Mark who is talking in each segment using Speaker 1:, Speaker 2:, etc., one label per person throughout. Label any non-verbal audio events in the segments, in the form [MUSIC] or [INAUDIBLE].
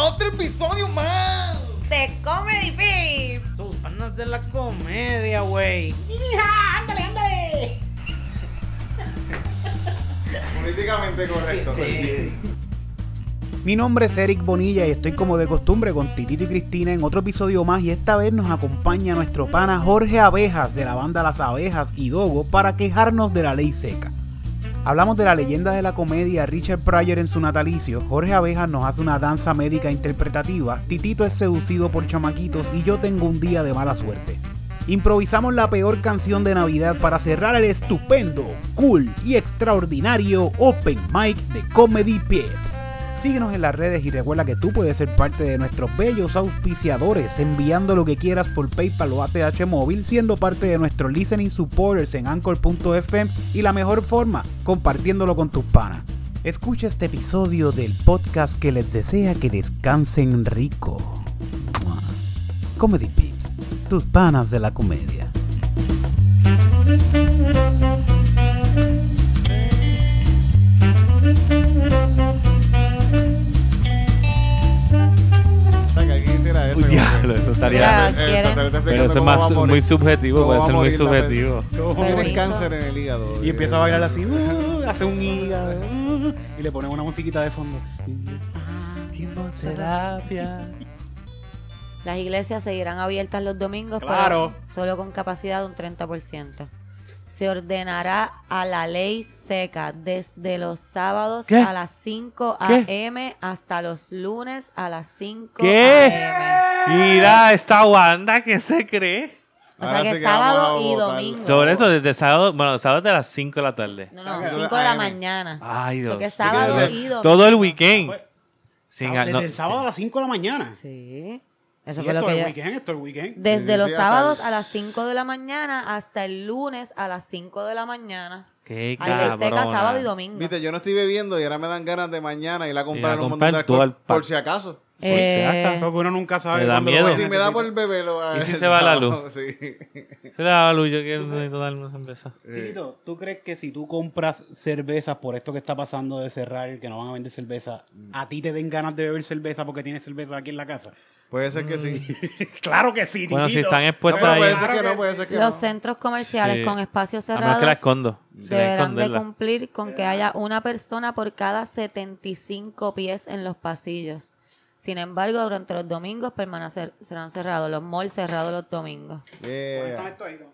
Speaker 1: otro episodio más.
Speaker 2: de Comedy Babes.
Speaker 3: Sus bandas de la comedia, güey.
Speaker 2: ¡Ándale, ándale!
Speaker 1: Políticamente correcto.
Speaker 3: Sí.
Speaker 4: Mi nombre es Eric Bonilla y estoy como de costumbre con Titito y Cristina en otro episodio más y esta vez nos acompaña nuestro pana Jorge Abejas de la banda Las Abejas y Dogo para quejarnos de la ley seca. Hablamos de la leyenda de la comedia Richard Pryor en su natalicio, Jorge Abejas nos hace una danza médica interpretativa, Titito es seducido por chamaquitos y yo tengo un día de mala suerte. Improvisamos la peor canción de Navidad para cerrar el estupendo, cool y extraordinario Open Mic de Comedy Pips. Síguenos en las redes y recuerda que tú puedes ser parte de nuestros bellos auspiciadores enviando lo que quieras por PayPal o ATH móvil, siendo parte de nuestros listening supporters en anchor.fm y la mejor forma, compartiéndolo con tus panas. Escucha este episodio del podcast que les desea que descansen rico. Mua. Comedy Pips, tus panas de la comedia.
Speaker 1: O sea, que alguien hiciera eso. como que-
Speaker 5: Diablo, eso estaría.
Speaker 1: El-
Speaker 2: Mira,
Speaker 1: el
Speaker 2: ¿quieren?
Speaker 1: doctor está explicando
Speaker 5: Pero eso es
Speaker 1: cómo va
Speaker 5: más,
Speaker 1: a morir.
Speaker 5: muy subjetivo,
Speaker 1: Cómo
Speaker 5: puede
Speaker 1: va a
Speaker 5: ser muy
Speaker 1: morir la pe-
Speaker 5: subjetivo.
Speaker 1: Tienes
Speaker 2: Permiso.
Speaker 1: cáncer en el hígado. eh,
Speaker 4: Y empieza a bailar así, uh, hace un hígado, uh, y le ponemos una musiquita de fondo.
Speaker 5: Terapia.
Speaker 2: Las iglesias seguirán abiertas los domingos, pero
Speaker 4: Claro.
Speaker 2: solo con capacidad de un 30%. Se ordenará a la ley seca desde los sábados
Speaker 5: ¿Qué?
Speaker 2: a las 5
Speaker 5: ¿Qué?
Speaker 2: a.m. hasta los lunes a las 5
Speaker 5: ¿Qué?
Speaker 2: a.m.
Speaker 5: Mira, esta Wanda, ¿qué se cree?
Speaker 2: O sea que sábado y domingo.
Speaker 5: Sobre eso, desde sábado, bueno, sábado de las 5 de la tarde.
Speaker 2: No,
Speaker 1: Sábado
Speaker 2: no, 5 de la
Speaker 1: AM.
Speaker 2: mañana.
Speaker 5: Ay, Dios.
Speaker 2: Porque es sábado
Speaker 1: desde-
Speaker 2: y domingo.
Speaker 5: Todo el weekend. Sin
Speaker 4: Sábado-
Speaker 5: ga- no-
Speaker 4: Desde el sábado a las 5 de la mañana.
Speaker 2: Sí.
Speaker 4: Sí,
Speaker 2: Eso
Speaker 4: esto
Speaker 2: fue lo que
Speaker 4: es
Speaker 2: yo...
Speaker 4: weekend, esto es weekend.
Speaker 2: Desde
Speaker 1: Sí,
Speaker 2: los
Speaker 1: sí, hasta
Speaker 2: sábados
Speaker 1: el-
Speaker 2: a las 5 de la mañana hasta el lunes a las 5 de la mañana.
Speaker 5: Qué
Speaker 2: Hay ley seca
Speaker 5: cabrona.
Speaker 2: sábado y domingo. Eh,
Speaker 1: Viste, yo no estoy bebiendo y ahora me dan ganas de mañana ir a comprar
Speaker 5: Ir a
Speaker 1: un montón de
Speaker 5: comprar todo
Speaker 1: alcohol
Speaker 5: el pack.
Speaker 1: por si acaso.
Speaker 5: Por si
Speaker 2: Eh,
Speaker 5: acaso.
Speaker 4: Porque uno nunca sabe.
Speaker 5: Me da
Speaker 4: cuándo lo
Speaker 5: miedo.
Speaker 4: va a
Speaker 1: Si me
Speaker 4: necesitar.
Speaker 1: da por beberlo. eh,
Speaker 5: ¿Y si se va la luz?
Speaker 1: [LAUGHS] Sí.
Speaker 5: Será Lu, yo quiero darme una cerveza.
Speaker 1: Eh,
Speaker 4: Tito, ¿tú crees que si tú compras cervezas por esto que está pasando de cerrar, que no van a vender cerveza, a ti te den ganas de beber cerveza porque tienes cerveza aquí en la casa?
Speaker 1: Puede ser que sí.
Speaker 4: claro que sí,
Speaker 5: Bueno, si
Speaker 4: Titito.
Speaker 5: están
Speaker 1: No,
Speaker 5: expuestas
Speaker 1: pero
Speaker 5: Mm. ahí.
Speaker 1: puede ser
Speaker 4: Claro
Speaker 1: que
Speaker 4: que
Speaker 1: no, puede ser que no.
Speaker 2: los centros comerciales
Speaker 5: Sí.
Speaker 2: con espacios
Speaker 5: A menos que la
Speaker 2: cerrados
Speaker 5: escondo. Si la
Speaker 2: deberán de
Speaker 5: esconderla.
Speaker 2: cumplir con que haya una persona por cada 75 pies en los pasillos. Sin embargo, durante los domingos permanecer- serán cerrados, los malls cerrados los domingos.
Speaker 1: Yeah.
Speaker 4: Esto ahí, ¿no?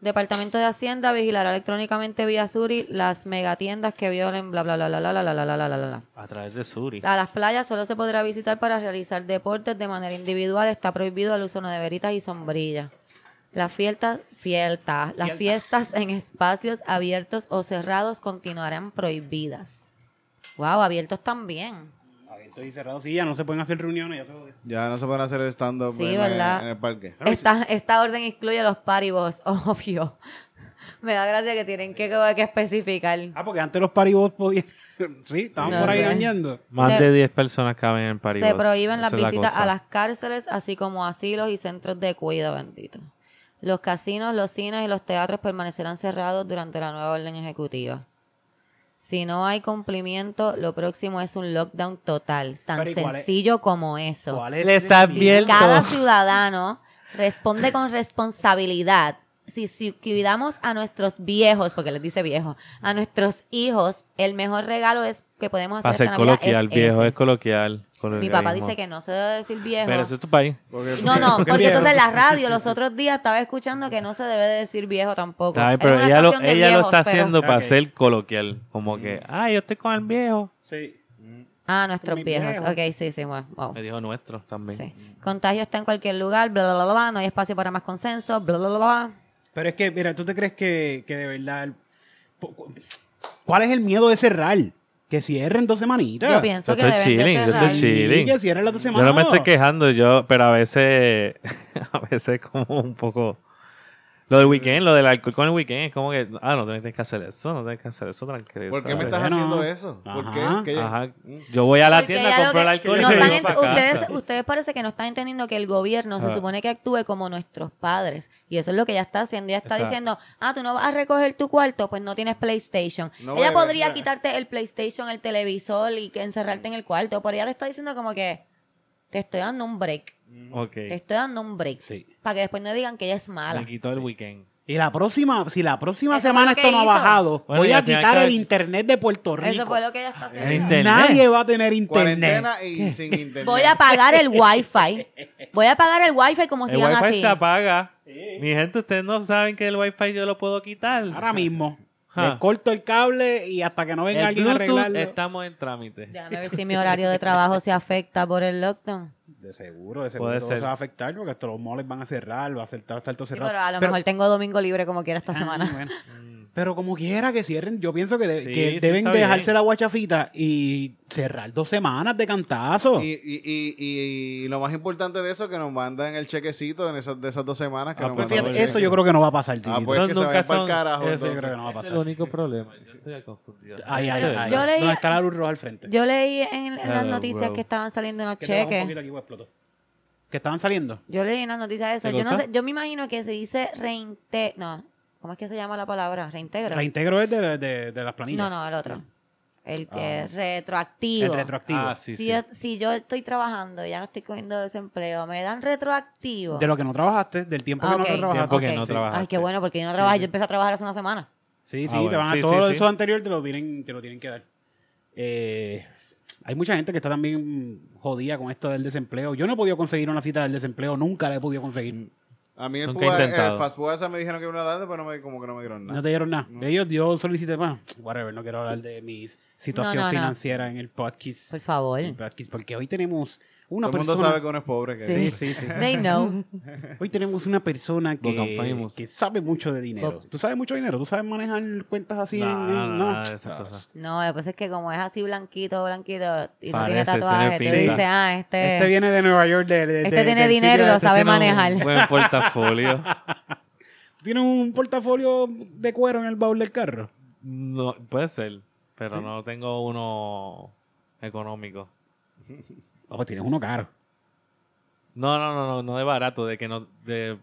Speaker 2: Departamento de Hacienda vigilará electrónicamente vía Suri las megatiendas que violen bla bla bla bla bla bla bla bla bla bla bla.
Speaker 5: A través de Suri.
Speaker 2: A las playas solo se podrá visitar para realizar deportes de manera individual. Está prohibido el uso de veritas y sombrillas. Las fiestas, fielta, las fiestas en espacios abiertos o cerrados continuarán prohibidas. Wow, abiertos también.
Speaker 4: Abierto y cerrado, sí, ya no se pueden hacer reuniones, ya se jodió.
Speaker 1: Ya no se pueden hacer stand-up
Speaker 2: Sí,
Speaker 1: en,
Speaker 2: ¿verdad?
Speaker 1: en el parque.
Speaker 2: Esta, esta orden incluye los paribos, [LAUGHS] obvio. Me da gracia que tienen que, que especificar.
Speaker 4: Ah, porque antes los paribos podían. [LAUGHS] sí, estaban
Speaker 2: No
Speaker 4: por ahí
Speaker 2: sé.
Speaker 4: dañando.
Speaker 5: Más
Speaker 2: Se-
Speaker 5: de 10 personas caben en el Paribas.
Speaker 2: Se prohíben las
Speaker 5: Esa es la
Speaker 2: visitas
Speaker 5: cosa.
Speaker 2: a las cárceles, así como asilos y centros de cuidado, bendito. Los casinos, los cines y los teatros permanecerán cerrados durante la nueva orden ejecutiva. Si no hay cumplimiento, lo próximo es un lockdown total, tan
Speaker 4: Pero ¿y cuál es?
Speaker 2: sencillo como eso.
Speaker 4: ¿Cuál es
Speaker 5: Les
Speaker 4: el
Speaker 5: advierto.
Speaker 2: Cada ciudadano responde con responsabilidad. Si, si cuidamos a nuestros viejos, porque les dice viejo, a nuestros hijos, el mejor regalo es que podemos hacer
Speaker 5: Para ser
Speaker 2: esta Navidad
Speaker 5: coloquial,
Speaker 2: es
Speaker 5: viejo,
Speaker 2: ese.
Speaker 5: es coloquial.
Speaker 2: Mi papá dice que no se debe decir viejo.
Speaker 5: Pero eso es tu país.
Speaker 1: Porque-
Speaker 2: No,
Speaker 5: [LAUGHS]
Speaker 2: no, porque
Speaker 4: viejo.
Speaker 2: entonces en la radio los otros días estaba escuchando que no se debe de decir viejo tampoco.
Speaker 5: Está bien,
Speaker 2: Es
Speaker 5: pero
Speaker 2: una
Speaker 5: ella, lo,
Speaker 2: canción de
Speaker 5: ella lo
Speaker 2: viejos,
Speaker 5: está
Speaker 2: pero- Mm.
Speaker 5: haciendo para
Speaker 4: Ok.
Speaker 5: ser coloquial. Como que, ah, yo estoy con el viejo.
Speaker 4: Sí.
Speaker 2: Ah, nuestros
Speaker 4: Mis
Speaker 2: viejos.
Speaker 4: viejos.
Speaker 2: Ok, sí, sí, bueno, wow.
Speaker 5: Me dijo nuestro también.
Speaker 2: Sí. Contagio está en cualquier lugar, bla, bla, bla, bla, no hay espacio para más consenso, bla, bla, bla, bla.
Speaker 4: Pero es que, mira, ¿tú te crees que, que de verdad. el- po- cu- ¿Cuál es el miedo de cerrar? Que cierren dos semanitas.
Speaker 2: Yo pienso
Speaker 5: Yo
Speaker 2: que
Speaker 5: estoy
Speaker 2: deben
Speaker 5: chilling,
Speaker 2: de
Speaker 5: yo estoy
Speaker 2: cerrar.
Speaker 5: chilling.
Speaker 4: Sí, que cierren las dos
Speaker 5: Yo
Speaker 4: semanas.
Speaker 5: no me estoy quejando, yo, pero a veces, [LAUGHS] a veces como un poco... Lo del weekend, lo del alcohol con el weekend, es como que, ah, no tienes que hacer eso, no tienes que hacer eso, tranquilo.
Speaker 1: ¿Por qué me
Speaker 5: ¿sabes?
Speaker 1: estás
Speaker 4: Bueno.
Speaker 1: haciendo eso? ¿Por
Speaker 4: Ajá.
Speaker 1: qué? ¿Qué?
Speaker 5: Ajá. Yo voy a la
Speaker 2: Porque
Speaker 5: tienda,
Speaker 2: ya lo
Speaker 5: compro el
Speaker 2: que-
Speaker 5: alcohol y
Speaker 2: no
Speaker 5: me
Speaker 2: están
Speaker 5: voy
Speaker 2: ent-
Speaker 5: para casa.
Speaker 2: ustedes, ustedes parece que no están entendiendo que el gobierno se supone que actúe como nuestros padres. Y eso es lo que ella está haciendo. Ella está
Speaker 5: Exacto.
Speaker 2: diciendo, ah, tú no vas a recoger tu cuarto, pues no tienes PlayStation.
Speaker 1: No
Speaker 2: ella
Speaker 1: bebes,
Speaker 2: podría
Speaker 1: ya.
Speaker 2: quitarte el PlayStation, el televisor y que encerrarte en el cuarto. Pero ella le está diciendo como que... Te estoy dando un break.
Speaker 5: Ok.
Speaker 2: Te estoy dando un break.
Speaker 6: Sí.
Speaker 2: Para que después no digan que ella es mala.
Speaker 5: Me quitó el weekend.
Speaker 6: Y la próxima, si la próxima
Speaker 2: Eso fue
Speaker 6: semana
Speaker 2: lo que
Speaker 6: esto no ha
Speaker 2: hizo.
Speaker 6: bajado,
Speaker 5: Bueno,
Speaker 6: voy
Speaker 5: y
Speaker 6: a
Speaker 5: al final
Speaker 6: quitar
Speaker 5: cada-
Speaker 6: el internet de Puerto Rico.
Speaker 2: Eso fue lo que ella está haciendo.
Speaker 5: Gente, Internet.
Speaker 6: Nadie va a tener internet.
Speaker 1: Cuarentena y sin internet.
Speaker 2: Voy a apagar el wifi. Voy a apagar el wifi como
Speaker 5: El
Speaker 2: sigan
Speaker 5: wifi
Speaker 2: así.
Speaker 5: se apaga. Mi gente, ustedes no saben que el wifi yo lo puedo quitar.
Speaker 6: Ahora mismo.
Speaker 5: Ajá.
Speaker 6: Le corto el cable y hasta que no venga
Speaker 5: el
Speaker 6: alguien a
Speaker 5: Bluetooth
Speaker 6: arreglarlo.
Speaker 5: estamos en trámite.
Speaker 2: Déjame ver si mi horario de trabajo se afecta por el lockdown.
Speaker 6: De seguro,
Speaker 5: Puede
Speaker 6: de seguro todo
Speaker 5: ser.
Speaker 6: se va a afectar porque estos los moles van a cerrar, va a ser- va a estar todo
Speaker 2: Sí,
Speaker 6: cerrado.
Speaker 2: pero a lo mejor tengo domingo libre como quiera esta
Speaker 6: Ah,
Speaker 2: semana.
Speaker 6: bueno. Pero como quiera que cierren, yo pienso que, de-
Speaker 5: Mm. Sí,
Speaker 6: que
Speaker 5: sí,
Speaker 6: deben
Speaker 5: está
Speaker 6: dejarse
Speaker 5: bien.
Speaker 6: la guachafita y cerrar dos semanas de cantazo.
Speaker 1: Y, y, y, y- y lo más importante de eso, que nos mandan el chequecito en esas, de esas dos semanas que
Speaker 5: Ah,
Speaker 1: nos
Speaker 5: pues
Speaker 1: mandan
Speaker 5: fíjate,
Speaker 1: el
Speaker 6: Eso
Speaker 1: cheque.
Speaker 6: yo creo que no va a pasar,
Speaker 1: Ah,
Speaker 6: Titito.
Speaker 1: pues que se vayan pa'l carajo.
Speaker 6: Eso yo
Speaker 1: entonces.
Speaker 6: creo que no va a
Speaker 5: Ese es
Speaker 6: pasar.
Speaker 5: el único problema. Yo estoy confundido.
Speaker 6: Ay, ay,
Speaker 2: Pero
Speaker 6: ay.
Speaker 2: yo leí-
Speaker 6: Donde está la luz roja al frente.
Speaker 2: [LAUGHS] Yo leí en, en las
Speaker 5: Hello,
Speaker 2: noticias
Speaker 5: bro.
Speaker 2: que estaban saliendo unos
Speaker 6: Que te baja un
Speaker 2: cheques.
Speaker 6: poquito aquí, pues, explotó. Que estaban saliendo.
Speaker 2: Yo leí una noticia de eso.
Speaker 5: ¿Qué
Speaker 2: Yo no
Speaker 5: cosa?
Speaker 2: sé, yo me imagino que se dice reintegro. No, ¿cómo es que se llama la palabra? Reintegro.
Speaker 6: Reintegro es de, de- de las planillas.
Speaker 2: no, no, el otro. El que es retroactivo.
Speaker 6: El retroactivo.
Speaker 5: Ah, sí,
Speaker 2: si,
Speaker 5: sí.
Speaker 2: Yo, si yo estoy trabajando, ya no estoy cogiendo desempleo, me dan retroactivo.
Speaker 6: De lo que no trabajaste, del tiempo
Speaker 2: Ah,
Speaker 6: que
Speaker 2: ok.
Speaker 6: no trabajaste.
Speaker 5: Tiempo que no
Speaker 2: Ok.
Speaker 5: trabajaste.
Speaker 2: Ay, qué bueno, porque yo no trabajo.
Speaker 6: sí.
Speaker 2: Yo empecé a trabajar hace una semana.
Speaker 6: Sí,
Speaker 5: Ah,
Speaker 6: sí, te
Speaker 5: bueno.
Speaker 6: van a
Speaker 5: Sí,
Speaker 6: todo
Speaker 5: sí,
Speaker 6: eso
Speaker 5: sí.
Speaker 6: anterior te lo vienen, te lo tienen que dar. Eh, hay mucha gente que está también jodida con esto del desempleo. Yo no he podido conseguir una cita del desempleo, nunca la he podido conseguir.
Speaker 1: A mí el,
Speaker 5: Nunca he
Speaker 1: púa, el
Speaker 5: intentado.
Speaker 1: fast food esa me dijeron que iban a dar, pero no me, como que no me dieron nada.
Speaker 6: No te dieron nada. Ellos, yo solicité más. Whatever, no quiero hablar de mi situación
Speaker 2: No, no, no.
Speaker 6: financiera en el podcast.
Speaker 2: Por favor.
Speaker 6: El podcast, porque hoy tenemos una
Speaker 1: Todo el mundo
Speaker 6: persona.
Speaker 1: sabe que uno es pobre. Que
Speaker 6: Sí, sí, sí.
Speaker 2: They know.
Speaker 6: Hoy tenemos una persona
Speaker 5: Logan
Speaker 6: que,
Speaker 5: Famous.
Speaker 6: que sabe mucho de dinero.
Speaker 2: Bob.
Speaker 6: ¿Tú sabes mucho de dinero? ¿Tú sabes manejar cuentas así?
Speaker 5: No,
Speaker 6: en- en-
Speaker 5: no,
Speaker 6: no?
Speaker 5: nada de esas
Speaker 6: Ah,
Speaker 5: cosas.
Speaker 2: No, después es que como es así blanquito, blanquito, y no tiene
Speaker 5: Parece,
Speaker 2: tatuajes,
Speaker 5: tiene
Speaker 2: te
Speaker 5: pinta.
Speaker 2: dice, ah, este,
Speaker 6: Este viene de Nueva York. de- de-
Speaker 2: este
Speaker 6: de-
Speaker 2: tiene
Speaker 6: del
Speaker 2: dinero
Speaker 6: sitio
Speaker 2: y lo
Speaker 6: este.
Speaker 2: sabe
Speaker 5: Tiene un
Speaker 2: manejar.
Speaker 5: [LAUGHS] buen
Speaker 2: [LAUGHS]
Speaker 5: portafolio.
Speaker 6: ¿Tiene un portafolio de cuero en el baúl del carro?
Speaker 5: No, puede ser, pero no tengo uno económico.
Speaker 6: Ah, pues tienes uno caro.
Speaker 5: No, no, no, no, no de barato, de que no, de...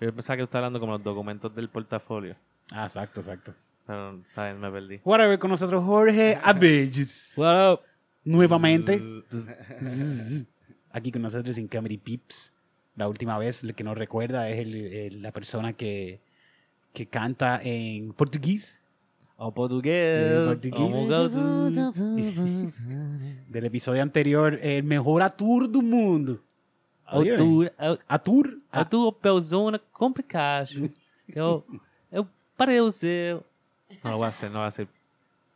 Speaker 5: Yo pensaba que estaba hablando como los documentos del portafolio,
Speaker 6: Ah, exacto, exacto.
Speaker 5: pero ¿sabes? me perdí.
Speaker 6: Whatever, con nosotros Jorge Abelles.
Speaker 5: What up?
Speaker 6: Nuevamente. Aquí con nosotros en Comedy Pips. La última vez, el que nos recuerda es el- el- la persona que, que canta en portugués.
Speaker 5: O portugués.
Speaker 6: En portugués.
Speaker 5: o mugatu.
Speaker 6: Del episodio anterior, el mejor atur do mundo.
Speaker 5: O tu- o-
Speaker 6: Atur.
Speaker 5: A tua pelzona com Pikachu. Eu, eu parecer. No lo voy a hacer, no lo voy a hacer.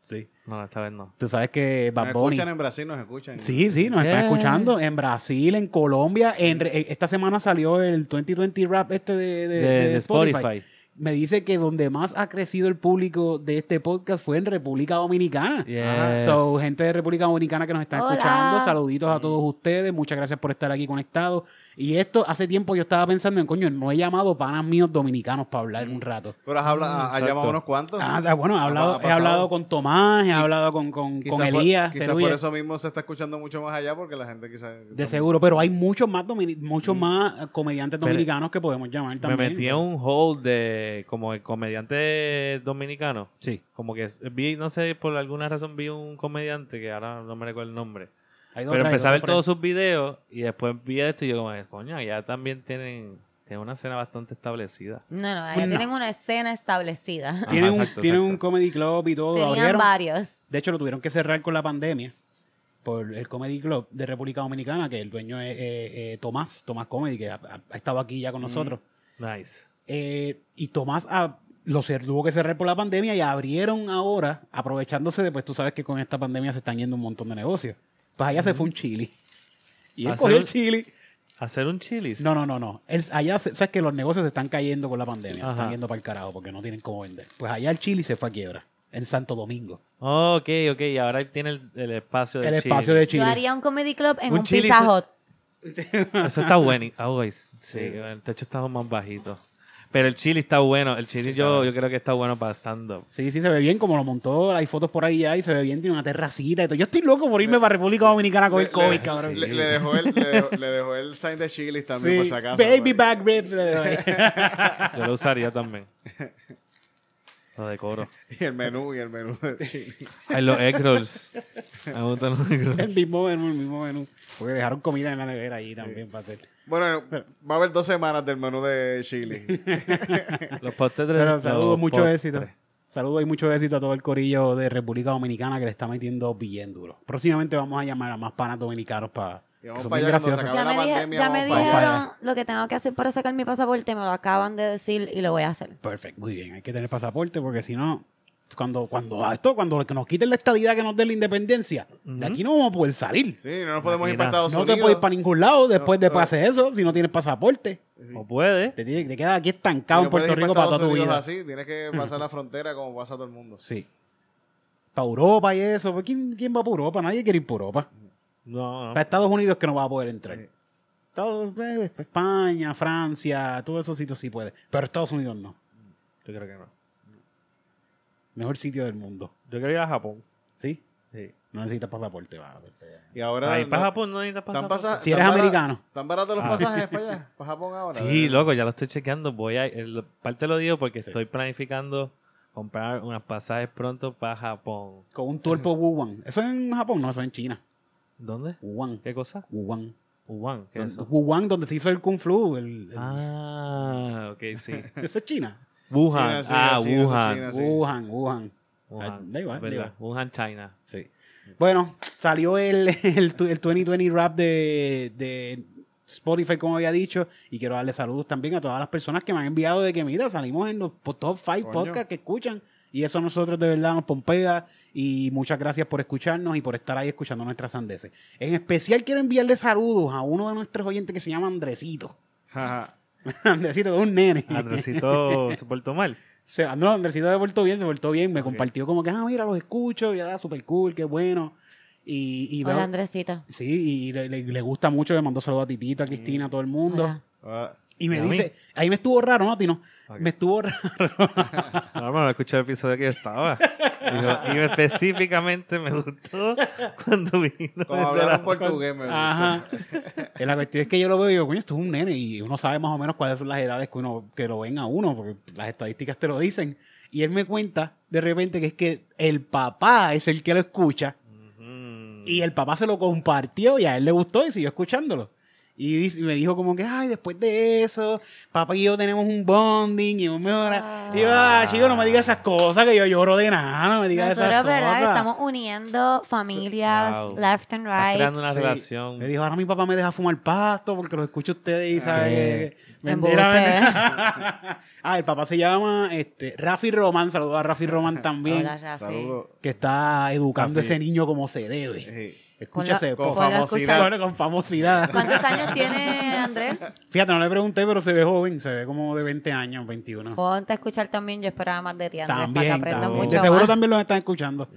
Speaker 6: Sí.
Speaker 5: No, esta vez no.
Speaker 6: Tú sabes que Bad
Speaker 1: Nos
Speaker 6: Bunny.
Speaker 1: escuchan en Brasil, nos escuchan.
Speaker 6: Sí, sí, nos están
Speaker 5: Yeah.
Speaker 6: escuchando en Brasil, en Colombia. En, re- eh, esta semana salió el 2020 Rap este de, de-
Speaker 5: De,
Speaker 6: de
Speaker 5: de
Speaker 6: Spotify.
Speaker 5: Spotify.
Speaker 6: Me dice que donde más ha crecido el público de este podcast fue en República Dominicana.
Speaker 5: Yes.
Speaker 6: Ajá. So, gente de República Dominicana que nos está
Speaker 2: Hola.
Speaker 6: escuchando, saluditos a todos ustedes, muchas gracias por estar aquí conectados. Y esto, hace tiempo yo estaba pensando en, coño, no he llamado panas míos dominicanos para hablar un rato.
Speaker 1: Pero has, habla- has
Speaker 5: exacto.
Speaker 1: llamado unos cuantos.
Speaker 6: Ah, o sea, bueno, he
Speaker 1: Ha-
Speaker 6: hablado,
Speaker 1: ha
Speaker 6: he
Speaker 1: pasado.
Speaker 6: hablado con Tomás, he hablado con, con,
Speaker 1: Quizás
Speaker 6: con
Speaker 1: por-
Speaker 6: Elías.
Speaker 1: Quizás
Speaker 6: Cerulla.
Speaker 1: por eso mismo se está escuchando mucho más allá, porque la gente quizás...
Speaker 6: De seguro, pero hay muchos más domini-
Speaker 1: Mm.
Speaker 6: muchos más eh, comediantes
Speaker 5: Pero-
Speaker 6: dominicanos que podemos llamar
Speaker 5: Me
Speaker 6: también.
Speaker 5: metí en un hole de como el comediante dominicano.
Speaker 6: Sí,
Speaker 5: Como que vi, no sé, por alguna razón vi un comediante que ahora no me recuerdo el nombre.
Speaker 6: hay dos,
Speaker 5: Pero
Speaker 6: tres,
Speaker 5: empecé a
Speaker 6: dos,
Speaker 5: ver
Speaker 6: tres.
Speaker 5: todos sus videos y después vi esto y yo como, coño, ya también tienen, tienen una escena bastante establecida.
Speaker 2: No, no, ya
Speaker 6: No.
Speaker 2: tienen una escena [LAUGHS] establecida.
Speaker 6: Tienen,
Speaker 5: Ajá,
Speaker 6: un,
Speaker 5: exacto,
Speaker 6: tienen
Speaker 5: exacto.
Speaker 6: un comedy club y todo.
Speaker 2: Tenían
Speaker 6: abrieron.
Speaker 2: varios.
Speaker 6: De hecho, lo tuvieron que cerrar con la pandemia por el comedy club de República Dominicana, que el dueño es eh, eh, Tomás, Tomás Comedy, que ha, ha- ha estado aquí
Speaker 1: Mm.
Speaker 6: ya con nosotros.
Speaker 5: Nice.
Speaker 6: Eh, y Tomás ah, lo cer- tuvo que cerrar por la pandemia y abrieron ahora, aprovechándose de, pues tú sabes que con esta pandemia se están yendo un montón de negocios. Pues allá se fue un chili. Y él
Speaker 1: ¿Ah,
Speaker 5: Hacer
Speaker 6: cogió el
Speaker 5: un-
Speaker 6: chili.
Speaker 5: Hacer un chilis.
Speaker 6: No, no, no, no. El- allá, se- sabes que los negocios se están cayendo con la pandemia, se están
Speaker 5: Ajá.
Speaker 6: yendo para el carajo porque no tienen cómo vender. Pues allá el Chili se fue a quiebra, en Santo Domingo.
Speaker 5: Oh, ok, ok. Y ahora él tiene el, el espacio de
Speaker 6: el espacio de Chili.
Speaker 2: Yo haría un comedy club en
Speaker 5: Un
Speaker 2: un,
Speaker 5: chili
Speaker 2: Pizza
Speaker 5: se-
Speaker 2: Hut.
Speaker 5: [LAUGHS] Eso está bueno. Ah, güey, sí, el techo está más bajito. Pero el chili está bueno. El chili yo, yo creo que está bueno para stand-up.
Speaker 6: Sí, sí, se ve bien, como lo montó, hay fotos por ahí ya y se ve bien, tiene una terracita y todo. Yo estoy loco por irme para República Dominicana con el COVID, cabrón.
Speaker 1: Le, le dejó el, le, dejó, le dejó el sign de Chili también,
Speaker 6: Sí,
Speaker 1: por si acaso.
Speaker 6: baby
Speaker 1: porque-
Speaker 6: back ribs. le doy. [LAUGHS]
Speaker 5: Yo lo usaría también. Lo decoro.
Speaker 1: Y el menú, y el menú. Sí.
Speaker 5: Ay, los egg rolls. Me gustan los egg rolls.
Speaker 6: El mismo menú, el mismo menú. Porque dejaron comida en la nevera allí también para hacer.
Speaker 1: Bueno, va a haber dos semanas del menú de
Speaker 6: [LAUGHS]
Speaker 1: Chile.
Speaker 5: Los postres.
Speaker 6: Pero
Speaker 5: los
Speaker 6: saludos, mucho
Speaker 5: postres.
Speaker 6: éxito. Saludos y mucho éxito a todo el corillo de República Dominicana que le está metiendo bien duro. Próximamente vamos a llamar a más panas dominicanos para...
Speaker 1: Y vamos
Speaker 6: que son
Speaker 1: para
Speaker 6: bien
Speaker 1: allá cuando se acabe.
Speaker 6: graciosos.
Speaker 2: Ya
Speaker 1: la
Speaker 2: me, dije-
Speaker 1: pandemia,
Speaker 2: ya me
Speaker 1: vamos para
Speaker 6: allá.
Speaker 2: dijeron lo que tengo que hacer para sacar mi pasaporte, me lo acaban de decir y lo voy a hacer.
Speaker 6: Perfecto, muy bien. Hay que tener pasaporte porque si no, cuando, cuando a esto, cuando que nos quiten la estadía que nos den la independencia, de aquí no vamos a poder salir.
Speaker 1: Sí, no nos podemos ir
Speaker 5: Imagina.
Speaker 1: para Estados
Speaker 6: No
Speaker 1: Unidos.
Speaker 6: te puedes ir para ningún lado después de
Speaker 1: No, no.
Speaker 6: pase eso si no tienes pasaporte.
Speaker 5: O puede.
Speaker 6: Te, tiene- te quedas aquí
Speaker 1: Y no
Speaker 6: estancado en
Speaker 1: puedes
Speaker 6: Puerto
Speaker 1: ir
Speaker 6: Rico para
Speaker 1: Estados
Speaker 6: toda tu
Speaker 1: Unidos
Speaker 6: vida.
Speaker 1: así. Tienes que pasar la frontera como pasa todo el mundo.
Speaker 6: Sí. Para Europa y eso. pues, ¿Quién, ¿Quién va para Europa? Nadie quiere ir para Europa.
Speaker 5: No, no.
Speaker 6: Para Estados Unidos que no va a poder entrar. Estados- eh, España, Francia, todos esos sitios sí puede. Pero Estados Unidos no.
Speaker 5: Yo creo que no.
Speaker 6: Mejor sitio del mundo.
Speaker 5: Yo quería ir a Japón.
Speaker 6: ¿Sí?
Speaker 5: Sí.
Speaker 6: No necesitas pasaporte. va. pues,
Speaker 1: Y ahora.
Speaker 5: Ahí
Speaker 1: no-
Speaker 5: para Japón no necesitas
Speaker 1: ¿Tan
Speaker 5: pasar.
Speaker 1: pasa-
Speaker 6: Si
Speaker 1: tan
Speaker 6: eres
Speaker 1: bara-
Speaker 6: americano.
Speaker 1: ¿Tan baratos los
Speaker 5: Ah.
Speaker 1: pasajes para allá?
Speaker 6: [LAUGHS]
Speaker 1: ¿Para Japón ahora?
Speaker 5: Sí,
Speaker 1: ¿verdad?
Speaker 5: loco, ya lo estoy chequeando. Voy a, el- parte lo digo porque estoy planificando comprar unos pasajes pronto para Japón.
Speaker 6: Con un tour por Wuhan. ¿Eso en Japón? No, eso en China.
Speaker 5: ¿Dónde?
Speaker 6: Wuhan.
Speaker 5: ¿Qué cosa?
Speaker 6: Wuhan.
Speaker 5: Wuhan, ¿qué es
Speaker 6: Donde-
Speaker 5: eso?
Speaker 6: Wuhan, donde se hizo el Kung Flu. el- el-
Speaker 5: Ah, ok, sí.
Speaker 6: Eso es [LAUGHS] China.
Speaker 5: [LAUGHS] Wuhan,
Speaker 1: sí,
Speaker 5: ah,
Speaker 1: sí, eso es
Speaker 5: Wuhan.
Speaker 1: China. sí.
Speaker 6: Wuhan, Wuhan. Ah,
Speaker 5: Wuhan,
Speaker 6: da igual, da
Speaker 5: ¿verdad?
Speaker 6: igual.
Speaker 5: Wuhan,
Speaker 6: [LAUGHS]
Speaker 5: China.
Speaker 6: Sí. Bueno, salió el, [LAUGHS] el, tu- el 2020 rap de, de Spotify, como había dicho, y quiero darle saludos también a todas las personas que me han enviado de que, mira, salimos en los po- top 5
Speaker 1: Coño.
Speaker 6: podcasts que escuchan, y eso a nosotros de verdad nos pompea, y muchas gracias por escucharnos y por estar ahí escuchando nuestras sandeces. En especial quiero enviarle saludos a uno de nuestros oyentes que se llama Andresito. [LAUGHS]
Speaker 1: Ajá.
Speaker 6: Andresito, que es un nene.
Speaker 5: Ah, Andresito se portó mal.
Speaker 6: Se, ah, no, Andresito se portó bien, se portó bien. Me compartió como que, ah, mira, los escucho, ya, super cool, qué bueno. Y, y veo-
Speaker 2: Hola, Andresita.
Speaker 6: Sí, y le, le- le gusta mucho, le mandó saludos a Titita, a Cristina, a todo el mundo.
Speaker 2: Hola.
Speaker 1: Ahora-
Speaker 6: Y me
Speaker 5: ¿Y a mí?
Speaker 6: dice, ahí me estuvo raro, ¿no, Tino?
Speaker 5: Ok.
Speaker 6: Me estuvo raro.
Speaker 5: No, no, no escuché el episodio que yo
Speaker 6: [LAUGHS]
Speaker 5: estaba. Dijo, Y, me- específicamente me gustó cuando
Speaker 1: Como
Speaker 5: vino. el de la-
Speaker 1: hablaron portugués, me
Speaker 6: Ajá. Y la cuestión [LAUGHS] es que yo lo veo y digo, coño, esto es un nene y uno sabe más o menos cuáles son las edades que, uno, que lo ven a uno, porque las estadísticas te lo dicen. Y él me cuenta de repente que es que el papá es el que lo escucha
Speaker 5: Mm.
Speaker 6: Y el papá se lo compartió y a él le gustó y siguió escuchándolo. Y dice- y me dijo como que, ay, después de eso, papá y yo tenemos un bonding y un mejor... Y yo, ah, chico, no me digas esas cosas, que yo lloro de nada, no me digas
Speaker 2: Nosotros, pues,
Speaker 6: esas
Speaker 2: ¿verdad?
Speaker 6: cosas.
Speaker 2: Estamos uniendo familias,
Speaker 5: Wow.
Speaker 2: left and
Speaker 5: Estás creando
Speaker 2: right.
Speaker 5: una
Speaker 6: Sí.
Speaker 5: relación.
Speaker 6: Me dijo, ahora mi papá me deja fumar pasto porque los escucho a ustedes y sabe que...
Speaker 2: Embuste.
Speaker 6: Mentira, mentira. [LAUGHS] ah, el papá se llama este, Rafi Roman, saludos a Rafi Roman también,
Speaker 2: Hola, Rafi.
Speaker 1: Saludos.
Speaker 6: que está educando a
Speaker 1: Rafi.
Speaker 6: ese niño como se debe.
Speaker 1: Sí.
Speaker 6: Escucha ese
Speaker 1: con
Speaker 6: podcast.
Speaker 1: famosidad.
Speaker 6: Bueno, con
Speaker 2: [LAUGHS]
Speaker 6: famosidad.
Speaker 2: ¿Cuántos años tiene Andrés?
Speaker 6: Fíjate, no le pregunté, pero se ve joven, se ve como de 20 años, 21.
Speaker 2: Ponte a escuchar también, yo esperaba más de ti, Andrés, para que
Speaker 6: también,
Speaker 2: aprendas
Speaker 6: también.
Speaker 2: mucho
Speaker 6: De seguro
Speaker 2: más.
Speaker 6: también los están escuchando.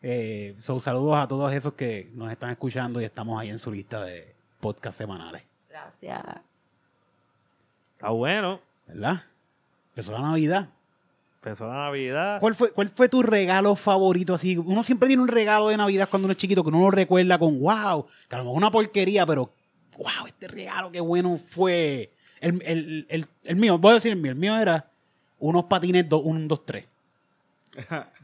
Speaker 6: Eh, so, saludos a todos esos que nos están escuchando y estamos ahí en su lista de podcast semanales,
Speaker 2: Gracias.
Speaker 5: Está Ah, bueno.
Speaker 6: ¿verdad? Empezó la Navidad.
Speaker 5: Empezó la Navidad.
Speaker 6: ¿Cuál fue, ¿Cuál fue tu regalo favorito? Así, uno siempre tiene un regalo de Navidad cuando uno es chiquito que uno lo recuerda con wow, que a lo mejor es una porquería, pero wow, este regalo, qué bueno fue. El, el- el- el mío, voy a decir el mío, el mío era unos patines 1, 2, 3.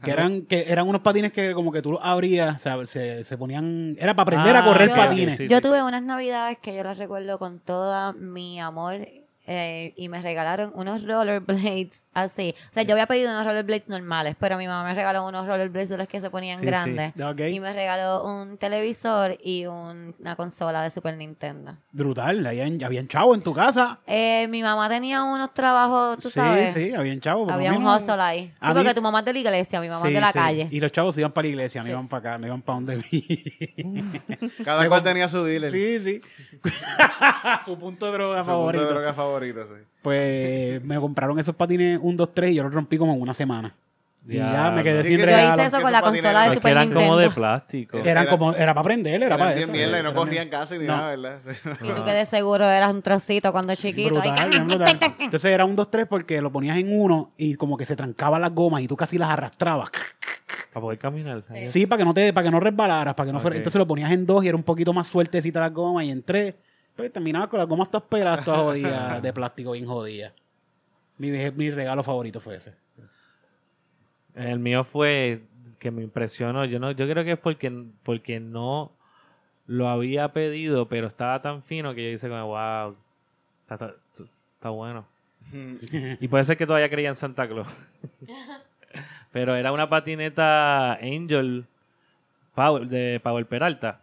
Speaker 6: Que eran, que eran unos patines que como que tú los abrías, o sea, se, se ponían, era para aprender a
Speaker 5: Ah,
Speaker 6: correr
Speaker 2: ok,
Speaker 6: patines.
Speaker 5: Sí,
Speaker 2: yo
Speaker 5: sí,
Speaker 2: tuve unas navidades que yo las recuerdo con toda mi amor eh, y me regalaron unos rollerblades así. O sea, yo había pedido unos rollerblades normales, pero mi mamá me regaló unos rollerblades de los que se ponían
Speaker 5: Sí, sí.
Speaker 2: grandes.
Speaker 6: Ok.
Speaker 2: Y me regaló un televisor y un- una consola de Super Nintendo.
Speaker 6: Brutal, habían, habían chavo en tu casa.
Speaker 2: Eh, mi mamá tenía unos trabajos, tú
Speaker 6: sí,
Speaker 2: sabes.
Speaker 6: sí, habían chavo. por lo
Speaker 2: Había un
Speaker 6: menos-
Speaker 2: hustle ahí.
Speaker 6: a
Speaker 2: Sí,
Speaker 6: mí-
Speaker 2: porque tu mamá es de la iglesia, mi mamá es
Speaker 6: Sí,
Speaker 2: de la
Speaker 6: sí.
Speaker 2: calle.
Speaker 6: Y los chavos se iban para la iglesia, no iban para acá, no iban para donde [LAUGHS] vi.
Speaker 1: Cada cual tenía su dealer.
Speaker 6: Sí, sí. Su punto de droga
Speaker 1: su punto
Speaker 6: favorito.
Speaker 1: de droga favorito, sí.
Speaker 6: Pues me compraron esos patines 1, 2, 3 y yo los rompí como en una semana. Y ya,
Speaker 5: Diablo.
Speaker 6: me quedé
Speaker 1: Sí,
Speaker 6: sin
Speaker 1: que-
Speaker 2: Yo
Speaker 6: regalo.
Speaker 2: hice eso
Speaker 1: que
Speaker 2: con la
Speaker 1: esos
Speaker 2: consola de
Speaker 5: Es que
Speaker 2: Super
Speaker 5: eran como
Speaker 2: Nintendo.
Speaker 5: de plástico.
Speaker 1: Era-
Speaker 6: Eran como, era para aprender, era
Speaker 1: Eran
Speaker 6: para
Speaker 1: bien
Speaker 6: eso.
Speaker 1: mierda y no
Speaker 6: Eran-
Speaker 1: corrían casi ni
Speaker 6: No.
Speaker 1: nada, ¿verdad? [LAUGHS] Sí.
Speaker 2: Y tú que de seguro eras un trocito cuando chiquito. ahí,
Speaker 6: Brutal, bien brutal. Entonces era un 2, 3 porque lo ponías en uno y como que se trancaban las gomas y tú casi las arrastrabas.
Speaker 5: Para poder caminar.
Speaker 6: Sí, para que no te, para que no resbalaras, para que no fuera.
Speaker 5: Ok.
Speaker 6: Entonces lo ponías en dos y era un poquito más sueltecita las gomas y en tres. Pues terminabas con las gomas todas peladas,
Speaker 1: [LAUGHS]
Speaker 6: todas jodidas, de plástico bien jodidas. Mi, mi regalo favorito fue ese.
Speaker 5: El mío fue que me impresionó. Yo no, yo creo que es porque, porque no lo había pedido, pero estaba tan fino que yo hice como, wow, está, está- está bueno. y puede ser que todavía creía en Santa Claus. pero era una patineta Angel Powell, de Powell Peralta.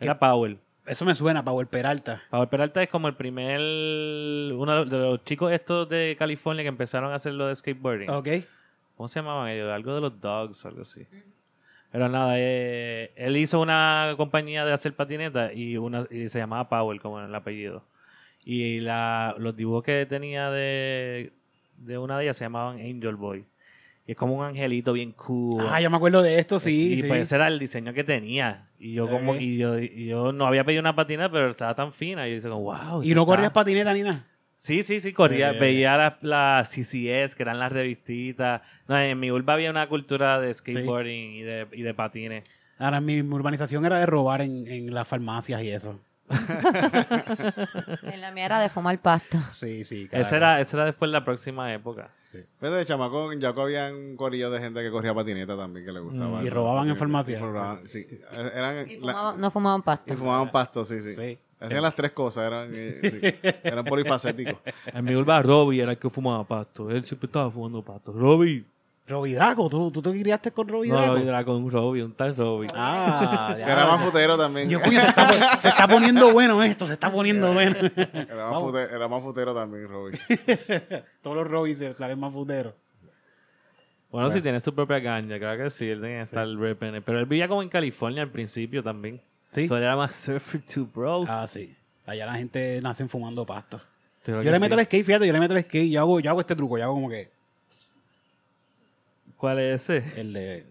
Speaker 5: Era Powell.
Speaker 4: Eso me suena, Power Peralta.
Speaker 5: Power Peralta es como el primer. Uno de los chicos estos de California que empezaron a hacer lo de skateboarding.
Speaker 4: Ok.
Speaker 5: ¿Cómo se llamaban ellos? Algo de los dogs, algo así. Pero nada, eh, él hizo una compañía de hacer patinetas y, una, y se llamaba Powell, como el apellido. Y la, los dibujos que tenía de, de una de ellas se llamaban Angel Boy. Y es como un angelito bien cool.
Speaker 4: Ah, yo me acuerdo de esto, sí.
Speaker 5: Y
Speaker 4: sí.
Speaker 5: pues ese era el diseño que tenía. Y yo como,
Speaker 4: Ok.
Speaker 5: y yo, y yo no había pedido una patineta, pero estaba tan fina. Y yo dice, como, wow.
Speaker 4: y
Speaker 5: eso
Speaker 4: no
Speaker 5: Pues está-
Speaker 4: corrías patineta ni nada.
Speaker 5: Sí, sí, sí, corría.
Speaker 4: Eh.
Speaker 5: Veía las las CCS, que eran las revistitas. No, en mi urba había una cultura de skateboarding y, de, y de patines.
Speaker 4: Ahora, mi urbanización era de robar en, en las farmacias y eso.
Speaker 2: [LAUGHS] En la mía era de fumar pasto.
Speaker 4: Sí, sí.
Speaker 5: Esa era, esa era después la próxima época.
Speaker 1: Pero de chamaco en Yaco había un corillo de gente que corría patineta también que le gustaba.
Speaker 4: Mm, y robaban en farmacia.
Speaker 1: Y robaban, sí. Eh, Eran,
Speaker 2: Y
Speaker 1: la-
Speaker 2: fumaban- no fumaban pasto.
Speaker 1: y fumaban pasto, sí, sí.
Speaker 4: Sí.
Speaker 1: Hacían las tres cosas, eran, eh,
Speaker 4: [LAUGHS]
Speaker 1: sí. eran polifacéticos.
Speaker 5: En mi urba, Robbie era el que fumaba pasto. Él siempre estaba fumando pasto. Robbie.
Speaker 4: Robidraco, ¿tú, tú te criaste con
Speaker 5: No,
Speaker 4: Robidraco.
Speaker 5: Robbie era con un Robbie, un tal Robbie.
Speaker 1: [LAUGHS]
Speaker 4: Ah, ya.
Speaker 1: Era más futero también.
Speaker 4: Yo, coño, se está, pon- se está poniendo bueno esto, se está poniendo bueno.
Speaker 1: [LAUGHS] Era más, fute- era más futero también, Robbie.
Speaker 4: [LAUGHS] Todos los Robis se salen más futeros.
Speaker 5: Bueno, si tiene su propia ganja, creo que sí, él tiene que estar repping it. Pero él vivía como en California al principio también.
Speaker 4: Sí.
Speaker 5: So, él era más surfer too, bro.
Speaker 4: Ah, sí. Allá la gente nacen fumando pasto.
Speaker 5: Creo
Speaker 4: Yo
Speaker 5: que
Speaker 4: le meto
Speaker 5: sí.
Speaker 4: el skate, fíjate, yo le meto el skate. Yo hago, yo hago este truco, yo hago como que
Speaker 5: ¿Cuál es [LAUGHS] ese?
Speaker 4: el de.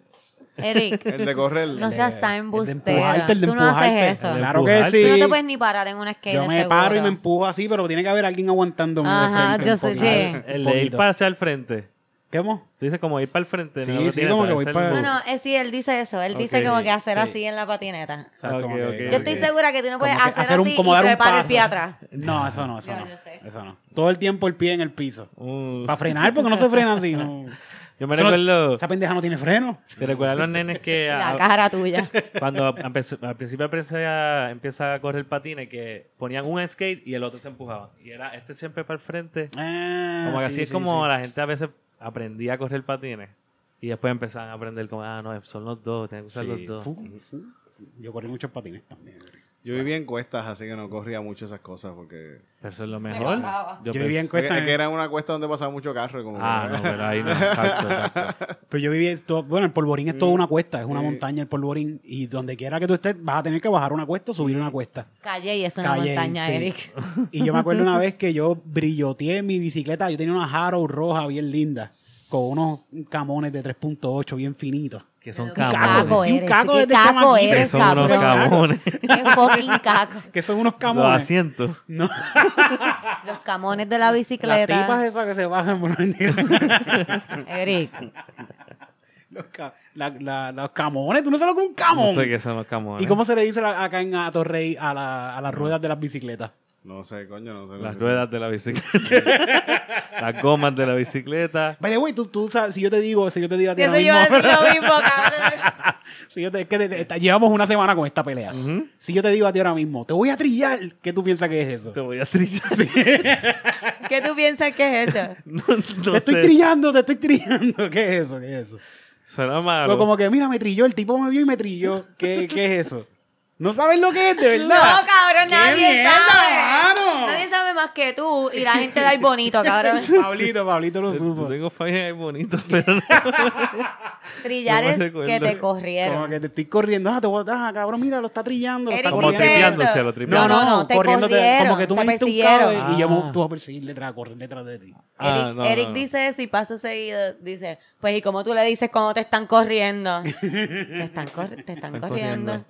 Speaker 2: Eric,
Speaker 1: El de correr.
Speaker 2: no seas tan
Speaker 4: [LAUGHS] el de
Speaker 2: embustera.
Speaker 4: empujarte, el de
Speaker 2: Ah, Tú no
Speaker 4: empujarte.
Speaker 2: haces eso.
Speaker 5: El de
Speaker 4: Claro que
Speaker 5: empujarte.
Speaker 4: sí.
Speaker 2: Tú no te puedes ni parar en una skate
Speaker 4: yo
Speaker 2: de
Speaker 4: me
Speaker 2: seguro.
Speaker 4: paro y me empujo así, pero tiene que haber alguien aguantándome. de
Speaker 2: Ajá,
Speaker 4: frente
Speaker 2: yo
Speaker 4: un
Speaker 2: sé,
Speaker 4: poquito.
Speaker 2: sí.
Speaker 4: Un
Speaker 5: El de ir
Speaker 4: poquito.
Speaker 5: para hacia el frente.
Speaker 4: ¿Qué mo?
Speaker 5: Tú dices como ir para el frente.
Speaker 4: Sí,
Speaker 5: no,
Speaker 4: sí,
Speaker 5: Tiene
Speaker 4: como que
Speaker 5: tal,
Speaker 4: voy
Speaker 5: es el
Speaker 4: para-
Speaker 5: move.
Speaker 2: No, no, eh, sí, él dice eso. Él dice
Speaker 4: Ok,
Speaker 2: como que hacer
Speaker 4: sí.
Speaker 2: así en la patineta.
Speaker 4: O sea, como
Speaker 5: Ok,
Speaker 4: que-
Speaker 5: ok,
Speaker 2: Yo estoy
Speaker 5: ok.
Speaker 2: segura que tú no
Speaker 4: como
Speaker 2: puedes
Speaker 4: que
Speaker 2: hacer, así y
Speaker 4: como dar
Speaker 2: trepar el
Speaker 4: paso.
Speaker 2: pie atrás.
Speaker 4: No, eso no, eso
Speaker 2: Yo-
Speaker 4: no.
Speaker 2: yo sé.
Speaker 4: Eso no. Todo el tiempo el pie en el piso.
Speaker 5: Uh,
Speaker 4: Para frenar, porque no se frena así. no.
Speaker 5: [LAUGHS] yo me
Speaker 4: Eso no-
Speaker 5: recuerdo.
Speaker 4: esa pendeja no tiene freno.
Speaker 5: ¿Te recuerdas los nenes que
Speaker 2: La
Speaker 5: a-
Speaker 4: [LAUGHS]
Speaker 2: cara tuya.
Speaker 5: cuando a- empezó- al principio empecé a- empieza a correr patines que ponían un skate y el otro se empujaba? Y era este siempre para el frente.
Speaker 4: Ah,
Speaker 5: Como que
Speaker 4: sí,
Speaker 5: así es
Speaker 4: sí,
Speaker 5: como
Speaker 4: sí.
Speaker 5: la gente a veces aprendía a correr patines y después empezaban a aprender como, ah, no, son los dos, tienen que usar
Speaker 4: Sí.
Speaker 5: los dos.
Speaker 4: Fu- fu- Yo corrí muchos patines
Speaker 2: [LAUGHS]
Speaker 4: también.
Speaker 1: Yo vivía en cuestas, así que no corría mucho esas cosas porque...
Speaker 5: Pero eso es lo mejor.
Speaker 2: mataba.
Speaker 4: Yo vivía en
Speaker 5: pensé-
Speaker 4: Cuesta
Speaker 1: Es
Speaker 4: en-
Speaker 1: que era una cuesta donde pasaba mucho carro y como...
Speaker 5: Ah,
Speaker 1: [LAUGHS]
Speaker 5: no, pero ahí no, exacto, exacto.
Speaker 4: Pero yo viví, esto- bueno, el polvorín es toda una cuesta, es una montaña el polvorín. Y donde quiera que tú estés, vas a tener que bajar una cuesta, subir una cuesta.
Speaker 2: Calle y es una
Speaker 4: Calle,
Speaker 2: montaña,
Speaker 4: sí.
Speaker 2: Eric.
Speaker 4: Y yo me acuerdo una vez que yo brilloteé mi bicicleta, yo tenía una Harrow roja bien linda, con unos camones de 3.8 bien finitos.
Speaker 5: Que son
Speaker 2: Un
Speaker 5: camones.
Speaker 2: caco
Speaker 4: Sí, un
Speaker 2: eres,
Speaker 4: caco
Speaker 2: qué
Speaker 4: desde
Speaker 2: caco
Speaker 4: chamaquito.
Speaker 5: Que
Speaker 2: eres,
Speaker 5: son unos
Speaker 2: cabrón.
Speaker 5: camones.
Speaker 2: [LAUGHS] Qué fucking caco.
Speaker 4: Que son unos
Speaker 5: Los
Speaker 4: camones.
Speaker 5: asientos.
Speaker 4: No,
Speaker 2: Los camones de la
Speaker 4: las
Speaker 2: bicicleta.
Speaker 4: tipas esas que se bajan por
Speaker 6: [LAUGHS]
Speaker 2: Eric,
Speaker 4: los, ca- la- la- los camones, tú no sabes lo que es un
Speaker 5: No
Speaker 4: camón.
Speaker 5: sé qué son los camones.
Speaker 4: ¿Y cómo se le dice la- acá en Atorrey a, la- a las ruedas de las bicicletas?
Speaker 1: No sé, coño, no sé.
Speaker 5: Las ruedas de la bicicleta.
Speaker 4: [LAUGHS]
Speaker 5: las gomas de la bicicleta.
Speaker 4: By the way, tú, tú sabes, si yo te digo, si yo te digo a ti
Speaker 2: eso
Speaker 4: ahora
Speaker 2: yo iba a
Speaker 4: mismo-
Speaker 2: decir lo mismo, cabrón.
Speaker 4: [LAUGHS] si yo te- es que te- te- te- llevamos una semana con esta pelea. Si yo te digo a ti ahora mismo, te voy a trillar, ¿qué tú piensas que es eso?
Speaker 5: Te voy a trillar.
Speaker 2: ¿Qué tú piensas que es eso?
Speaker 5: [LAUGHS] No,
Speaker 4: te
Speaker 5: no
Speaker 4: estoy
Speaker 5: sé.
Speaker 4: trillando, te estoy trillando. [LAUGHS] ¿Qué es eso? ¿Qué es eso?
Speaker 5: Suena
Speaker 4: Pero
Speaker 5: malo.
Speaker 4: como que, mira, me trilló, el tipo me vio y me trilló. ¿Qué, qué es eso? No sabes lo que es, de
Speaker 2: No,
Speaker 4: verdad.
Speaker 2: cabrón,
Speaker 4: ¡Qué
Speaker 2: nadie
Speaker 4: mierda,
Speaker 2: sabe.
Speaker 4: mano!
Speaker 2: Nadie sabe más que tú y la gente da el bonito,
Speaker 4: [LAUGHS]
Speaker 2: cabrón.
Speaker 4: Pablito, Pablito lo
Speaker 5: Yo
Speaker 4: supo.
Speaker 5: tengo fallas ahí bonitos, [LAUGHS] pero no.
Speaker 2: Trillar
Speaker 5: No me
Speaker 2: es que
Speaker 5: recuerdo.
Speaker 2: te
Speaker 4: Como
Speaker 2: corrieron.
Speaker 4: que te estoy corriendo. Ah, te voy a- ah, cabrón, mira, lo está trillando. Lo
Speaker 2: Eric
Speaker 4: está
Speaker 5: Como
Speaker 2: dice
Speaker 4: corriendo.
Speaker 5: tripeándose,
Speaker 2: eso.
Speaker 5: lo tripean.
Speaker 2: No, no, no, te
Speaker 4: corriéndote,
Speaker 2: corrieron,
Speaker 4: Como que tú
Speaker 2: te
Speaker 4: me diste un
Speaker 2: persiguieron.
Speaker 4: carro y yo
Speaker 5: Ah.
Speaker 4: me, tú vas a perseguir detrás, a correr detrás de ti.
Speaker 5: Ah,
Speaker 2: Eric,
Speaker 5: no,
Speaker 2: Eric
Speaker 5: no, no.
Speaker 2: dice eso y pasa seguido. Dice, pues, ¿y cómo tú le dices cuando te están
Speaker 5: [LAUGHS]
Speaker 2: corriendo? te están, cor- te están corriendo.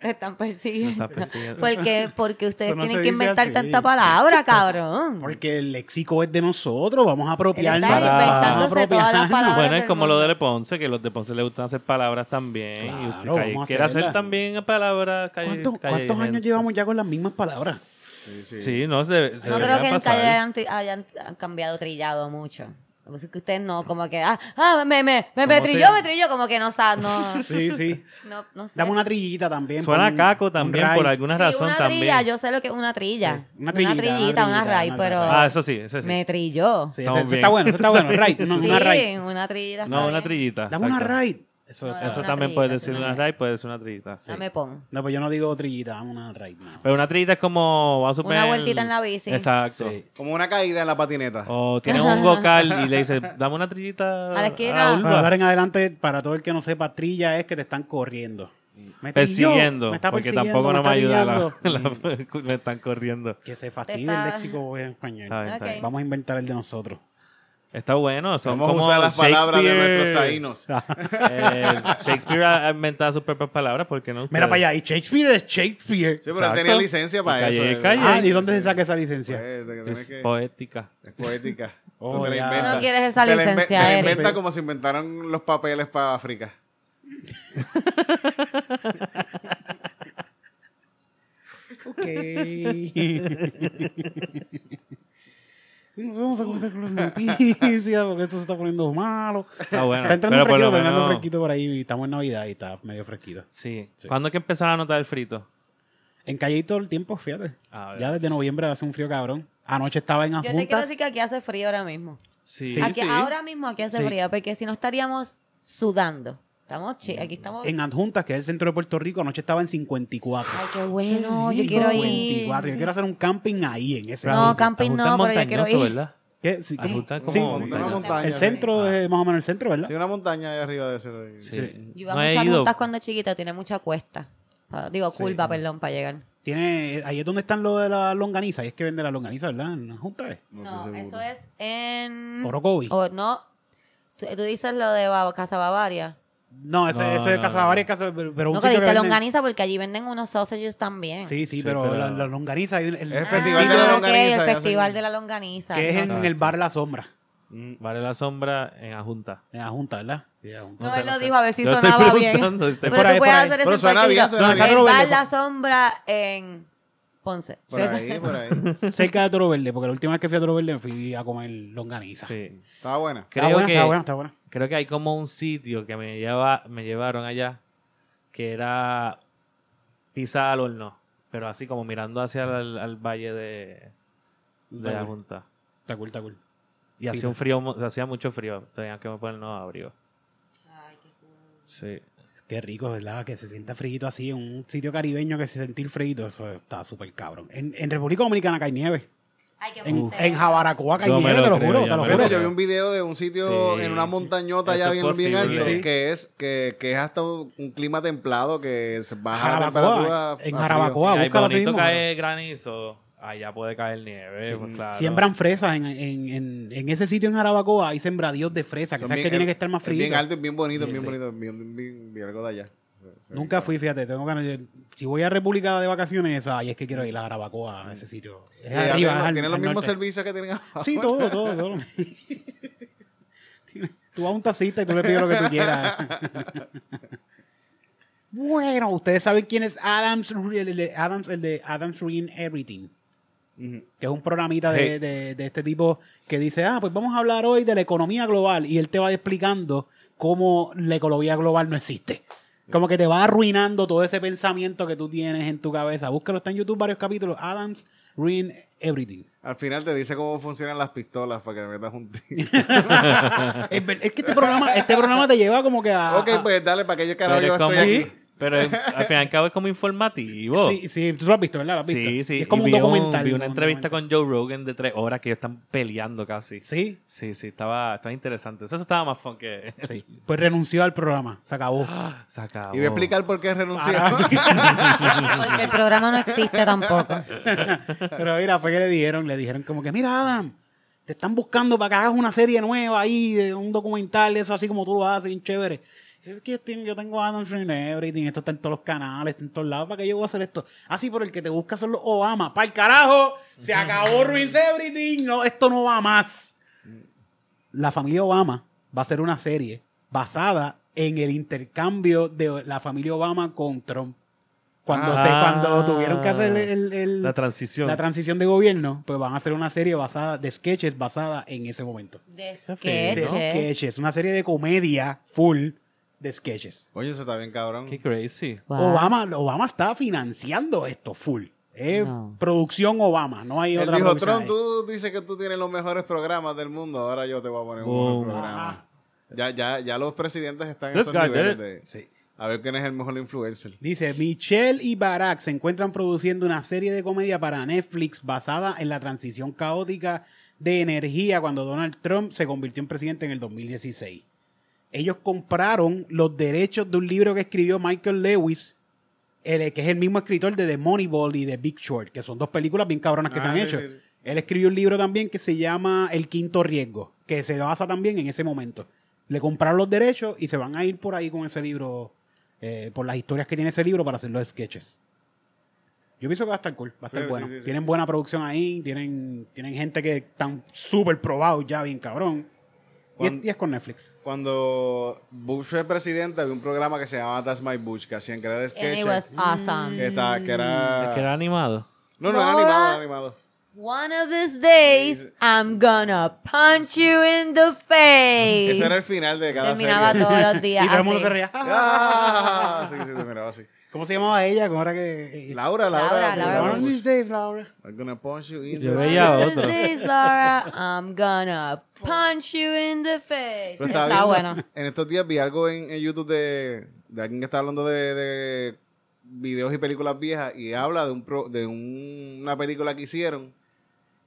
Speaker 2: te están persiguiendo.
Speaker 5: Me estás persiguiendo.
Speaker 2: Porque, porque ustedes
Speaker 4: Eso no
Speaker 2: tienen
Speaker 4: se
Speaker 2: que
Speaker 4: dice
Speaker 2: inventar
Speaker 4: así.
Speaker 2: tanta palabra, cabrón.
Speaker 4: Porque el léxico es de nosotros, vamos a
Speaker 2: Él está
Speaker 4: apropiarnos.
Speaker 2: inventándose todas las palabras.
Speaker 5: Bueno, es
Speaker 2: del
Speaker 5: como lo
Speaker 2: mundo.
Speaker 5: de Ponce, que los de Ponce les gustan hacer palabras también.
Speaker 4: Claro,
Speaker 5: y usted
Speaker 4: vamos
Speaker 5: calle-
Speaker 4: a
Speaker 5: quiere hacer
Speaker 4: hacerlas.
Speaker 5: también palabras calle-
Speaker 4: ¿Cuántos,
Speaker 5: callejenses.
Speaker 4: cuántos años llevamos ya con las mismas palabras?
Speaker 1: Sí, sí.
Speaker 5: Sí, no, se, se
Speaker 2: No creo
Speaker 5: deberían
Speaker 2: que en
Speaker 5: pasar.
Speaker 2: calle hayan, hayan cambiado trillado mucho. Lo que pasa es que ustedes no, como que, ah, ah, me, me, me, me
Speaker 5: ¿Cómo
Speaker 2: trilló,
Speaker 5: se-
Speaker 2: me trilló, como que no
Speaker 5: [LAUGHS]
Speaker 2: sabe, no,
Speaker 4: Sí, sí.
Speaker 2: no, no sé.
Speaker 4: [LAUGHS] Dame una trillita también.
Speaker 5: Suena
Speaker 4: pon un-
Speaker 5: caco
Speaker 4: un
Speaker 5: también
Speaker 4: ray.
Speaker 5: por alguna
Speaker 2: Sí,
Speaker 5: razón
Speaker 2: una
Speaker 5: también.
Speaker 2: trilla, yo sé lo que es una trilla.
Speaker 4: Una
Speaker 2: Una
Speaker 4: trillita,
Speaker 2: trillita,
Speaker 4: una
Speaker 2: una,
Speaker 4: trillita,
Speaker 2: ray,
Speaker 4: una
Speaker 2: pero
Speaker 4: trillita.
Speaker 5: Ah, eso sí, eso sí.
Speaker 2: me trilló.
Speaker 4: Sí,
Speaker 5: Estamos
Speaker 4: ese- ese
Speaker 5: bien.
Speaker 4: está bueno, ese está bueno.
Speaker 5: [LAUGHS]
Speaker 4: Right, una,
Speaker 2: Sí,
Speaker 4: una right.
Speaker 2: una trillita.
Speaker 5: No,
Speaker 2: está
Speaker 5: una
Speaker 2: bien.
Speaker 5: trillita.
Speaker 4: Dame una
Speaker 5: exacto.
Speaker 4: right. Eso
Speaker 2: No,
Speaker 4: está-
Speaker 5: Eso
Speaker 2: Una
Speaker 5: también
Speaker 2: trillita,
Speaker 5: puede
Speaker 2: sí,
Speaker 5: decir
Speaker 2: una
Speaker 5: una
Speaker 2: trillita.
Speaker 5: ray, puede decir una trillita. sí.
Speaker 2: No me pon.
Speaker 4: No, pues yo no digo trillita, dame una right. no.
Speaker 5: Pero una trillita es como, vamos a suponer...
Speaker 2: Una vueltita en la bici.
Speaker 5: Exacto.
Speaker 4: Sí.
Speaker 1: Como una caída en la patineta.
Speaker 5: O tienes un vocal y le dices, dame una trillita
Speaker 2: A la esquina.
Speaker 5: vulva".
Speaker 4: Para ahora en adelante, para todo el que no sepa, trilla es que te están corriendo. Me trilló,
Speaker 5: persiguiendo,
Speaker 4: me está
Speaker 5: porque
Speaker 4: persiguiendo,
Speaker 5: tampoco no
Speaker 4: está
Speaker 5: me ayuda la,
Speaker 4: trillando.
Speaker 5: la- [LAUGHS] me están corriendo.
Speaker 4: Que se fastidie el
Speaker 2: Te está-
Speaker 4: léxico en
Speaker 5: Está
Speaker 4: español.
Speaker 5: bien, está
Speaker 2: Ok.
Speaker 5: bien.
Speaker 4: Vamos a inventar el de nosotros.
Speaker 5: Está bueno, son
Speaker 1: Vamos a
Speaker 5: como
Speaker 1: usar las palabras de
Speaker 5: Shakespeare.
Speaker 1: nuestros taínos.
Speaker 5: [LAUGHS] Eh, Shakespeare ha ha inventado sus propias palabras, ¿por qué no?
Speaker 4: Mira para allá, y Shakespeare es Shakespeare.
Speaker 1: Sí, pero él
Speaker 5: Exacto.
Speaker 1: tenía licencia para
Speaker 5: Calle,
Speaker 1: eso.
Speaker 5: calle.
Speaker 4: Ah, ¿y dónde se saca esa licencia?
Speaker 1: Pues, de que tienes
Speaker 5: Es
Speaker 1: que-
Speaker 5: poética.
Speaker 1: Es poética.
Speaker 5: [LAUGHS]
Speaker 4: Oh,
Speaker 1: Tú te la
Speaker 4: ya.
Speaker 1: inventas.
Speaker 2: No quieres esa
Speaker 1: Te la inve-
Speaker 2: licencia,
Speaker 1: Te la
Speaker 2: Eric.
Speaker 1: inventa como se inventaron los papeles para África.
Speaker 4: Ok. Vamos a comenzar con las noticias porque esto se está poniendo malo.
Speaker 5: Ah, bueno.
Speaker 4: Está entrando
Speaker 5: pero
Speaker 4: fresquito,
Speaker 5: por lo
Speaker 4: está entrando
Speaker 5: menos-
Speaker 4: fresquito por ahí. y Estamos en Navidad y está medio fresquito.
Speaker 5: Sí.
Speaker 4: Sí.
Speaker 5: ¿Cuándo es que empezaron a notar el frito?
Speaker 4: En Calle todo el tiempo, fíjate.
Speaker 5: Ah,
Speaker 4: ya desde noviembre hace un frío cabrón. Anoche estaba en
Speaker 2: Yo te quiero
Speaker 4: Adjuntas.
Speaker 2: decir que aquí hace frío ahora mismo.
Speaker 5: Sí,
Speaker 4: Sí.
Speaker 2: Aquí,
Speaker 5: sí.
Speaker 2: Ahora mismo aquí hace
Speaker 4: Sí.
Speaker 2: frío, porque si no estaríamos sudando. Estamos chi- aquí estamos.
Speaker 4: En Adjuntas, que es el centro de Puerto Rico, anoche estaba en 54.
Speaker 2: Ay, qué bueno, yo
Speaker 4: Sí,
Speaker 2: quiero ir.
Speaker 4: 54. Yo quiero hacer un camping ahí, en ese
Speaker 2: No,
Speaker 4: sitio.
Speaker 2: camp- camping
Speaker 5: Ajustan
Speaker 2: no, pero yo quiero
Speaker 5: montañoso,
Speaker 2: ir.
Speaker 5: ¿verdad?
Speaker 4: ¿Qué? Sí, ¿qué?
Speaker 5: Ajustan
Speaker 4: Sí,
Speaker 5: como
Speaker 1: sí,
Speaker 5: montañoso.
Speaker 1: una montaña.
Speaker 4: El centro
Speaker 5: Ah.
Speaker 4: es más o menos el centro, ¿verdad?
Speaker 1: Sí, una montaña ahí arriba de ese.
Speaker 5: Sí.
Speaker 2: Yo iba
Speaker 5: No he
Speaker 2: mucho a
Speaker 5: ido.
Speaker 2: juntas cuando chiquita, tiene mucha cuesta. Ah, Digo, curva, perdón, para llegar.
Speaker 4: Tiene, ahí es donde están lo de la longaniza. Ahí es que vende la longaniza, ¿verdad? En Adjuntas.
Speaker 2: No,
Speaker 1: estoy
Speaker 2: eso
Speaker 1: seguro.
Speaker 2: es
Speaker 5: Mm.
Speaker 2: en.
Speaker 4: Orocovi.
Speaker 5: Oh.
Speaker 2: O no. Tú, tú dices lo de Bava- Casa Bavaria.
Speaker 4: No, ese,
Speaker 5: No,
Speaker 4: ese es
Speaker 5: no,
Speaker 4: Casa
Speaker 5: no.
Speaker 4: Bavaria, Casa, pero, pero un
Speaker 2: No, que
Speaker 4: sitio que
Speaker 2: dijiste
Speaker 4: venden-
Speaker 2: longaniza porque allí venden unos sausages también.
Speaker 4: Sí, sí,
Speaker 5: Sí,
Speaker 4: pero,
Speaker 5: pero-
Speaker 4: La, la longaniza. hay un- El,
Speaker 1: Es
Speaker 2: Ah,
Speaker 1: Festival de la
Speaker 2: ok,
Speaker 1: longaniza, ya
Speaker 2: El festival
Speaker 1: sé.
Speaker 2: de la longaniza.
Speaker 4: que es
Speaker 2: No,
Speaker 4: en el bar La Sombra. Mm.
Speaker 5: Vale la sombra en Ajunta.
Speaker 4: En la Junta, ¿verdad? Sí, en la Junta.
Speaker 5: [LAUGHS]
Speaker 2: no,
Speaker 5: sé,
Speaker 2: él
Speaker 5: no
Speaker 2: lo
Speaker 5: sé.
Speaker 2: dijo a ver si
Speaker 5: Yo estoy
Speaker 2: sonaba bien.
Speaker 5: preguntando, estoy
Speaker 2: [LAUGHS] Pero
Speaker 4: por ahí, por
Speaker 2: tú puedes
Speaker 4: ahí.
Speaker 2: hacer
Speaker 1: Pero
Speaker 2: ese
Speaker 1: suena bien,
Speaker 2: partido.
Speaker 1: suena
Speaker 4: bien.
Speaker 2: El
Speaker 4: Carlos
Speaker 2: bar
Speaker 4: Verde,
Speaker 2: La Sombra en Ponce.
Speaker 1: Por ahí, por ahí.
Speaker 4: Cerca de Toro Verde, porque la última vez que fui a Toro Verde fui a comer longaniza.
Speaker 5: Sí.
Speaker 1: Estaba buena.
Speaker 4: Está
Speaker 5: Creo
Speaker 4: buena,
Speaker 5: que
Speaker 4: está buena, está buena.
Speaker 5: creo que hay como un sitio que me lleva, me llevaron allá, que era pizza al horno, pero así como mirando hacia el al valle de, de
Speaker 4: Está
Speaker 5: la
Speaker 4: cool,
Speaker 5: Junta.
Speaker 4: está cool, está cool.
Speaker 5: Y hacía
Speaker 4: Pizza.
Speaker 5: un frío, mu- hacía mucho frío, tenía que ponernos abrigo. Sí.
Speaker 4: Qué rico, ¿verdad? Que se sienta frito así en un sitio caribeño que se sentir frito, eso está súper cabrón. En, en República Dominicana cae nieve.
Speaker 2: Ay, qué
Speaker 4: En,
Speaker 2: bonito.
Speaker 4: en Jabaracoa hay
Speaker 5: Yo me
Speaker 4: nieve,
Speaker 5: lo
Speaker 4: te lo
Speaker 5: creo,
Speaker 4: juro,
Speaker 5: yo
Speaker 4: te lo
Speaker 5: me
Speaker 4: juro.
Speaker 1: Bueno,
Speaker 5: lo
Speaker 1: yo vi un video de un sitio
Speaker 5: Sí.
Speaker 1: en una montañota allá
Speaker 5: Eso es
Speaker 1: bien, bien
Speaker 5: posible.
Speaker 1: alto
Speaker 4: Sí.
Speaker 1: que es, que, que es hasta un clima templado que se baja Ah, la temperatura.
Speaker 4: Jarabacoa,
Speaker 1: a
Speaker 4: en
Speaker 1: frío.
Speaker 4: Jarabacoa,
Speaker 5: Ahí
Speaker 4: búscala así
Speaker 5: bonito
Speaker 4: mismo. Mm.
Speaker 5: cae granizo, allá puede caer nieve, pues, claro.
Speaker 4: Siembran fresas en, en- en- en ese sitio en Jarabacoa, hay sembradíos de fresas, que
Speaker 1: Son
Speaker 4: sabes
Speaker 1: bien-
Speaker 4: que tiene que estar más
Speaker 1: es
Speaker 4: frío.
Speaker 1: Bien alto, y bien bonito,
Speaker 4: Sí,
Speaker 1: bien
Speaker 4: sí.
Speaker 1: bonito, bien, bien, bien algo de allá.
Speaker 4: Nunca fui, fíjate, tengo ganas. de- Si voy a República de vacaciones, ahí es que quiero ir a Jarabacoa, a ese sitio. Es
Speaker 1: Eh,
Speaker 4: arriba,
Speaker 1: tienen-
Speaker 4: es al-
Speaker 1: tienen los
Speaker 4: al
Speaker 1: mismos
Speaker 4: norte.
Speaker 1: servicios que tienen abajo.
Speaker 4: Sí, todo, todo, todo. [LAUGHS] tú vas a un taxista y tú le pides lo que tú quieras. [LAUGHS] bueno, ustedes saben quién es Adams, Re- el de Adams, el de Adams Ruin Everything. Que es un programita de,
Speaker 5: Hey.
Speaker 4: de- de este tipo que dice, ah, pues vamos a hablar hoy de la economía global. Y él te va explicando cómo la economía global no existe. Como que te va arruinando todo ese pensamiento que tú tienes en tu cabeza. Búscalo, está en YouTube varios capítulos. Adams Ruin
Speaker 1: [LAUGHS]
Speaker 4: Everything.
Speaker 1: Al final te dice cómo funcionan las pistolas para que metas un
Speaker 4: [LAUGHS]
Speaker 1: tiro.
Speaker 4: Es, ver- es que este programa, este programa te lleva como que a.
Speaker 1: ok,
Speaker 4: a-
Speaker 1: pues dale, para que yo carajo
Speaker 5: Pero,
Speaker 1: yo
Speaker 5: es como,
Speaker 1: estoy aquí.
Speaker 5: pero es- al fin y al cabo es como informativo.
Speaker 4: Sí, sí, tú lo has visto, ¿verdad? Lo has visto.
Speaker 5: Oh. Sí, sí.
Speaker 4: Es como
Speaker 5: y
Speaker 4: un
Speaker 5: vi
Speaker 4: documental.
Speaker 5: vi
Speaker 4: ¿no?
Speaker 5: una
Speaker 4: Un
Speaker 5: entrevista
Speaker 4: documental.
Speaker 5: con Joe Rogan de tres horas que ellos están peleando casi.
Speaker 4: Sí,
Speaker 5: Sí, sí, estaba, estaba interesante. Eso, eso estaba más fun que... [LAUGHS]
Speaker 4: sí. Pues renunció al programa, se acabó.
Speaker 5: Se acabó.
Speaker 1: Y voy a explicar por qué renuncié.
Speaker 2: Porque el programa no existe tampoco.
Speaker 4: [LAUGHS] Pero mira, fue que le dijeron, le dijeron como que, mira, Adam, te están buscando para que hagas una serie nueva ahí, de un documental, eso así como tú lo haces, bien chévere. Y dice, "Es que yo tengo, yo tengo Adam Friend Everything, esto está en todos los canales, está en todos lados, ¿para qué yo voy a hacer esto? Ah, sí, pero el que te busca son los Obama. ¡Para el carajo! ¡Se acabó Ruins Everything! No, esto no va más. La familia Obama va a hacer una serie basada en el intercambio de la familia Obama con Trump.
Speaker 6: Cuando,
Speaker 5: Ah.
Speaker 6: se, cuando tuvieron que hacer el- el-
Speaker 5: La transición.
Speaker 6: la transición de gobierno, pues van a hacer una serie basada de sketches basada en ese momento.
Speaker 2: De
Speaker 6: De
Speaker 5: ¿No?
Speaker 2: sketches.
Speaker 6: sketches, una serie de comedia full de sketches.
Speaker 1: [LAUGHS] Oye, eso está bien cabrón.
Speaker 5: Qué crazy.
Speaker 2: Wow.
Speaker 6: Obama, Obama está financiando esto full. Es
Speaker 2: No.
Speaker 6: producción Obama, no hay
Speaker 1: Él
Speaker 6: otra
Speaker 1: dijo,
Speaker 6: producción
Speaker 1: Tron, tú dices que tú tienes los mejores programas del mundo, ahora yo te voy a poner
Speaker 5: Boom.
Speaker 1: un mejor programa. Ya, ya, ya los presidentes están en
Speaker 5: This
Speaker 1: esos
Speaker 5: guy
Speaker 1: niveles
Speaker 5: did
Speaker 1: de...
Speaker 6: ahí. Sí.
Speaker 1: A ver quién es el mejor influencer.
Speaker 6: Dice, Michelle y Barack se encuentran produciendo una serie de comedia para Netflix basada en la transición caótica de energía cuando Donald Trump se convirtió en presidente en el 2016. Ellos compraron los derechos de un libro que escribió Michael Lewis, el- que es el mismo escritor de The Moneyball y The Big Short, que son dos películas bien cabronas que se
Speaker 1: Ah,
Speaker 6: han
Speaker 1: sí,
Speaker 6: hecho.
Speaker 1: sí, sí.
Speaker 6: Él escribió un libro también que se llama El Quinto Riesgo, que se basa también en ese momento. Le compraron los derechos y se van a ir por ahí con ese libro, eh, por las historias que tiene ese libro para hacer los sketches. Yo pienso que va a estar cool, va a estar
Speaker 1: Sí,
Speaker 6: bueno.
Speaker 1: sí, sí, sí.
Speaker 6: Tienen buena producción ahí, tienen, tienen gente que están súper probados ya, bien cabrón. Y es,
Speaker 1: Cuan-
Speaker 6: y es con Netflix.
Speaker 1: Cuando Bush fue presidente, había un programa que se llamaba That's My Bush, que hacían que era de
Speaker 2: And it
Speaker 1: sketches.
Speaker 2: was awesome.
Speaker 1: Que, estaba- que era...
Speaker 5: Es que era animado.
Speaker 1: No, no, era
Speaker 2: Nora.
Speaker 1: animado, era animado.
Speaker 2: One of these days, I'm gonna punch you in the face.
Speaker 1: Ese era el final de cada
Speaker 2: Terminaba
Speaker 1: serie.
Speaker 2: todos los días.
Speaker 6: y todo el mundo
Speaker 2: así.
Speaker 6: se reía.
Speaker 1: [LAUGHS] Ah, sí, sí, terminaba así.
Speaker 6: ¿Cómo se llamaba ella? ¿Cómo era que...?
Speaker 1: Laura,
Speaker 2: Laura,
Speaker 1: Laura.
Speaker 2: Laura
Speaker 1: Laura
Speaker 2: Bush.
Speaker 1: Bush.
Speaker 6: Days, Laura.
Speaker 1: I'm gonna punch you in
Speaker 5: Yo
Speaker 1: the-
Speaker 5: veía
Speaker 2: One of
Speaker 5: otro.
Speaker 2: these days, Laura, I'm gonna punch you in the face.
Speaker 1: Pero
Speaker 2: Está
Speaker 1: estaba viendo-
Speaker 2: bueno.
Speaker 1: En estos días vi algo en, en YouTube de, de alguien que está hablando de, de videos y películas viejas y habla de, un pro- de un- una película que hicieron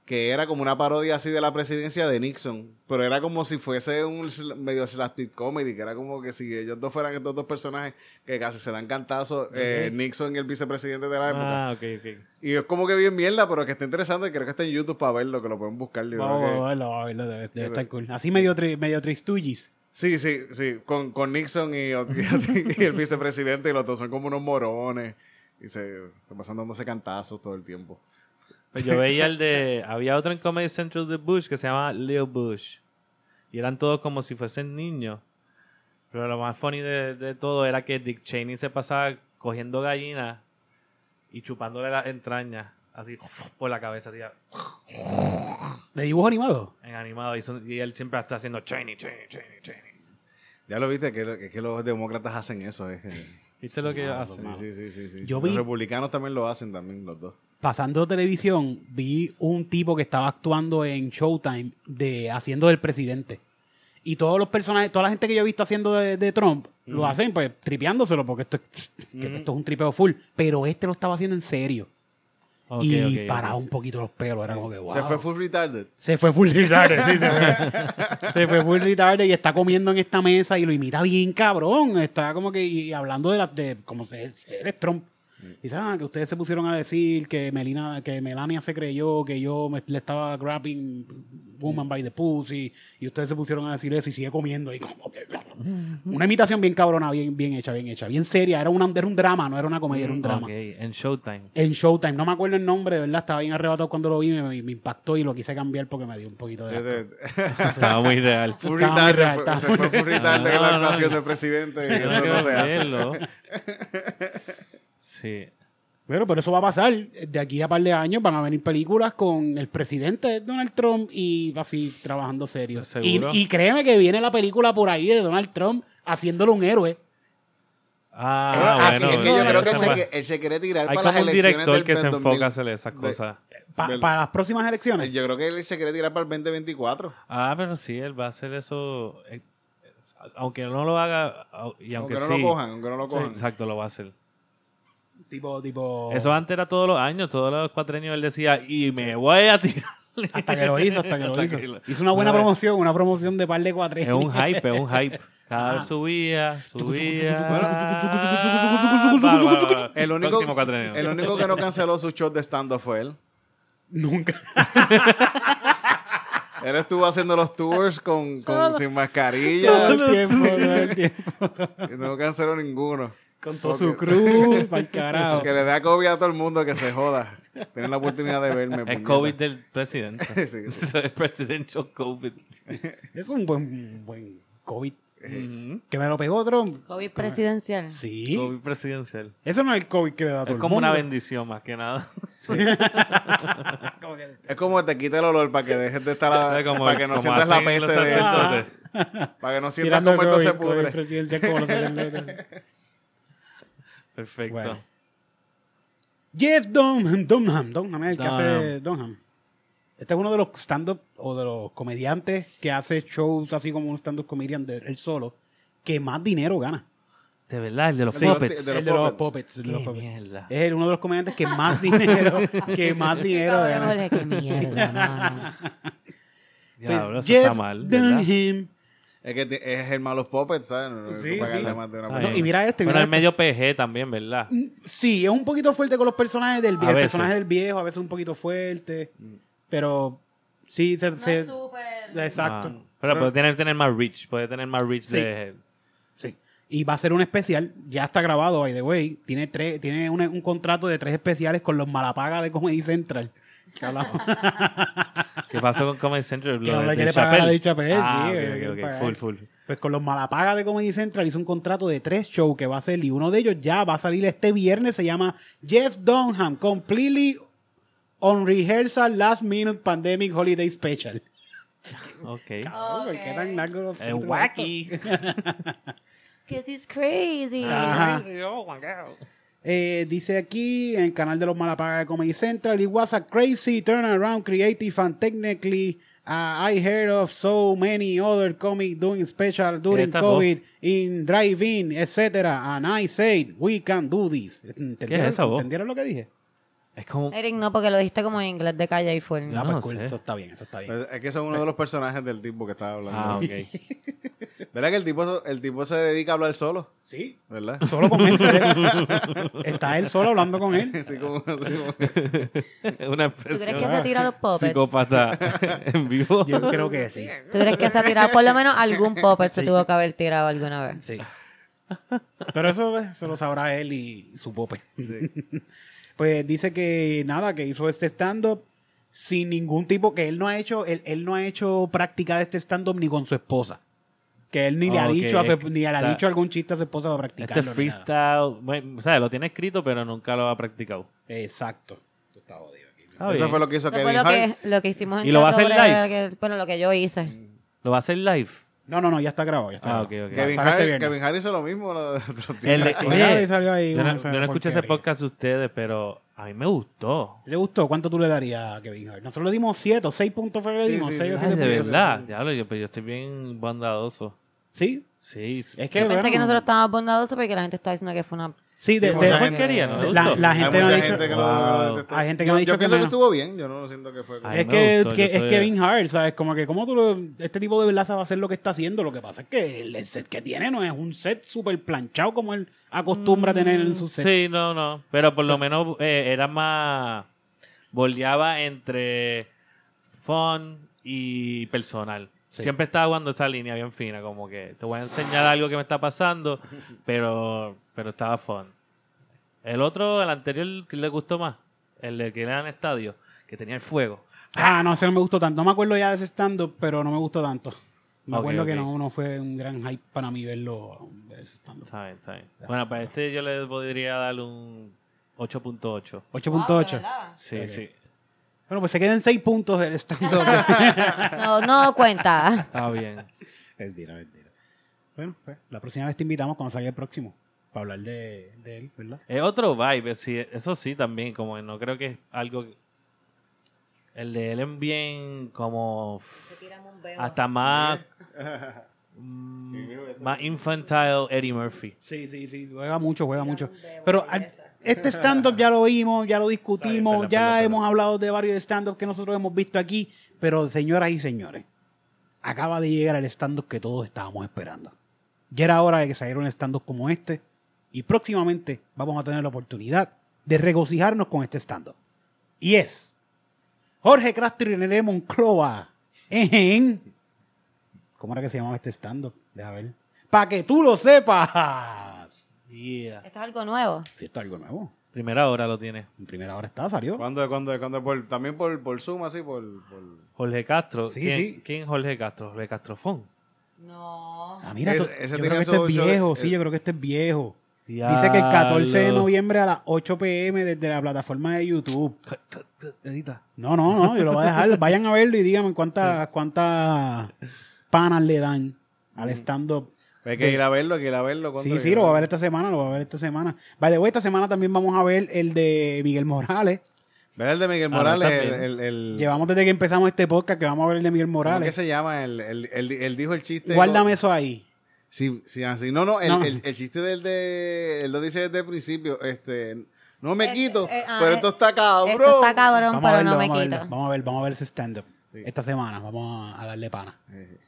Speaker 1: que era como una parodia así de la presidencia de Nixon, pero era como si fuese un sl- medio slapstick comedy, que era como que si ellos dos fueran estos dos personajes que casi se dan cantazos, eh, Nixon y el vicepresidente de la época.
Speaker 5: Ah, ok, ok.
Speaker 1: Y es como que bien mierda, pero que está interesante y creo que está en YouTube para verlo, que lo pueden buscar. yo creo
Speaker 6: Vamos
Speaker 1: que-
Speaker 6: a verlo, vamos a verlo, debe, debe estar cool. Así medio, tri, medio tristullis.
Speaker 1: Sí, sí, sí, con, con Nixon y, [LAUGHS] y el vicepresidente y los dos son como unos morones y se, se pasan dándose cantazos todo el tiempo.
Speaker 5: Pues yo veía el de. Había otro en Comedy Central de Bush que se llamaba Leo Bush. Y eran todos como si fuesen niños. Pero lo más funny de, de todo era que Dick Cheney se pasaba cogiendo gallinas y chupándole las entrañas. Así por la cabeza, así
Speaker 6: ¿De dibujo animado?
Speaker 5: en animado. Y, son- y él siempre está haciendo Cheney, Cheney, Cheney, Cheney.
Speaker 1: Ya lo viste, que, lo- que- que los demócratas hacen eso. Es que- sí,
Speaker 5: ¿Viste lo que hace?
Speaker 1: sí, sí, sí, sí.
Speaker 6: Yo
Speaker 1: los
Speaker 6: vi-
Speaker 1: republicanos también lo hacen, también los dos.
Speaker 6: Pasando televisión, vi un tipo que estaba actuando en Showtime de haciendo del presidente. Y todos los personajes, toda la gente que yo he visto haciendo de, de Trump, lo hacen pues tripeándoselo, porque esto, es- que esto es un tripeo full. Pero este lo estaba haciendo en serio.
Speaker 5: Ok,
Speaker 6: y
Speaker 5: ok, ok.
Speaker 6: paraba un poquito los pelos. Era como que, wow.
Speaker 1: Se fue full retarded.
Speaker 6: Se fue full retarded, sí, se fue. [LAUGHS] Se fue full retarded y está comiendo en esta mesa y lo imita bien cabrón. Está como que y hablando de las de como se eres Trump. Dice, ah, que ustedes se pusieron a decir que Melina, que Melania se creyó que yo me- le estaba grabbing woman by the pussy y ustedes se pusieron a decir eso y sigue comiendo y como- una imitación bien cabrona, bien, bien hecha, bien hecha, bien seria. Era, una, era un drama, no era una comedia, era un drama
Speaker 5: Mm, Ok, en Showtime.
Speaker 6: en Showtime. No me acuerdo el nombre, de verdad. Estaba bien arrebatado cuando lo vi, me, me impactó y lo quise cambiar porque me dio un poquito de. asco.
Speaker 5: Estaba muy real.
Speaker 1: Este, [LAUGHS] full
Speaker 6: Estaba muy
Speaker 1: retarded.
Speaker 6: retarded.
Speaker 1: fue- Se fue full retarded en
Speaker 5: No, no,
Speaker 1: la
Speaker 5: no.
Speaker 1: actuación del presidente. y eso no se hace.
Speaker 5: [LAUGHS] Sí.
Speaker 6: Bueno, pero eso va a pasar. De aquí a par de años van a venir películas con el presidente Donald Trump y así trabajando serio. Y,
Speaker 5: Seguro.
Speaker 6: y créeme que viene la película por ahí de Donald Trump haciéndolo un héroe.
Speaker 5: Ah,
Speaker 1: Así
Speaker 5: bueno.
Speaker 1: es que yo
Speaker 5: bueno,
Speaker 1: creo que
Speaker 5: esa
Speaker 1: se,
Speaker 5: fue-
Speaker 1: que- él se quiere tirar
Speaker 5: Hay
Speaker 1: para las
Speaker 5: como un
Speaker 1: elecciones
Speaker 5: director
Speaker 1: del
Speaker 5: que se
Speaker 1: 2000.
Speaker 5: enfoca a hacer esas
Speaker 1: de-
Speaker 5: cosas.
Speaker 6: Pa-
Speaker 1: Verdad.
Speaker 6: para las próximas elecciones.
Speaker 1: Yo creo que él se quiere tirar para el 2024.
Speaker 5: Ah, pero sí, él va a hacer eso. eh, aunque no lo haga au- y
Speaker 1: Aunque,
Speaker 5: aunque,
Speaker 1: no
Speaker 5: sí,
Speaker 1: lo cojan, aunque no lo
Speaker 5: sí,
Speaker 1: cojan.
Speaker 5: exacto, lo va a hacer.
Speaker 6: Tipo, tipo.
Speaker 5: Eso antes era todos los años, todos los cuatrenios él decía, y me voy a tirar.
Speaker 6: Hasta que lo hizo, hasta que lo
Speaker 5: Hasta
Speaker 6: hizo.
Speaker 5: que lo-
Speaker 6: Hizo una buena
Speaker 5: No, es-
Speaker 6: promoción, una promoción de par de cuatro.
Speaker 5: Es un hype, es un hype. Cada vez
Speaker 6: Ah.
Speaker 5: subía, subía.
Speaker 1: Bueno,
Speaker 5: Va, va, va.
Speaker 1: El único,
Speaker 5: Próximo cuatrenio.
Speaker 1: el único que no canceló su show de stand-up fue él.
Speaker 6: [LAUGHS] Nunca. [LAUGHS]
Speaker 1: Él estuvo haciendo los tours con, con- sin
Speaker 6: Todo
Speaker 1: mascarilla
Speaker 6: el tiempo, todo el tiempo.
Speaker 1: y no canceló ninguno.
Speaker 6: Con todo
Speaker 1: Ok.
Speaker 6: su cruz, pa'l [LAUGHS] carajo.
Speaker 1: Que le da COVID a todo el mundo que se joda. Tienen la oportunidad de verme.
Speaker 5: Es
Speaker 1: puñeta.
Speaker 5: COVID del [LAUGHS] presidente.
Speaker 1: [LAUGHS] Sí, sí.
Speaker 5: Es Presidential COVID.
Speaker 6: Es un buen, buen COVID.
Speaker 5: Ujú.
Speaker 4: ¿Que me lo pegó Trump?
Speaker 2: COVID presidencial.
Speaker 4: Sí.
Speaker 5: COVID presidencial.
Speaker 4: Eso no es el COVID que
Speaker 6: Ah,
Speaker 4: le da a todo
Speaker 5: Es
Speaker 4: el
Speaker 5: como una
Speaker 4: mundo.
Speaker 5: bendición más que nada.
Speaker 4: Como que-
Speaker 1: Es como te quita el olor para que dejes de estar a-
Speaker 5: Como-
Speaker 1: para que no
Speaker 5: como
Speaker 1: sientas la
Speaker 5: hacen
Speaker 1: peste
Speaker 5: los
Speaker 1: de
Speaker 5: sacerdotes.
Speaker 1: para que no sientas
Speaker 4: Tirando
Speaker 1: cómo esto se
Speaker 4: COVID, COVID
Speaker 1: pudre.
Speaker 4: presidencial como los
Speaker 5: [LAUGHS]
Speaker 4: sacerdotes.
Speaker 5: Perfecto.
Speaker 4: Bueno. Jeff Dunham, Dunham, Dunham es el que hace Dunham. Este es uno de los stand-up o de los comediantes que hace shows así como un stand-up comedian de él solo, que más dinero gana.
Speaker 5: De verdad, el de los
Speaker 1: Sí.
Speaker 5: puppets.
Speaker 1: De los
Speaker 4: el de los
Speaker 1: Puppets.
Speaker 4: puppets. el de los
Speaker 5: Qué
Speaker 4: puppets.
Speaker 5: mierda.
Speaker 4: Es el- uno de los comediantes que más [LAUGHS] dinero, que más dinero
Speaker 2: Cabrón,
Speaker 4: gana.
Speaker 2: Jorge, qué mierda, mano.
Speaker 5: Diablo,
Speaker 4: Pues
Speaker 5: eso está
Speaker 4: Jeff
Speaker 5: mal. ¿verdad?
Speaker 4: Dunham.
Speaker 1: Es que ti- es el malo puppets, ¿sabes? No, no,
Speaker 4: Sí,
Speaker 1: tú pagas
Speaker 4: sí.
Speaker 1: la más de una
Speaker 4: No,
Speaker 5: Está
Speaker 1: persona.
Speaker 5: bien.
Speaker 4: y mira este,
Speaker 5: Bueno,
Speaker 4: mira
Speaker 5: el medio PG también, ¿verdad?
Speaker 4: Sí, es un poquito fuerte con los personajes del
Speaker 5: A
Speaker 4: viejo. El
Speaker 5: veces. Mm.
Speaker 4: personaje del viejo a veces un poquito fuerte. Pero sí, se. se- exacto.
Speaker 5: Ah, pero puede tener, tener más reach. Puede tener más reach
Speaker 4: Sí.
Speaker 5: de.
Speaker 4: Sí. Y va a ser un especial, ya está grabado, by the way. Tiene, tres, tiene un, un contrato de tres especiales con los malapagas de Comedy Central. Que hablamos.
Speaker 5: ¿Qué pasó con Comedy Central?
Speaker 4: Que
Speaker 5: Lo
Speaker 4: no
Speaker 5: de
Speaker 4: le quiere
Speaker 5: Dave
Speaker 4: pagar a
Speaker 5: Chappelle.
Speaker 4: Dave Chappelle, sí,
Speaker 5: Ah,
Speaker 4: que
Speaker 5: ok,
Speaker 4: le
Speaker 5: ok,
Speaker 4: quiere
Speaker 5: ok,
Speaker 4: pagar.
Speaker 5: Full, full.
Speaker 4: pues con los malapagas de Comedy Central hizo un contrato de tres shows que va a ser y uno de ellos ya va a salir este viernes. Se llama Jeff Dunham, Completely On Rehearsal Last Minute Pandemic Holiday Special.
Speaker 5: Ok.
Speaker 4: Cabrón, ¿por Ah, pues, qué tan largo los
Speaker 5: Eh,
Speaker 4: títulos
Speaker 5: wacky.
Speaker 2: Cause it's crazy.
Speaker 4: Ajá. Eh, dice aquí en el canal de los Malapagas de Comedy Central, it was a crazy turnaround, creative and technically. uh, I heard of so many other comics doing special during
Speaker 5: Esta
Speaker 4: COVID in drive-in, etc. And I said, we can do this. ¿Entendieron,
Speaker 5: esa voz?
Speaker 4: ¿entendieron lo que dije?
Speaker 5: Es como.
Speaker 2: Eric, no, porque lo dijiste como en inglés de calle y fue.
Speaker 5: No,
Speaker 4: Ah, pues
Speaker 5: no
Speaker 4: cool,
Speaker 5: sé.
Speaker 4: Eso está bien, eso está bien.
Speaker 1: Es es que eso es uno de los personajes del tipo que estaba hablando.
Speaker 5: Ah, ok.
Speaker 1: [LAUGHS] ¿Verdad que el tipo, el tipo se dedica a hablar solo?
Speaker 4: Sí. [LAUGHS]
Speaker 1: ¿Verdad?
Speaker 4: Solo con
Speaker 5: [LAUGHS]
Speaker 4: él. Está él solo hablando con él.
Speaker 1: Así como, así como-
Speaker 5: [LAUGHS] Una
Speaker 2: ¿Tú crees
Speaker 5: expresión
Speaker 2: que se tira los puppets?
Speaker 5: psicópata en vivo. Este
Speaker 4: Yo creo que sí.
Speaker 2: ¿Tú crees que se ha tirado? Por lo menos algún puppet se tuvo que haber tirado alguna vez.
Speaker 4: Sí. Pero eso eh, se lo sabrá él y su pope. [LAUGHS] pues dice que nada, que hizo este stand-up sin ningún tipo, que él no ha hecho, él, él no ha hecho práctica de este stand-up ni con su esposa. Que él ni le ha
Speaker 5: Ok,
Speaker 4: dicho a su-
Speaker 5: es que
Speaker 4: ni le ha
Speaker 5: está-
Speaker 4: dicho algún chiste a su esposa para practicarlo.
Speaker 5: Este
Speaker 4: ni nada.
Speaker 5: freestyle, bueno, o sea, lo tiene escrito, pero nunca lo ha practicado.
Speaker 4: Exacto.
Speaker 5: Está
Speaker 1: eso
Speaker 5: bien.
Speaker 1: fue lo que hizo
Speaker 2: Eso
Speaker 1: Kevin
Speaker 2: fue lo
Speaker 1: Hart.
Speaker 2: que, lo que hicimos en
Speaker 5: ¿Y lo va a
Speaker 2: Teatro
Speaker 5: hacer
Speaker 2: Breve, que- bueno, lo que yo hice.
Speaker 5: ¿Lo va a hacer live?
Speaker 4: No, no, no, ya está grabado. Ya está
Speaker 5: Ah, ok,
Speaker 4: grabado.
Speaker 5: ok.
Speaker 1: Kevin,
Speaker 4: Sale este
Speaker 1: Hart
Speaker 4: viernes.
Speaker 1: Kevin Hart hizo lo mismo. lo- otro día.
Speaker 5: El de-
Speaker 4: Claro,
Speaker 5: oye,
Speaker 4: claro, y salió ahí
Speaker 5: yo no,
Speaker 4: una-
Speaker 5: yo no escuché ese
Speaker 4: porquería.
Speaker 5: podcast de ustedes, pero a mí me gustó.
Speaker 4: ¿Te gustó? ¿Cuánto tú le darías a Kevin Hart? Nosotros le dimos 7 o 6 puntos fue que le
Speaker 1: Sí,
Speaker 4: dimos.
Speaker 1: sí,
Speaker 4: seis o
Speaker 1: sí,
Speaker 5: Ay,
Speaker 4: siete
Speaker 1: sí,
Speaker 5: de
Speaker 1: sí,
Speaker 4: puntos.
Speaker 5: verdad, diablo, yo, pero yo estoy bien bondadoso.
Speaker 4: Sí,
Speaker 5: Sí, sí.
Speaker 4: es que.
Speaker 2: Yo pensé
Speaker 4: bueno,
Speaker 2: que nosotros estábamos bondadosos porque la gente está diciendo que fue una... [LAUGHS]
Speaker 4: Sí, de,
Speaker 1: Sí,
Speaker 4: de-
Speaker 1: mucha
Speaker 5: gente- porquería, ¿no?
Speaker 4: de- la, la
Speaker 1: Hay
Speaker 4: gente no ha
Speaker 1: mucha
Speaker 4: dicho.
Speaker 1: gente que lo-
Speaker 5: Wow.
Speaker 1: lo detestó.
Speaker 4: Hay gente que
Speaker 1: yo,
Speaker 4: no ha dicho
Speaker 1: yo
Speaker 4: que
Speaker 1: pienso que,
Speaker 4: no.
Speaker 1: estuvo bien. Yo no lo siento que fue. como-
Speaker 5: Ay,
Speaker 4: Es
Speaker 5: me
Speaker 4: que,
Speaker 5: gustó,
Speaker 4: que-
Speaker 5: yo
Speaker 4: es
Speaker 5: estoy-
Speaker 4: Kevin Hart, ¿sabes? Como que, ¿cómo tú lo- este tipo de verdad sabe hacer lo que está haciendo? Lo que pasa es que el, el set que tiene no es un set súper planchado como él acostumbra tener en sus sets.
Speaker 5: Mm, Sí, no, no. Pero por lo menos eh, era más. Boleaba entre fun y personal.
Speaker 4: Sí.
Speaker 5: Siempre estaba jugando esa línea bien fina, como que te voy a enseñar algo que me está
Speaker 4: [LAUGHS]
Speaker 5: pasando, pero, pero estaba fun. El otro, el anterior, que le gustó más? El de que era en estadio, que tenía el fuego.
Speaker 4: Ah, no, ese no me gustó tanto. No me acuerdo ya de ese stand-up, pero no me gustó tanto. Me
Speaker 5: Ok,
Speaker 4: acuerdo que
Speaker 5: ok.
Speaker 4: no, no fue un gran hype para mí verlo. ver ese stand-up.
Speaker 5: Está bien, está bien. Bueno, para este yo le podría dar un 8.8.
Speaker 4: 8.8.
Speaker 5: Sí, sí.
Speaker 4: bueno, pues se quedan 6 puntos el stand-up.
Speaker 2: No, no
Speaker 5: [LAUGHS]
Speaker 2: cuenta.
Speaker 5: Está bien.
Speaker 4: [LAUGHS] Mentira, mentira. Bueno, pues la próxima vez te invitamos cuando salga el próximo para hablar de, de él, ¿verdad?
Speaker 5: Es otro vibe, sí, eso sí también, como que no creo que es algo... que- El de él es bien como... Hasta más... mm, más infantile Eddie Murphy.
Speaker 4: Sí, sí, sí, juega mucho, juega mucho. Pero al- este stand-up ya lo vimos, ya lo discutimos,
Speaker 5: Está bien, perdón,
Speaker 4: ya
Speaker 5: perdón,
Speaker 4: hemos hablado de varios stand-up que nosotros hemos visto aquí, pero señoras y señores, acaba de llegar el stand-up que todos estábamos esperando. Ya era hora de que saliera un stand-up como este y próximamente vamos a tener la oportunidad de regocijarnos con este stand-up. Y es Jorge Castro y René Moncloa en... ¿Cómo era que se llamaba este stand-up? Deja ver. Para que tú lo sepas.
Speaker 5: Yeah.
Speaker 2: Esto es algo nuevo.
Speaker 4: Si esto es algo nuevo.
Speaker 5: Primera hora lo tiene.
Speaker 4: En primera hora está, salió.
Speaker 1: ¿Cuándo, cuándo, cuándo? Por, también por, por Zoom, así, por... por-
Speaker 5: Jorge Castro.
Speaker 4: Sí,
Speaker 5: ¿Quién,
Speaker 4: sí.
Speaker 5: ¿Quién es Jorge Castro? Jorge Castrofón.
Speaker 2: No.
Speaker 4: Ah, mira,
Speaker 1: Ese-
Speaker 4: tú-
Speaker 1: ese
Speaker 4: yo
Speaker 1: tiene
Speaker 4: creo que este
Speaker 1: su
Speaker 4: es
Speaker 1: ocho-
Speaker 4: viejo,
Speaker 1: eh,
Speaker 4: sí, yo creo que este es viejo. Dice que el 14 de noviembre a las 8 pm desde la plataforma de YouTube.
Speaker 5: Edita.
Speaker 4: No, no, no, yo lo voy a dejar. Vayan a verlo y díganme
Speaker 1: [LAUGHS]
Speaker 4: cuántas cuántas panas le dan
Speaker 1: Mm.
Speaker 4: al stand-up.
Speaker 1: Hay que ir a verlo, hay que ir a verlo. contra,
Speaker 4: Sí,
Speaker 1: hay
Speaker 4: sí,
Speaker 1: que-
Speaker 4: lo va a ver esta semana, lo va a ver esta semana. By the way, esta semana también vamos a ver el de Miguel Morales.
Speaker 1: Ver el de Miguel
Speaker 5: Ah,
Speaker 1: Morales,
Speaker 5: está
Speaker 1: el...
Speaker 5: bien.
Speaker 1: el, el-
Speaker 4: Llevamos desde que empezamos este podcast que vamos a ver el de Miguel
Speaker 1: ¿cómo que
Speaker 4: Morales.
Speaker 1: se llama? El, el- el- él dijo el chiste...
Speaker 4: Guárdame eso ahí.
Speaker 1: Sí, sí, así. No, no, el,
Speaker 4: No.
Speaker 1: el- el chiste del de... Él lo dice desde el principio, este... No me
Speaker 2: Eh,
Speaker 1: quito,
Speaker 2: eh, ah,
Speaker 1: pero
Speaker 2: eh,
Speaker 1: esto está cabrón.
Speaker 2: Esto está cabrón,
Speaker 4: Vamos a
Speaker 2: pero
Speaker 4: verlo,
Speaker 2: no me
Speaker 4: vamos a verlo,
Speaker 2: quito.
Speaker 4: Vamos a ver, vamos a ver ese stand-up.
Speaker 1: Sí.
Speaker 4: Esta semana vamos a, a darle pana.
Speaker 1: Eh,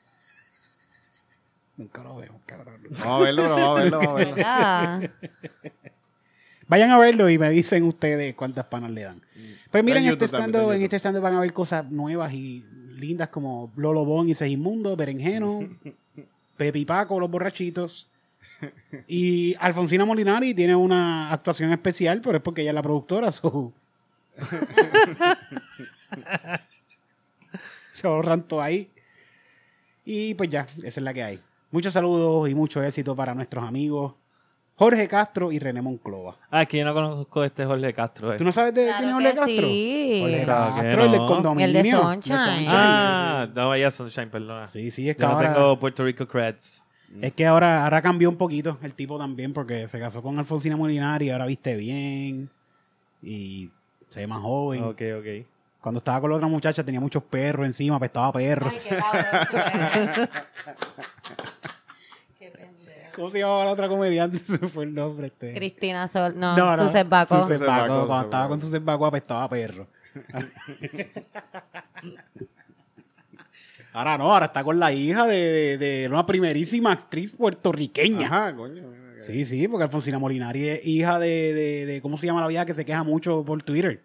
Speaker 4: Nunca lo vemos, cabrón.
Speaker 1: Vamos a verlo, pero vamos a verlo, vamos a
Speaker 2: [LAUGHS]
Speaker 1: verlo.
Speaker 2: ¿Verdad?
Speaker 4: [LAUGHS] Vayan a verlo y me dicen ustedes cuántas panas le dan. Pues
Speaker 1: Está
Speaker 4: miren,
Speaker 1: en
Speaker 4: este
Speaker 1: Mm. YouTube también,
Speaker 4: stand
Speaker 1: está en
Speaker 4: en
Speaker 1: YouTube.
Speaker 4: este stand van a ver cosas nuevas y lindas como Lolo Bon y
Speaker 1: [LAUGHS]
Speaker 4: Segismundo, Berenjeno, Pepi Paco, Los Borrachitos. Y Alfonsina Molinari tiene una actuación especial, pero es porque ella es la productora.
Speaker 1: [LAUGHS]
Speaker 4: So. Se ahorran todo ahí. Y pues ya, esa es la que hay. Muchos saludos y mucho éxito para nuestros amigos Jorge Castro y René Monclova.
Speaker 5: Ah, es que yo no conozco este Jorge Castro. eh.
Speaker 4: ¿Tú no sabes de
Speaker 2: Claro
Speaker 4: quién es Jorge
Speaker 2: que
Speaker 4: Castro?
Speaker 2: sí.
Speaker 4: Jorge
Speaker 5: Claro que
Speaker 4: Castro, el del
Speaker 5: no.
Speaker 4: condominio.
Speaker 2: El de Sunshine.
Speaker 5: Ah, no, ya Sunshine, perdona.
Speaker 4: Sí, sí, es que
Speaker 5: Yo no
Speaker 4: ahora,
Speaker 5: tengo Puerto Rico creds.
Speaker 4: es que ahora, ahora cambió un poquito el tipo también porque se casó con Alfonsina Molinari, ahora viste bien y se ve más joven.
Speaker 5: Ok, ok.
Speaker 4: Cuando estaba con la otra muchacha tenía muchos perros encima, apestaba a perro. [LAUGHS]
Speaker 2: Ay, qué cabrón tú eres. Qué pendejo.
Speaker 4: ¿Cómo se llamaba la otra comediante? [LAUGHS] Se me fue el nombre este.
Speaker 2: Cristina Sol, no, Susan Bacon.
Speaker 4: Susan
Speaker 1: Susan Bacon,
Speaker 4: Bacon, Cuando
Speaker 1: Susan
Speaker 4: estaba con
Speaker 1: Bacon.
Speaker 4: Susan Bacon apestaba a perro. ahora no, ahora está con la hija de, de- de una primerísima actriz puertorriqueña.
Speaker 1: Ajá, coño. mira que-
Speaker 4: Sí, sí, porque Alfonsina Molinari es hija de, de- de- ¿cómo se llama la vieja que se queja mucho por Twitter?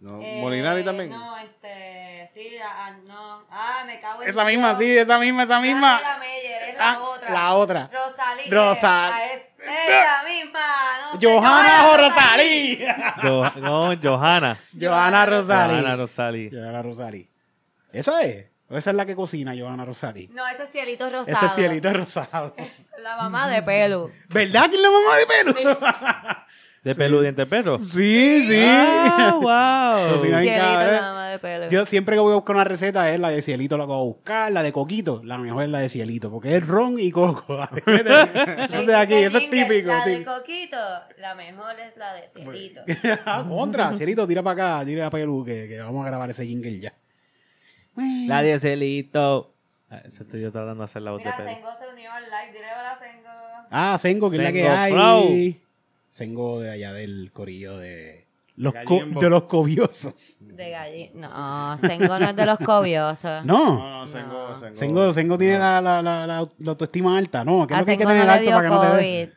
Speaker 1: No,
Speaker 2: Eh,
Speaker 1: Molinari también.
Speaker 2: No, este, sí, la- ah, no. Ah, me cago en
Speaker 4: Pues Esa misma,
Speaker 2: Dios.
Speaker 4: sí, esa misma, esa misma.
Speaker 2: Ah, la Meyer, es la
Speaker 4: Ah,
Speaker 2: otra.
Speaker 4: la otra.
Speaker 2: Rosalía.
Speaker 4: Rosal-
Speaker 2: Ah, Es, es la misma. No sé,
Speaker 4: Johanna
Speaker 2: no,
Speaker 4: Rosalí.
Speaker 5: Jo- no, Johanna.
Speaker 4: Johanna
Speaker 5: Johanna
Speaker 4: Rosalí.
Speaker 5: Rosalí.
Speaker 4: Johanna Rosalí. ¿Esa es? ¿O esa es la que cocina Johanna Rosalí?
Speaker 2: No, ese es Cielito Rosado.
Speaker 4: Ese cielito
Speaker 2: [LAUGHS]
Speaker 4: rosado.
Speaker 2: La mamá de pelo.
Speaker 4: ¿Verdad que es la mamá de pelo?
Speaker 5: De peludiente
Speaker 4: [LAUGHS]
Speaker 5: perro.
Speaker 4: Sí, sí.
Speaker 1: [LAUGHS]
Speaker 5: Ah, wow.
Speaker 4: Cocina bien
Speaker 2: Cielito,
Speaker 4: cabrón.
Speaker 2: la mamá de pelo.
Speaker 4: Yo siempre que voy a buscar una receta es la de cielito la que voy a buscar, la de coquito, la mejor es la de cielito, porque es ron y coco. [LAUGHS]
Speaker 2: Me
Speaker 4: eso es de aquí,
Speaker 2: dijiste
Speaker 4: eso es
Speaker 2: jingle,
Speaker 4: típico.
Speaker 2: La de
Speaker 4: típico.
Speaker 2: Coquito, la mejor es la de Cielito.
Speaker 4: [LAUGHS] Ah, Contra, cielito, tira para acá, tira para Perú, que, que vamos a grabar ese jingle ya.
Speaker 5: La de Celito. Ah, eso Estoy yo tratando de hacer la voz de
Speaker 2: Mira,
Speaker 5: perro.
Speaker 2: Sengo se unió al live. Dile hola, Sengo.
Speaker 4: Ah, Sengo, que es la que
Speaker 5: Sengo
Speaker 4: hay.
Speaker 5: Flow.
Speaker 4: Sengo de allá del corillo de los, co-
Speaker 1: Gallimbo.
Speaker 4: de los cobiosos.
Speaker 2: De gallina. No, Sengo no es de los
Speaker 4: [LAUGHS]
Speaker 2: cobiosos.
Speaker 4: No.
Speaker 1: No, no, Sengo, Sengo.
Speaker 4: Sengo, Sengo tiene la, la, la, la, la autoestima alta, ¿no? ¿Qué es
Speaker 2: A
Speaker 4: lo que hay que
Speaker 2: Sengo
Speaker 4: tener
Speaker 2: no le
Speaker 4: alto
Speaker 2: dio
Speaker 4: para que no te dé?
Speaker 2: COVID.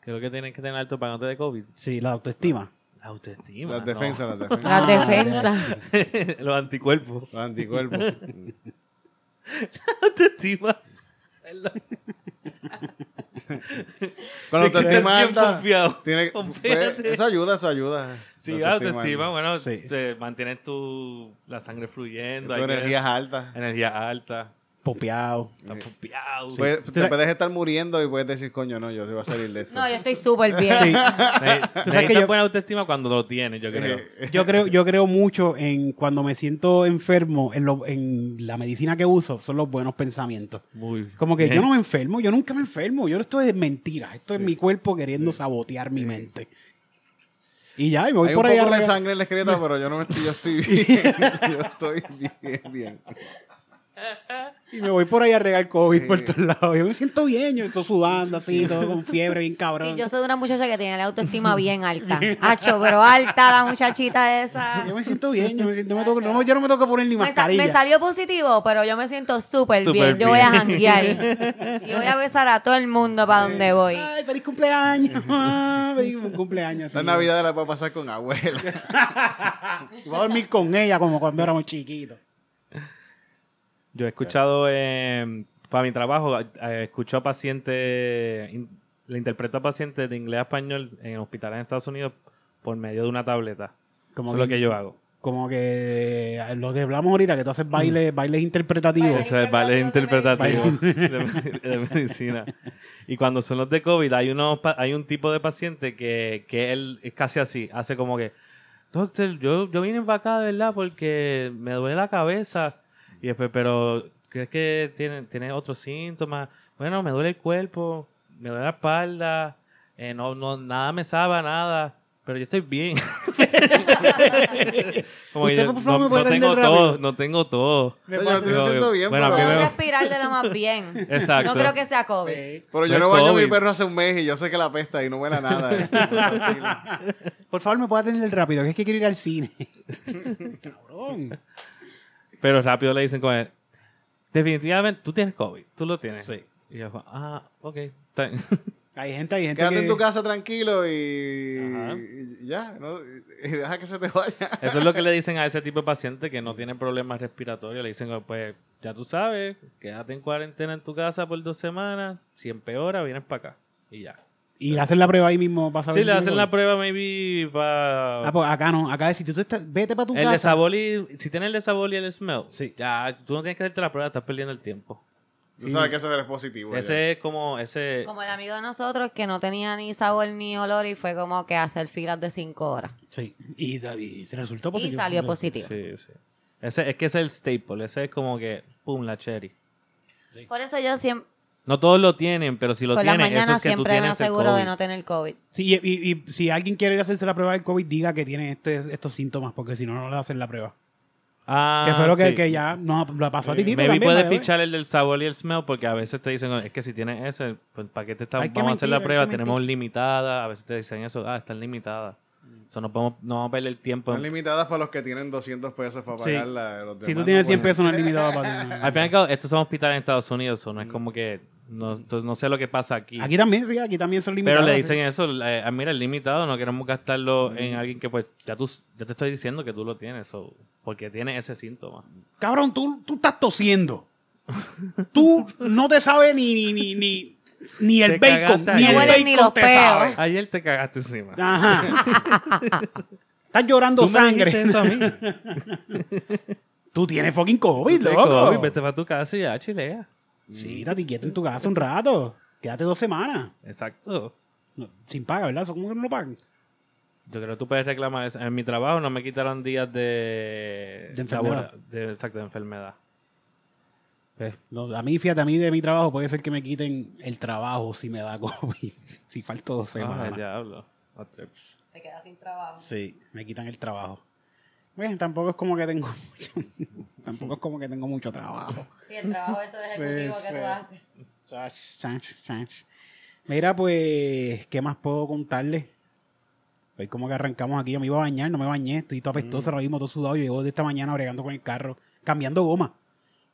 Speaker 5: Creo que tienes que tener alto para que no te dé COVID.
Speaker 4: Sí, la autoestima.
Speaker 5: La autoestima.
Speaker 1: Las
Speaker 5: no.
Speaker 1: defensas, las defensas.
Speaker 2: Las
Speaker 4: Ah,
Speaker 2: defensas.
Speaker 5: [LAUGHS] Los anticuerpos.
Speaker 1: Los anticuerpos.
Speaker 5: Autoestima.
Speaker 1: Con
Speaker 5: Te quitas
Speaker 1: autoestima
Speaker 5: bien
Speaker 1: alta,
Speaker 5: confiado.
Speaker 1: tiene-
Speaker 5: Confíate.
Speaker 1: pues, eso ayuda, eso ayuda.
Speaker 5: Sí,
Speaker 1: La
Speaker 5: la autoestima,
Speaker 1: alta.
Speaker 5: bueno,
Speaker 4: Sí.
Speaker 5: te mantienes tu, la sangre
Speaker 1: Tu
Speaker 5: fluyendo. hay que-
Speaker 1: energía es alta.
Speaker 5: energía alta.
Speaker 4: Popeado.
Speaker 5: Estás pompeado.
Speaker 1: Puedes-
Speaker 4: Tú
Speaker 1: te
Speaker 4: sabes-
Speaker 1: puedes Pues, estar muriendo y puedes decir, coño, no, yo te voy a salir de esto.
Speaker 2: No, yo estoy súper bien.
Speaker 5: Ne- necesitas
Speaker 1: [LAUGHS]
Speaker 4: que yo-
Speaker 5: buena autoestima cuando lo tienes, yo creo.
Speaker 4: Yo creo, yo creo mucho en cuando me siento enfermo, en, lo- en la medicina que uso, son los buenos pensamientos.
Speaker 5: Muy
Speaker 4: Como que
Speaker 5: bien.
Speaker 4: yo no me enfermo, yo nunca me enfermo, yo esto es mentira, esto es mi cuerpo queriendo sabotear mi mente. Y ya, y me voy
Speaker 1: Hay
Speaker 4: por
Speaker 1: un
Speaker 4: ahí a
Speaker 1: poco de
Speaker 4: rega-
Speaker 1: sangre en la escrita, pero yo no me estoy, yo estoy bien. yo estoy bien, bien.
Speaker 4: y me voy por ahí a regar COVID
Speaker 1: Sí.
Speaker 4: por todos lados. Yo me siento bien, yo estoy sudando así, todo con fiebre, bien cabrón.
Speaker 2: Sí, yo soy una muchacha que tiene la autoestima bien alta. Hacho, pero alta la muchachita esa.
Speaker 4: Yo me siento bien, yo, me siento, no me toco- no, yo no me toco poner ni
Speaker 2: Me, sa-
Speaker 4: mascarilla.
Speaker 2: me salió positivo, pero yo me siento súper
Speaker 5: Súper
Speaker 2: bien. Yo voy a
Speaker 5: bien.
Speaker 2: janguear.
Speaker 4: [LAUGHS]
Speaker 2: Y voy a besar a todo el mundo para donde voy.
Speaker 4: Ay, feliz cumpleaños. [LAUGHS] Ah, feliz cumpleaños.
Speaker 1: La
Speaker 4: sí.
Speaker 1: Navidad la puedo pasar con abuela.
Speaker 4: Y Voy a dormir con ella como cuando éramos chiquitos.
Speaker 5: Yo he escuchado eh, para mi trabajo, eh, escucho a pacientes, in- le interpreto a pacientes de inglés a español en hospitales en Estados Unidos por medio de una tableta. Eso es lo que yo hago.
Speaker 6: Como que eh, lo que hablamos ahorita, que tú haces bailes, bailes interpretativos.
Speaker 5: Eso es vale interpretativo
Speaker 6: Baile.
Speaker 5: de, medi- de medicina. Y cuando son los de COVID, hay unos pa- hay un tipo de paciente que, que él es casi así, hace como que, doctor, yo, yo vine para acá de verdad porque me duele la cabeza. Y después, pero, ¿crees que tiene, tiene otros síntomas? Bueno, me duele el cuerpo, me duele la espalda, eh, no, no, nada me sabe, nada. Pero yo estoy bien. [LAUGHS] Como que
Speaker 6: Usted,
Speaker 5: yo
Speaker 6: por favor,
Speaker 5: no,
Speaker 6: me puede
Speaker 5: no
Speaker 6: atender
Speaker 5: tengo
Speaker 6: rápido.
Speaker 5: todo, no tengo todo.
Speaker 1: Me Yo estoy
Speaker 5: Digo,
Speaker 1: siento bien,
Speaker 5: bueno, a
Speaker 1: pero-
Speaker 5: mí
Speaker 2: Puedo
Speaker 5: me-
Speaker 2: respirar de lo más bien.
Speaker 5: [LAUGHS] Exacto.
Speaker 2: No creo que sea COVID.
Speaker 1: Pero yo
Speaker 5: No
Speaker 1: no
Speaker 5: es
Speaker 1: baño a mi
Speaker 5: COVID.
Speaker 1: perro hace un mes y yo sé que la pesta y no huele a nada. eh. Está chile.
Speaker 6: Por favor, me puedes atender rápido, que es que quiero ir al cine. Cabrón.
Speaker 5: Pero rápido le dicen con él, definitivamente tú tienes COVID, tú lo tienes. Y yo, ah, ok. está bien". [LAUGHS]
Speaker 6: Hay gente, hay gente
Speaker 1: Quédate
Speaker 6: que...
Speaker 1: en tu casa tranquilo y,
Speaker 5: Ajá.
Speaker 1: y ya, ¿no? y deja que se te vaya.
Speaker 5: Eso es lo que le dicen a ese tipo de paciente que no tiene problemas respiratorios. Le dicen, pues ya tú sabes, quédate en cuarentena en tu casa por dos semanas, si empeora, vienes para acá. Y ya.
Speaker 6: Y le hacen la prueba ahí mismo para
Speaker 5: Sí,
Speaker 6: saber si
Speaker 5: le
Speaker 6: tiene
Speaker 5: hacen la
Speaker 6: COVID.
Speaker 5: prueba, maybe, para...
Speaker 6: Ah, pues acá no. Acá es, si tú te estás... Vete para tu
Speaker 5: el de
Speaker 6: casa.
Speaker 5: sabor y, si tienes el de sabor y el smell,
Speaker 6: Sí.
Speaker 5: ya, tú no tienes que hacerte la prueba, estás perdiendo el tiempo.
Speaker 1: Tú sabes que eso eres positivo. ya.
Speaker 5: Ese es como, ese,
Speaker 2: Como el amigo de nosotros que no tenía ni sabor ni olor y fue como que hacer filas de cinco horas.
Speaker 6: Sí. Y, y se resultó
Speaker 2: Y
Speaker 6: positivo.
Speaker 2: salió positivo.
Speaker 6: Este,
Speaker 5: Sí, sí. Ese, es que ese es el staple, ese es como que, pum, la cherry.
Speaker 2: Por eso yo siempre,
Speaker 5: No todos lo tienen, pero si lo
Speaker 2: por las
Speaker 5: tienen, eso
Speaker 2: mañanas
Speaker 5: es que tú
Speaker 2: Pues siempre me
Speaker 5: tienes el
Speaker 2: aseguro de
Speaker 5: COVID.
Speaker 2: no tener COVID.
Speaker 6: Sí, y, y- y si alguien quiere ir a hacerse la prueba del COVID, diga que tiene este- estos síntomas, porque si no, no le hacen la prueba.
Speaker 5: Ah,
Speaker 6: que fue lo que,
Speaker 5: sí. Eh,
Speaker 6: que ya nos la pasó a Titito
Speaker 5: Maybe
Speaker 6: también,
Speaker 5: puedes
Speaker 6: by the way.
Speaker 5: pichar el del sabor y el smell porque a veces te dicen, "Oh, es que si tienes ese, pues, ¿para qué te está,
Speaker 6: Hay que
Speaker 5: vamos a hacer
Speaker 6: mentir,
Speaker 5: la
Speaker 6: hay
Speaker 5: prueba?
Speaker 6: que
Speaker 5: Tenemos
Speaker 6: mentir.
Speaker 5: limitada, a veces te dicen eso, ah, están limitadas.
Speaker 6: Mm.
Speaker 5: Eso no, podemos, no vamos a perder el tiempo.
Speaker 1: Están limitadas para los que tienen 200 pesos para
Speaker 6: Sí.
Speaker 1: pagar la de los
Speaker 6: Si tú
Speaker 1: demás,
Speaker 6: tienes
Speaker 1: no
Speaker 6: 100
Speaker 1: pueden.
Speaker 6: pesos, no es
Speaker 5: [LAUGHS]
Speaker 6: limitado para ti. no.
Speaker 5: Al fin y al cabo, estos son hospitales en Estados Unidos, eso no
Speaker 6: Mm.
Speaker 5: es como que, no, entonces no sé lo que pasa
Speaker 6: Aquí también, sí, aquí también son limitados.
Speaker 5: Pero le dicen eso, eh, ah, mira, es limitado, no queremos gastarlo en alguien que pues ya tú, ya te estoy diciendo que tú lo tienes, o porque tiene ese síntoma.
Speaker 6: Cabrón, tú, tú estás tosiendo. tú no te sabes ni, ni, ni, ni, ni
Speaker 5: Te
Speaker 6: el bacon.
Speaker 5: cagaste
Speaker 6: Ni el
Speaker 5: ayer.
Speaker 6: bacon
Speaker 2: Huelen ni los
Speaker 6: te
Speaker 2: peos.
Speaker 6: sabe.
Speaker 5: Ayer te cagaste encima.
Speaker 6: Ajá. estás llorando
Speaker 5: Tú me dijiste
Speaker 6: sangre.
Speaker 5: eso a
Speaker 6: [LAUGHS]
Speaker 5: mí.
Speaker 6: Tú tienes fucking COVID,
Speaker 5: Te
Speaker 6: loco.
Speaker 5: COVID, vete para tu casa y ya chilea.
Speaker 6: Sí, date quieto en tu casa un rato. Quédate dos semanas.
Speaker 5: Exacto.
Speaker 6: No, sin paga, ¿verdad? ¿Cómo que no lo pagan?
Speaker 5: Yo creo que tú puedes reclamar eso. En mi trabajo no me quitaron días de...
Speaker 6: De enfermedad.
Speaker 5: labora- de- exacto, de enfermedad. Eh.
Speaker 6: Pues, no, a mí, fíjate, a mí de mi trabajo puede ser que me quiten el trabajo si me da [LAUGHS] COVID. si falto dos
Speaker 5: Ah,
Speaker 6: semanas.
Speaker 5: diablo. Otra- pss.
Speaker 2: Te quedas sin trabajo.
Speaker 6: Sí, me quitan el trabajo. Bueno, tampoco es como que tengo mucho, [LAUGHS] tampoco es como que tengo mucho trabajo.
Speaker 2: Sí, el trabajo ese de
Speaker 6: ejecutivo Sí, que tú sí. haces. Chach, chach, chach. Mira, pues, ¿qué más puedo contarles? Hoy como que arrancamos aquí, yo me iba a bañar, no me bañé, estoy todo apestoso,
Speaker 1: Mm.
Speaker 6: ahora mismo todo sudado, yo llevo de esta mañana bregando con el carro, cambiando goma.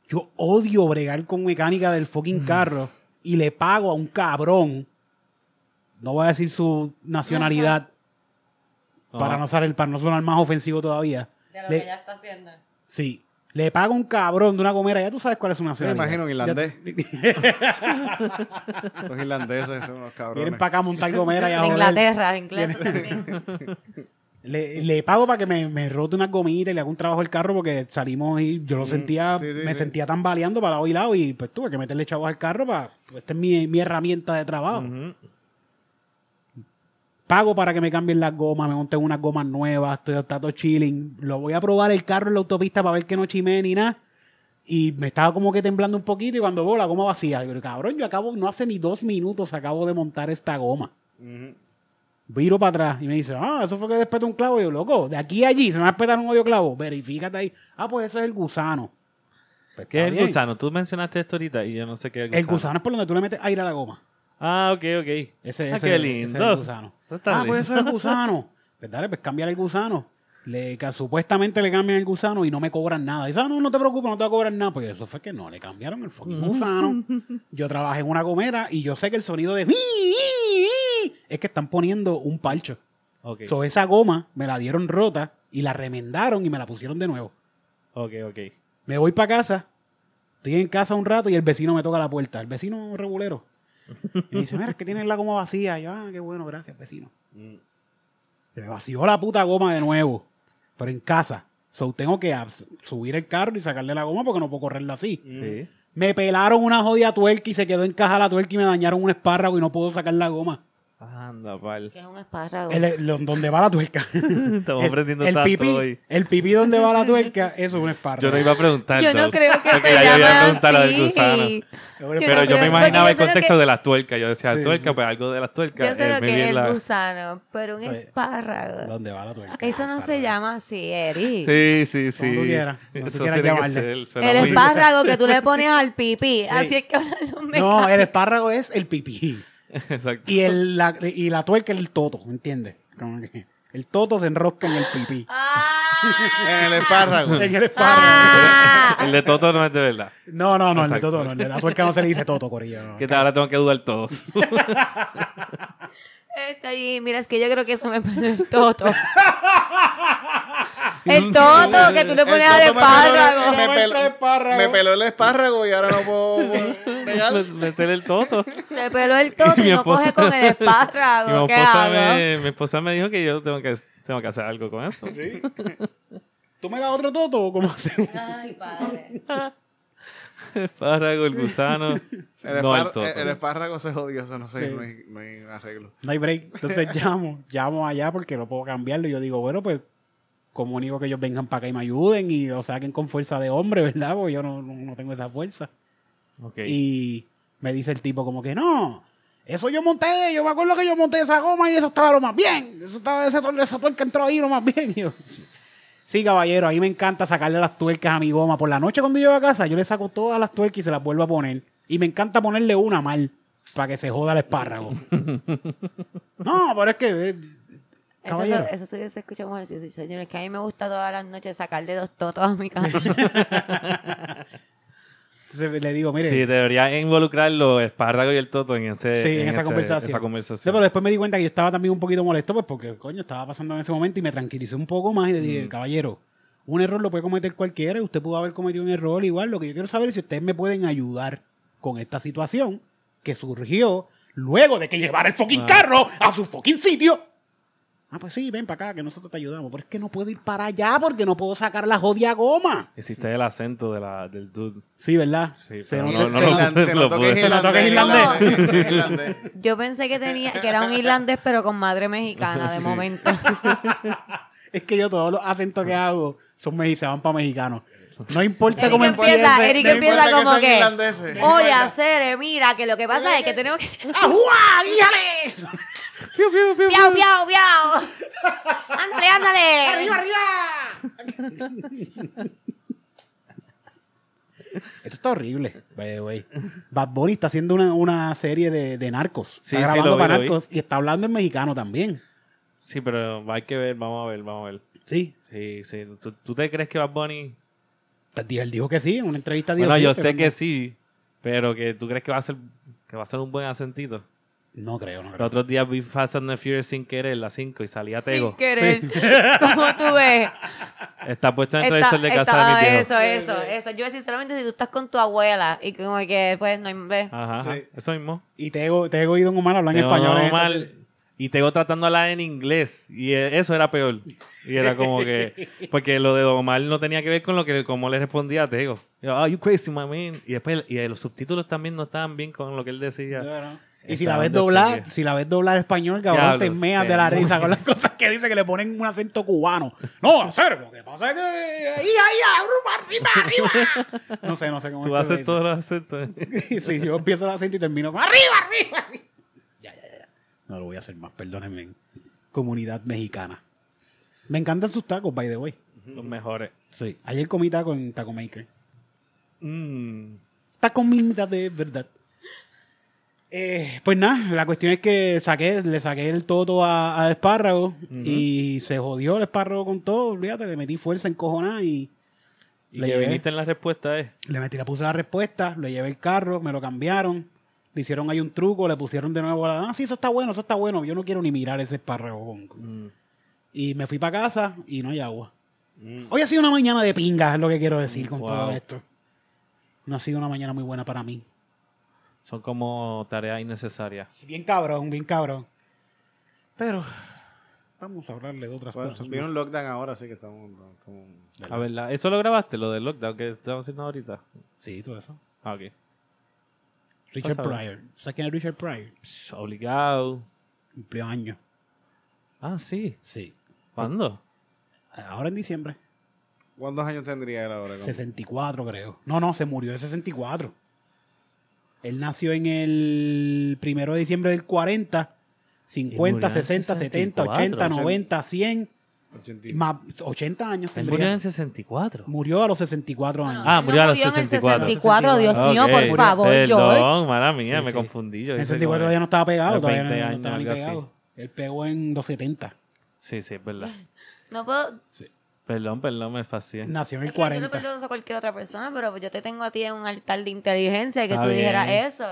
Speaker 6: Yo odio bregar con mecánica del
Speaker 1: Mm.
Speaker 6: fucking carro y le pago a un cabrón, no voy a decir su nacionalidad, para,
Speaker 1: Ah.
Speaker 5: Ajá.
Speaker 6: no salir- para no sonar más ofensivo todavía. Le-
Speaker 2: está haciendo.
Speaker 6: Sí. Le paga un cabrón de una gomera. Ya tú sabes cuál es su
Speaker 1: Me
Speaker 6: nacionalidad.
Speaker 1: imagino un irlandés.
Speaker 6: Ya-
Speaker 1: Los irlandeses son unos cabrones.
Speaker 6: Vienen para acá
Speaker 1: [LAUGHS]
Speaker 6: a montar gomera y a
Speaker 2: De
Speaker 6: joder.
Speaker 2: Inglaterra, de Inglaterra
Speaker 5: [LAUGHS]
Speaker 2: también.
Speaker 6: Le, le pago para que me, me rote unas gomitas y le haga un trabajo al carro porque salimos y yo lo sentía,
Speaker 1: Mm, sí, sí,
Speaker 6: me
Speaker 1: sí.
Speaker 6: sentía tambaleando para lado y lado y pues tuve que meterle chavos al carro para, pues, esta es mi, mi herramienta de trabajo.
Speaker 5: Ujú.
Speaker 6: Pago para que me cambien las gomas, me monten unas gomas nuevas, estoy está todo chilling. Lo voy a probar el carro en la autopista para ver que no chimé ni nada. Y me estaba como que temblando un poquito y cuando veo la goma vacía, yo, cabrón, yo acabo, no hace ni dos minutos acabo de montar esta goma.
Speaker 1: Ujú.
Speaker 6: Viro para atrás y me dice, ah, eso fue que despeté un clavo. Y yo, loco, de aquí a allí se me va a despetar un odio clavo. Verifícate ahí. Ah, pues eso es el gusano. Pues
Speaker 5: ¿Qué
Speaker 6: está
Speaker 5: es el
Speaker 6: bien.
Speaker 5: gusano? Tú mencionaste esto ahorita y yo no sé qué es el
Speaker 6: El
Speaker 5: gusano.
Speaker 6: gusano es por donde tú le metes aire a la goma.
Speaker 5: Ah, ok, ok.
Speaker 6: Ese,
Speaker 5: ah,
Speaker 6: ese-
Speaker 5: qué
Speaker 6: ese
Speaker 5: lindo.
Speaker 6: es el gusano.
Speaker 5: Eso está
Speaker 6: Ah,
Speaker 5: lindo.
Speaker 6: pues eso es el gusano. [LAUGHS] Pues dale, pues cambiar el gusano. Le, ca- supuestamente le cambian el gusano y no me cobran nada. Dice, ah, no, no te preocupes, no te va a cobrar nada. Pues eso fue que no, le cambiaron el fucking [LAUGHS] gusano. Yo trabajé en una gomera y yo sé que el sonido de... Es que están poniendo un palcho.
Speaker 5: Ok,
Speaker 6: So, esa goma me la dieron rota y la remendaron y me la pusieron de nuevo.
Speaker 5: ok, ok.
Speaker 6: Me voy para casa, estoy en casa un rato y el vecino me toca la puerta. El vecino regulero. Y me dice, mira, es que tienes la goma vacía. Y yo, ah, qué bueno, Mm. gracias, vecino. Se me vació la puta goma de nuevo, pero en casa. So tengo que abs- subir el carro y sacarle la goma porque no puedo correrlo así.
Speaker 1: Mm.
Speaker 5: Sí.
Speaker 6: Me pelaron una jodida tuerca y se quedó en caja la tuerca y me dañaron un espárrago y no puedo sacar la goma.
Speaker 5: Anda, pal.
Speaker 2: Que es un espárrago.
Speaker 6: El- lo- donde va
Speaker 5: [LAUGHS]
Speaker 6: la tuerca.
Speaker 5: Estamos aprendiendo
Speaker 6: el, el
Speaker 5: tanto
Speaker 6: pipí,
Speaker 5: hoy.
Speaker 6: El pipí donde va la tuerca, eso es un espárrago.
Speaker 5: Yo no iba a preguntar.
Speaker 2: yo no
Speaker 5: Doug,
Speaker 2: creo que
Speaker 5: porque
Speaker 2: se
Speaker 5: ya yo
Speaker 2: llame
Speaker 5: iba a preguntar lo del
Speaker 2: así.
Speaker 5: gusano.
Speaker 6: Yo
Speaker 2: Yo
Speaker 5: Pero yo
Speaker 2: no creo-
Speaker 5: me
Speaker 2: porque
Speaker 5: imaginaba
Speaker 2: yo
Speaker 5: el
Speaker 2: sé lo
Speaker 5: contexto
Speaker 2: que-
Speaker 5: de las tuercas. Yo decía,
Speaker 6: Sí,
Speaker 5: tuerca,
Speaker 6: sí.
Speaker 5: pues algo de las tuercas.
Speaker 2: Yo sé
Speaker 5: Eh,
Speaker 2: lo
Speaker 5: muy
Speaker 2: que
Speaker 5: bien
Speaker 2: es
Speaker 5: la-
Speaker 2: el gusano, pero un
Speaker 6: Sí.
Speaker 2: espárrago.
Speaker 6: ¿Dónde va la tuerca?
Speaker 2: Eso no se llama así, Eric.
Speaker 5: Sí, sí, sí.
Speaker 6: tú quieras, como tú
Speaker 5: Eso
Speaker 6: quieras
Speaker 5: tiene que
Speaker 6: llamarle.
Speaker 5: ser, suena
Speaker 2: El
Speaker 5: muy-
Speaker 2: espárrago que tú le pones al pipí. Así es que los
Speaker 4: [LAUGHS]
Speaker 6: No,
Speaker 2: mecánicos.
Speaker 6: el espárrago es el pipí.
Speaker 5: [LAUGHS] Exacto.
Speaker 6: Y, el, la, y la tuerca es el toto, ¿entiendes? Como que el toto se enrosca en el pipí.
Speaker 2: ¡Ah!
Speaker 1: En el espárrago.
Speaker 6: En el espárrago.
Speaker 2: ¡Ah!
Speaker 5: El de Toto no es de verdad.
Speaker 6: [LAUGHS] No, no, no, el de
Speaker 5: Exacto.
Speaker 6: toto no. el de La tuerca no se le dice toto, corillo. no.
Speaker 5: Que tal, ahora tengo que dudar
Speaker 6: [LAUGHS]
Speaker 5: todos.
Speaker 2: Está ahí. Mira, es que yo creo que eso me pone el toto. El toto que tú le
Speaker 1: El
Speaker 2: pones
Speaker 1: toto me
Speaker 2: al
Speaker 1: peló el-
Speaker 2: espárrago.
Speaker 1: Me
Speaker 6: Maestro de
Speaker 1: peló,
Speaker 6: espárrago.
Speaker 1: me peló el espárrago y ahora no puedo negar.
Speaker 5: [LAUGHS] Meter el Toto.
Speaker 2: Se peló el toto y no coge con el
Speaker 5: y mi
Speaker 2: espárrago. ¿Qué
Speaker 5: esposa,
Speaker 2: hago?
Speaker 5: me, mi esposa me dijo que yo tengo que, tengo que hacer algo con eso. [LAUGHS]
Speaker 6: ¿Tú me das otro toto o cómo hacemos?
Speaker 2: Ay, padre.
Speaker 5: El espárrago, el
Speaker 6: [LAUGHS]
Speaker 5: gusano.
Speaker 1: El,
Speaker 5: no
Speaker 1: espar-
Speaker 5: el Toto.
Speaker 1: el- el espárrago se jodió, eso no sé,
Speaker 6: Sí.
Speaker 1: no, hay, no hay arreglo.
Speaker 6: No hay break. [LAUGHS] Entonces llamo, llamo allá porque no puedo cambiarlo. Y yo digo, bueno, pues comunico que ellos vengan para acá y me ayuden y lo saquen con fuerza de hombre, ¿verdad? Porque yo no, no- no tengo esa fuerza.
Speaker 5: Ok.
Speaker 6: Y me dice el tipo como que no, eso yo monté, yo me acuerdo que yo monté esa goma y eso estaba lo más bien. Eso estaba ese tor- esa tuerca entró ahí lo más bien. [LAUGHS] Y yo, sí, caballero, a mí me encanta sacarle las tuercas a mi goma. Por la noche cuando llego a casa, yo le saco todas las tuercas y se las vuelvo a poner. Y me encanta ponerle una mal para que se joda
Speaker 5: [LAUGHS]
Speaker 6: el espárrago. no, pero es que... eh,
Speaker 2: Eso,
Speaker 6: Caballero.
Speaker 2: se- eso se hubiese escuchado mejor. Sí, sí, señores, que a mí me gusta todas las noches sacarle los totos a mi [LAUGHS] casa.
Speaker 6: Entonces le digo, mire...
Speaker 5: Sí, debería involucrar los espárragos y el toto en, ese,
Speaker 6: Sí, en, esa
Speaker 5: ese-
Speaker 6: conversación.
Speaker 5: esa
Speaker 6: Sí,
Speaker 5: conversación.
Speaker 6: pero después me di cuenta que yo estaba también un poquito molesto, pues porque, coño, estaba pasando en ese momento y me tranquilicé un poco más y le
Speaker 5: Mm.
Speaker 6: dije, caballero, un error lo puede cometer cualquiera y usted pudo haber cometido un error igual. Lo que yo quiero saber es si ustedes me pueden ayudar con esta situación que surgió luego de que llevara el fucking carro a su fucking sitio. Ah, pues sí, ven para acá, que nosotros te ayudamos. Pero es que no puedo ir para allá porque no puedo sacar la jodida goma.
Speaker 5: Hiciste el acento de la, del dude.
Speaker 6: Sí, ¿verdad?
Speaker 5: Sí,
Speaker 6: se
Speaker 5: pero
Speaker 6: notó-
Speaker 5: no,
Speaker 6: se
Speaker 5: no,
Speaker 6: notó-
Speaker 5: no.
Speaker 1: irlan- se
Speaker 5: lo
Speaker 1: notó que
Speaker 5: pude.
Speaker 1: es
Speaker 6: Se notó que es
Speaker 1: irlandés, irlandés, irlandés.
Speaker 2: Yo pensé que tenía que era un irlandés, pero con madre
Speaker 6: [LAUGHS]
Speaker 2: mexicana de momento.
Speaker 6: Es que yo todos los acentos que hago son mexi- se van para mexicanos. No importa
Speaker 2: Eric
Speaker 6: cómo
Speaker 2: empieza,
Speaker 6: empiece.
Speaker 2: Eric
Speaker 1: no
Speaker 2: empieza
Speaker 1: importa que
Speaker 2: como
Speaker 1: sean
Speaker 2: que.
Speaker 1: irlandeses.
Speaker 6: eh.
Speaker 1: No
Speaker 2: Oye,
Speaker 1: importa".
Speaker 2: Cere, mira, que lo que pasa es que tenemos que.
Speaker 6: [LAUGHS] ¡Ajúa! ¡Guíjale!
Speaker 5: Piu, piu, piu,
Speaker 2: ¡Piau, piau, piau! ¡Ándale, ándale!
Speaker 6: ¡Arriba, arriba! Esto está horrible. Wey, wey. Bad Bunny está haciendo una, una serie de, de narcos.
Speaker 5: Sí,
Speaker 6: está
Speaker 5: sí,
Speaker 6: grabando
Speaker 5: lo vi,
Speaker 6: para
Speaker 5: lo vi.
Speaker 6: narcos y está hablando en mexicano también.
Speaker 5: Sí, pero hay que ver, vamos a ver, vamos a ver.
Speaker 6: Sí.
Speaker 5: Sí, sí. ¿Tú, tú te crees que Bad Bunny?
Speaker 6: Pues dijo- Él dijo que sí en una entrevista. dijo
Speaker 5: bueno,
Speaker 6: sí,
Speaker 5: yo
Speaker 6: pero
Speaker 5: sé
Speaker 6: no-
Speaker 5: que sí, pero que tú crees que va a ser que va a ser un buen acentito.
Speaker 6: No creo, no
Speaker 5: Los
Speaker 6: creo.
Speaker 5: otros días vi Fast and the Furious sin querer, la 5, y salía
Speaker 2: Sin
Speaker 5: Tego.
Speaker 2: querer. [LAUGHS] Como tú ves.
Speaker 5: Está puesto en [LAUGHS] el
Speaker 2: Está-
Speaker 5: televisor de casa
Speaker 2: está-
Speaker 5: de mi viejo.
Speaker 2: eso, eso, eso. Yo, sinceramente, si tú estás con tu abuela y como que, pues, no ves.
Speaker 5: Ajá, ajá,
Speaker 1: Sí.
Speaker 5: eso mismo.
Speaker 6: Y Tego, Tego y Don Omar hablan
Speaker 5: Tego
Speaker 6: español. en esta
Speaker 5: normal,
Speaker 6: serie.
Speaker 5: y Tego tratándola en inglés. Y eh, eso era peor. Y era como
Speaker 6: [LAUGHS]
Speaker 5: que. Porque lo de Don Omar no tenía que ver con lo que cómo le respondía a Tego. Yo, Ah, you crazy, my man. Y después y eh, los subtítulos también no estaban bien con lo que él decía.
Speaker 6: No, no. Y si la
Speaker 5: Estaban
Speaker 6: ves doblar,
Speaker 5: desprendidos.
Speaker 6: si la ves doblar español, cabrón,
Speaker 5: Diablo,
Speaker 6: te meas
Speaker 5: qué
Speaker 6: de la risa
Speaker 5: muy-
Speaker 6: con las [LAUGHS] cosas que dice que le ponen un acento cubano. No, en serio, lo que pasa es que ahí, ahí, arriba, arriba, arriba. No sé, no sé cómo
Speaker 5: Tú
Speaker 6: es que
Speaker 5: haces
Speaker 6: [LAUGHS]
Speaker 5: todos los acentos.
Speaker 6: dice. Sí, yo empiezo el acento y termino con arriba, arriba. arriba. Ya, ya, ya. No lo voy a hacer más, perdónenme. Comunidad mexicana. Me encantan sus tacos, by the way.
Speaker 5: los mejores.
Speaker 6: Sí. Ayer comí taco en Taco Maker.
Speaker 5: Mm.
Speaker 6: Esta comida de verdad. Eh, pues nada, la cuestión es que saqué, le saqué el toto a- al espárrago y se jodió el espárrago con todo, olvídate, le metí fuerza encojonada y
Speaker 5: Y
Speaker 6: Le
Speaker 5: que
Speaker 6: llevé.
Speaker 5: viniste en la respuesta eh. es.
Speaker 6: le metí, le puse la respuesta, le llevé el carro, me lo cambiaron, le hicieron ahí un truco, le pusieron de nuevo la, ah, sí, eso está bueno, eso está bueno, yo no quiero ni mirar ese espárrago. con- con-". Y me fui para casa y no hay agua. Hoy ha sido una mañana de pingas, es lo que quiero decir con
Speaker 5: Wow.
Speaker 6: todo esto. No ha sido una mañana muy buena para mí.
Speaker 5: Son como tareas innecesarias.
Speaker 6: Bien cabrón, bien cabrón. Pero
Speaker 4: Vamos a hablarle de otras
Speaker 1: Bueno, pues.
Speaker 4: cosas.
Speaker 1: viene
Speaker 4: más.
Speaker 1: un lockdown ahora, así que estamos... estamos-
Speaker 5: A ver, la- eso lo grabaste, lo del lockdown que estamos haciendo ahorita.
Speaker 4: Sí, todo eso.
Speaker 5: Ah, ok.
Speaker 4: Richard
Speaker 5: Pasa, bro.
Speaker 4: Pryor. ¿Sabes quién es Richard Pryor?
Speaker 5: Psh, obligado.
Speaker 4: Cumplió años.
Speaker 5: Ah, sí.
Speaker 4: Sí.
Speaker 5: ¿Cuándo?
Speaker 4: Ahora en diciembre.
Speaker 1: ¿Cuántos años tendría él ahora?
Speaker 4: 64, creo. No, no, se murió de 64. Él nació en el primero de diciembre del 40, 50,
Speaker 5: Él murió en
Speaker 4: 60, 70, 80,
Speaker 5: 64.
Speaker 4: 90, 100,
Speaker 1: 80
Speaker 4: y más 80 años
Speaker 5: Él murió en
Speaker 4: tendría.
Speaker 5: el 64.
Speaker 4: Murió a los 64 años.
Speaker 5: Ah,
Speaker 2: No
Speaker 5: murió a los
Speaker 2: en el
Speaker 5: 64.
Speaker 2: 64, Dios mío,
Speaker 5: Ah, Ok.
Speaker 2: por favor,
Speaker 5: Perdón,
Speaker 2: George.
Speaker 5: mala mía,
Speaker 4: Sí,
Speaker 5: me
Speaker 4: sí.
Speaker 5: confundí. Yo
Speaker 4: en el
Speaker 5: hice
Speaker 4: 64
Speaker 5: como-
Speaker 4: todavía no estaba pegado,
Speaker 5: de
Speaker 4: todavía no,
Speaker 5: 20
Speaker 4: no estaba ni
Speaker 5: años, algo así.
Speaker 4: pegado. Él pegó en los 70.
Speaker 5: Sí, sí, es verdad.
Speaker 2: No puedo.
Speaker 5: Perdón, perdón, me espacié.
Speaker 4: Nació en
Speaker 2: Es
Speaker 4: el
Speaker 2: que yo le
Speaker 4: 40.
Speaker 2: perdono a cualquier otra persona, pero yo te tengo a ti en un altar de inteligencia que
Speaker 5: Está
Speaker 2: tú
Speaker 5: bien.
Speaker 2: dijeras eso.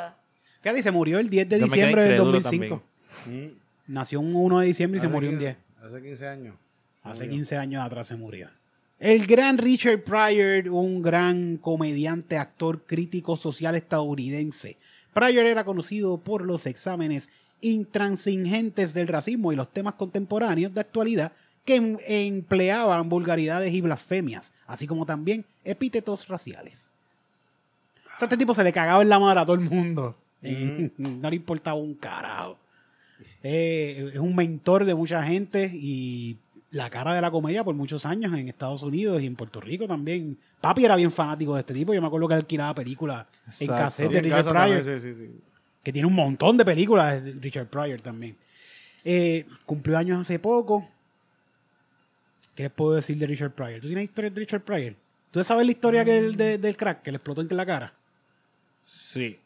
Speaker 4: Fíjate, se murió el 10 de
Speaker 5: Yo me quedé
Speaker 4: diciembre del
Speaker 5: incrédulo
Speaker 4: 2005.
Speaker 5: también.
Speaker 4: Nació un 1 de diciembre y se
Speaker 1: Hace
Speaker 4: murió un
Speaker 1: 15
Speaker 4: 10.
Speaker 1: Hace 15 años.
Speaker 4: Hace
Speaker 1: Murió.
Speaker 4: 15 años atrás se murió. El gran Richard Pryor, un gran comediante, actor, crítico social estadounidense. Pryor era conocido por los exámenes intransigentes del racismo y los temas contemporáneos de actualidad que em- empleaban vulgaridades y blasfemias, así como también epítetos raciales. O sea, este tipo se le cagaba en la madre a todo el mundo. [LAUGHS] No le importaba un carajo. Eh, es un mentor de mucha gente y la cara de la comedia por muchos años en Estados Unidos y en Puerto Rico también. Papi era bien fanático de este tipo. Yo me acuerdo que alquilaba películas en
Speaker 5: Exacto.
Speaker 4: cassette
Speaker 1: Sí,
Speaker 4: de
Speaker 1: en
Speaker 4: Richard
Speaker 1: casa
Speaker 4: Pryor,
Speaker 1: también, sí, sí, sí.
Speaker 4: que tiene un montón de películas de Richard Pryor también. Eh, cumplió años hace poco. ¿Qué les puedo decir de Richard Pryor? ¿Tú tienes historia de Richard Pryor? ¿Tú sabes la historia que el de- del crack que le explotó en la cara?
Speaker 5: Sí.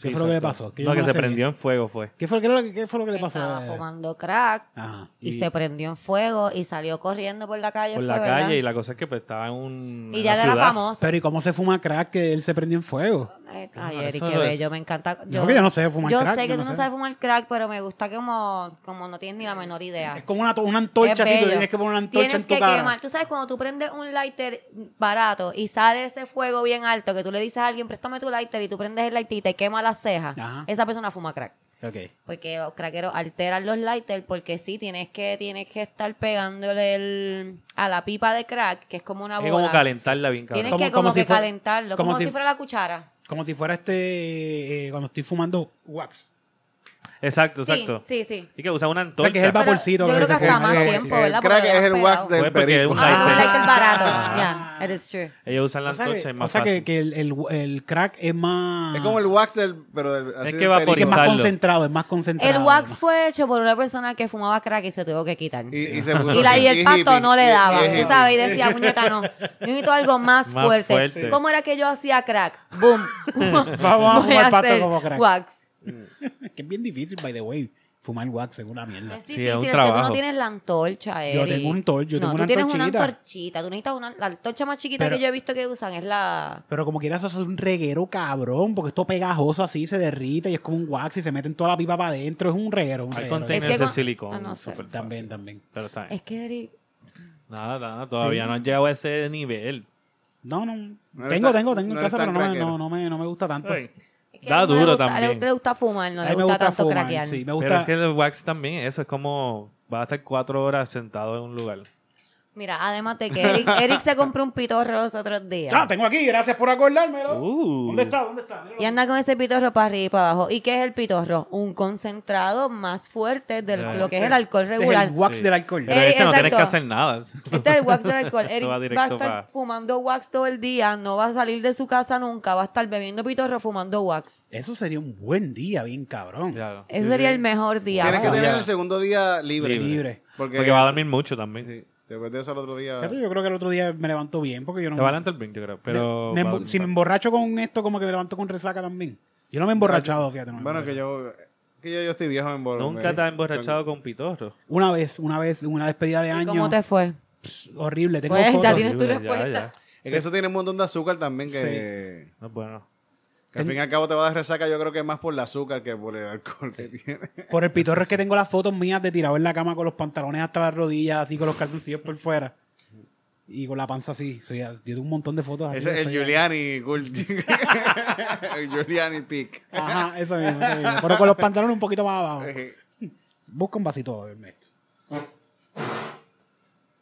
Speaker 4: ¿Qué
Speaker 5: Sí,
Speaker 4: fue lo que le
Speaker 5: exacto.
Speaker 4: pasó? Que yo no
Speaker 5: no, que
Speaker 4: me
Speaker 5: se
Speaker 4: sé bien.
Speaker 5: prendió en fuego fue.
Speaker 4: ¿Qué fue, qué fue lo que- qué fue lo que le pasó?
Speaker 2: Estaba fumando crack
Speaker 4: Ajá.
Speaker 5: Eh.
Speaker 2: y,
Speaker 5: Y-
Speaker 2: se prendió en fuego y salió corriendo por la calle.
Speaker 5: Por
Speaker 2: fue,
Speaker 5: la
Speaker 2: ¿verdad?
Speaker 5: calle y la cosa es que pues, estaba en un.
Speaker 2: Y
Speaker 5: en
Speaker 2: ya
Speaker 5: la
Speaker 2: era
Speaker 5: ciudad.
Speaker 2: famoso.
Speaker 4: Pero ¿y cómo se fuma crack que él se prendió en fuego?
Speaker 2: Ay,
Speaker 5: Ah,
Speaker 2: Ay, Eric,
Speaker 5: eso
Speaker 2: qué
Speaker 5: no es-
Speaker 2: bello, me encanta.
Speaker 4: No, que yo no sé fumar
Speaker 2: yo
Speaker 4: crack,
Speaker 2: sé que
Speaker 4: yo
Speaker 2: tú
Speaker 4: no
Speaker 2: no
Speaker 4: sé.
Speaker 2: sabes fumar crack, pero me gusta que como, como no tienes ni la menor idea.
Speaker 4: Es como una, to- una antorcha,
Speaker 2: Es
Speaker 4: así, tú
Speaker 2: bello.
Speaker 4: tienes que poner una antorcha
Speaker 2: Tienes
Speaker 4: en tu
Speaker 2: que
Speaker 4: cara.
Speaker 2: quemar. Tú sabes, cuando tú prendes un lighter barato y sale ese fuego bien alto, que tú le dices a alguien, préstame tu lighter, y tú prendes el lighter y te quema la ceja,
Speaker 4: Ajá.
Speaker 2: esa persona fuma crack.
Speaker 4: Ok.
Speaker 2: Porque los craqueros alteran los lighters porque sí, tienes que, tienes que estar pegándole el, a la pipa de crack, que es como una
Speaker 5: Es
Speaker 2: bola.
Speaker 5: como calentarla bien
Speaker 2: Tienes
Speaker 5: cabrón.
Speaker 4: Como-
Speaker 2: que
Speaker 4: como
Speaker 2: como,
Speaker 4: si
Speaker 2: que
Speaker 4: fuera-
Speaker 2: calentarlo,
Speaker 4: como
Speaker 2: como,
Speaker 4: si-
Speaker 2: si fuera la cuchara.
Speaker 4: Como si fuera este, eh, cuando estoy fumando wax.
Speaker 5: Exacto, exacto.
Speaker 2: Sí, sí, sí.
Speaker 5: Y que usa una
Speaker 4: O
Speaker 5: antorcha.
Speaker 4: sea, que es el
Speaker 2: Pero
Speaker 4: vaporcito.
Speaker 2: yo
Speaker 4: que se
Speaker 2: creo que hasta
Speaker 4: fuma.
Speaker 2: más
Speaker 1: Eh,
Speaker 2: tiempo,
Speaker 1: el
Speaker 2: ¿verdad?
Speaker 1: crack
Speaker 2: Porque
Speaker 1: es el
Speaker 2: lo
Speaker 1: wax
Speaker 2: has
Speaker 1: del
Speaker 5: Fue porque
Speaker 1: perico.
Speaker 5: un
Speaker 2: Ah,
Speaker 5: lighter.
Speaker 2: un lighter barato.
Speaker 4: Ah.
Speaker 2: Ya, it is true.
Speaker 5: Ellos usan la
Speaker 4: O sea,
Speaker 5: antorcha,
Speaker 4: que,
Speaker 5: es
Speaker 4: o
Speaker 5: más
Speaker 4: sea que,
Speaker 5: fácil.
Speaker 4: que el, el- el crack es más...
Speaker 1: Es como el wax del... Pero del- así
Speaker 5: que
Speaker 1: del perico.
Speaker 4: que es más
Speaker 5: vaporizarlo.
Speaker 4: concentrado, es más concentrado.
Speaker 2: El wax
Speaker 4: además.
Speaker 2: fue hecho por una persona que fumaba crack y se tuvo que quitar.
Speaker 1: Y,
Speaker 2: Y,
Speaker 1: y
Speaker 5: [LAUGHS]
Speaker 1: se puso-
Speaker 2: la, y el pasto
Speaker 1: hippie,
Speaker 2: no
Speaker 1: y-
Speaker 2: le
Speaker 1: y
Speaker 2: daba,
Speaker 1: es
Speaker 2: tú
Speaker 1: hippie.
Speaker 2: ¿sabes? Y decía,
Speaker 4: [LAUGHS]
Speaker 2: muñeca, no. Yo necesito algo más,
Speaker 5: Más
Speaker 2: fuerte.
Speaker 5: fuerte.
Speaker 2: ¿Cómo era que yo hacía crack? Boom.
Speaker 4: [LAUGHS] Vamos a
Speaker 2: Voy
Speaker 4: fumar pasto
Speaker 2: hacer
Speaker 4: como crack.
Speaker 2: Wax.
Speaker 4: Que es bien difícil, by the way, fumar wax es una mierda.
Speaker 2: Es
Speaker 5: Sí, es
Speaker 2: difícil,
Speaker 5: un
Speaker 2: es que tú
Speaker 5: trabajo.
Speaker 2: no tienes la antorcha,
Speaker 4: Yo
Speaker 2: Eric.
Speaker 4: tengo un tor- yo
Speaker 2: No,
Speaker 4: tengo
Speaker 2: tú
Speaker 4: una
Speaker 2: tienes
Speaker 4: antorchita.
Speaker 2: una antorchita. Tú necesitas una, la antorcha más chiquita
Speaker 4: Pero-
Speaker 2: que yo he visto que usan. Es la...
Speaker 4: Pero como quieras, eso es un reguero cabrón, porque esto pegajoso así se derrite y es como un wax y se mete en toda la pipa para adentro. Es un reguero, un
Speaker 5: Hay
Speaker 4: reguero. Pues
Speaker 5: containers
Speaker 2: Es que
Speaker 5: de
Speaker 2: con-
Speaker 5: silicona.
Speaker 2: Ah, no sé.
Speaker 5: súper
Speaker 4: También,
Speaker 5: fácil.
Speaker 4: también.
Speaker 5: Pero está bien.
Speaker 2: Es que, Eric...
Speaker 5: Nada, nada, todavía no han llegado a ese nivel.
Speaker 4: No, no.
Speaker 1: No
Speaker 4: tengo,
Speaker 1: eres tan-
Speaker 4: tengo, tengo
Speaker 1: no
Speaker 4: en casa,
Speaker 1: eres
Speaker 4: pero
Speaker 1: tan
Speaker 4: no me,
Speaker 1: craquero.
Speaker 4: no, no me, no me gusta tanto.
Speaker 5: Ay,
Speaker 2: es que
Speaker 5: Da
Speaker 2: no le
Speaker 5: duro
Speaker 2: gusta-
Speaker 5: también.
Speaker 2: Le, le gusta fumar, no
Speaker 4: A
Speaker 2: le
Speaker 4: mí me
Speaker 2: gusta,
Speaker 4: gusta
Speaker 2: tanto
Speaker 4: fumar,
Speaker 2: craquear.
Speaker 4: sí, me
Speaker 5: Pero
Speaker 4: gusta.
Speaker 5: es que el wax también, eso es como. Va a estar cuatro horas sentado en un lugar.
Speaker 2: Mira, además de que Eric, Eric se compró un pitorro los otros días.
Speaker 4: Ah, tengo aquí, gracias por acordármelo.
Speaker 5: Uh.
Speaker 4: ¿Dónde está? ¿Dónde está? Míralo.
Speaker 2: Y anda con ese pitorro para arriba y para abajo. ¿Y qué es el pitorro? Un concentrado más fuerte de
Speaker 5: Claro.
Speaker 2: lo que es el alcohol
Speaker 4: Este es
Speaker 2: regular.
Speaker 4: el wax
Speaker 5: Sí.
Speaker 4: del alcohol.
Speaker 5: Pero este no
Speaker 2: exacto.
Speaker 5: tienes que
Speaker 1: [LAUGHS]
Speaker 5: hacer nada.
Speaker 2: Este es el wax del
Speaker 5: [LAUGHS]
Speaker 2: alcohol.
Speaker 5: Esto
Speaker 2: Eric
Speaker 5: va
Speaker 2: va, a
Speaker 5: directo
Speaker 2: estar
Speaker 5: pa-
Speaker 2: fumando wax todo el día, no va a salir de su casa nunca, va a estar bebiendo pitorro fumando wax.
Speaker 4: Eso sería un buen día, bien cabrón.
Speaker 5: Claro.
Speaker 2: Ese sería el mejor día.
Speaker 1: Tienes que
Speaker 2: ¿no?
Speaker 1: tener
Speaker 5: Ya.
Speaker 1: el segundo día libre.
Speaker 5: Libre.
Speaker 4: Libre.
Speaker 1: Porque,
Speaker 5: Porque va a dormir mucho también.
Speaker 1: sí, después de eso al otro día...
Speaker 4: Fíjate, Yo creo que el otro día me levanto bien porque yo no.
Speaker 5: Te va a adelantar el brinco, yo creo. Pero.
Speaker 4: me
Speaker 5: va a
Speaker 4: embo- si me
Speaker 5: adelantar.
Speaker 4: emborracho con esto, como que me levanto con resaca también. Yo no me he emborrachado, fíjate. no me he
Speaker 1: Bueno, que
Speaker 4: emborrachado.
Speaker 1: yo... Que yo, yo estoy viejo en borracho.
Speaker 5: Nunca te has emborrachado con pitorro.
Speaker 4: Una vez, una vez, una despedida de
Speaker 2: ¿Y
Speaker 4: año.
Speaker 2: ¿Cómo te fue?
Speaker 4: Horrible. Tengo
Speaker 2: Pues, ya
Speaker 4: fotos.
Speaker 2: tienes tu
Speaker 5: Horrible,
Speaker 2: respuesta.
Speaker 1: Es que eso tiene un montón de azúcar también que...
Speaker 5: No es bueno.
Speaker 1: Que al fin y al cabo te va a dar resaca, yo creo que más por el azúcar que por el alcohol que tiene.
Speaker 4: Por el pitorro es que tengo las fotos mías de tirado en la cama con los pantalones hasta las rodillas, así con los calzoncillos por fuera. Y con la panza así. Soy- yo tengo un montón de fotos así.
Speaker 1: Ese
Speaker 6: pues
Speaker 1: es el
Speaker 4: Estoy-
Speaker 1: Giuliani Gulch. [LAUGHS] el Giuliani Peak.
Speaker 4: Ajá, eso mismo, eso mismo. Pero con los pantalones un poquito más abajo.
Speaker 1: Eh,
Speaker 4: Busca un vasito, Ernesto.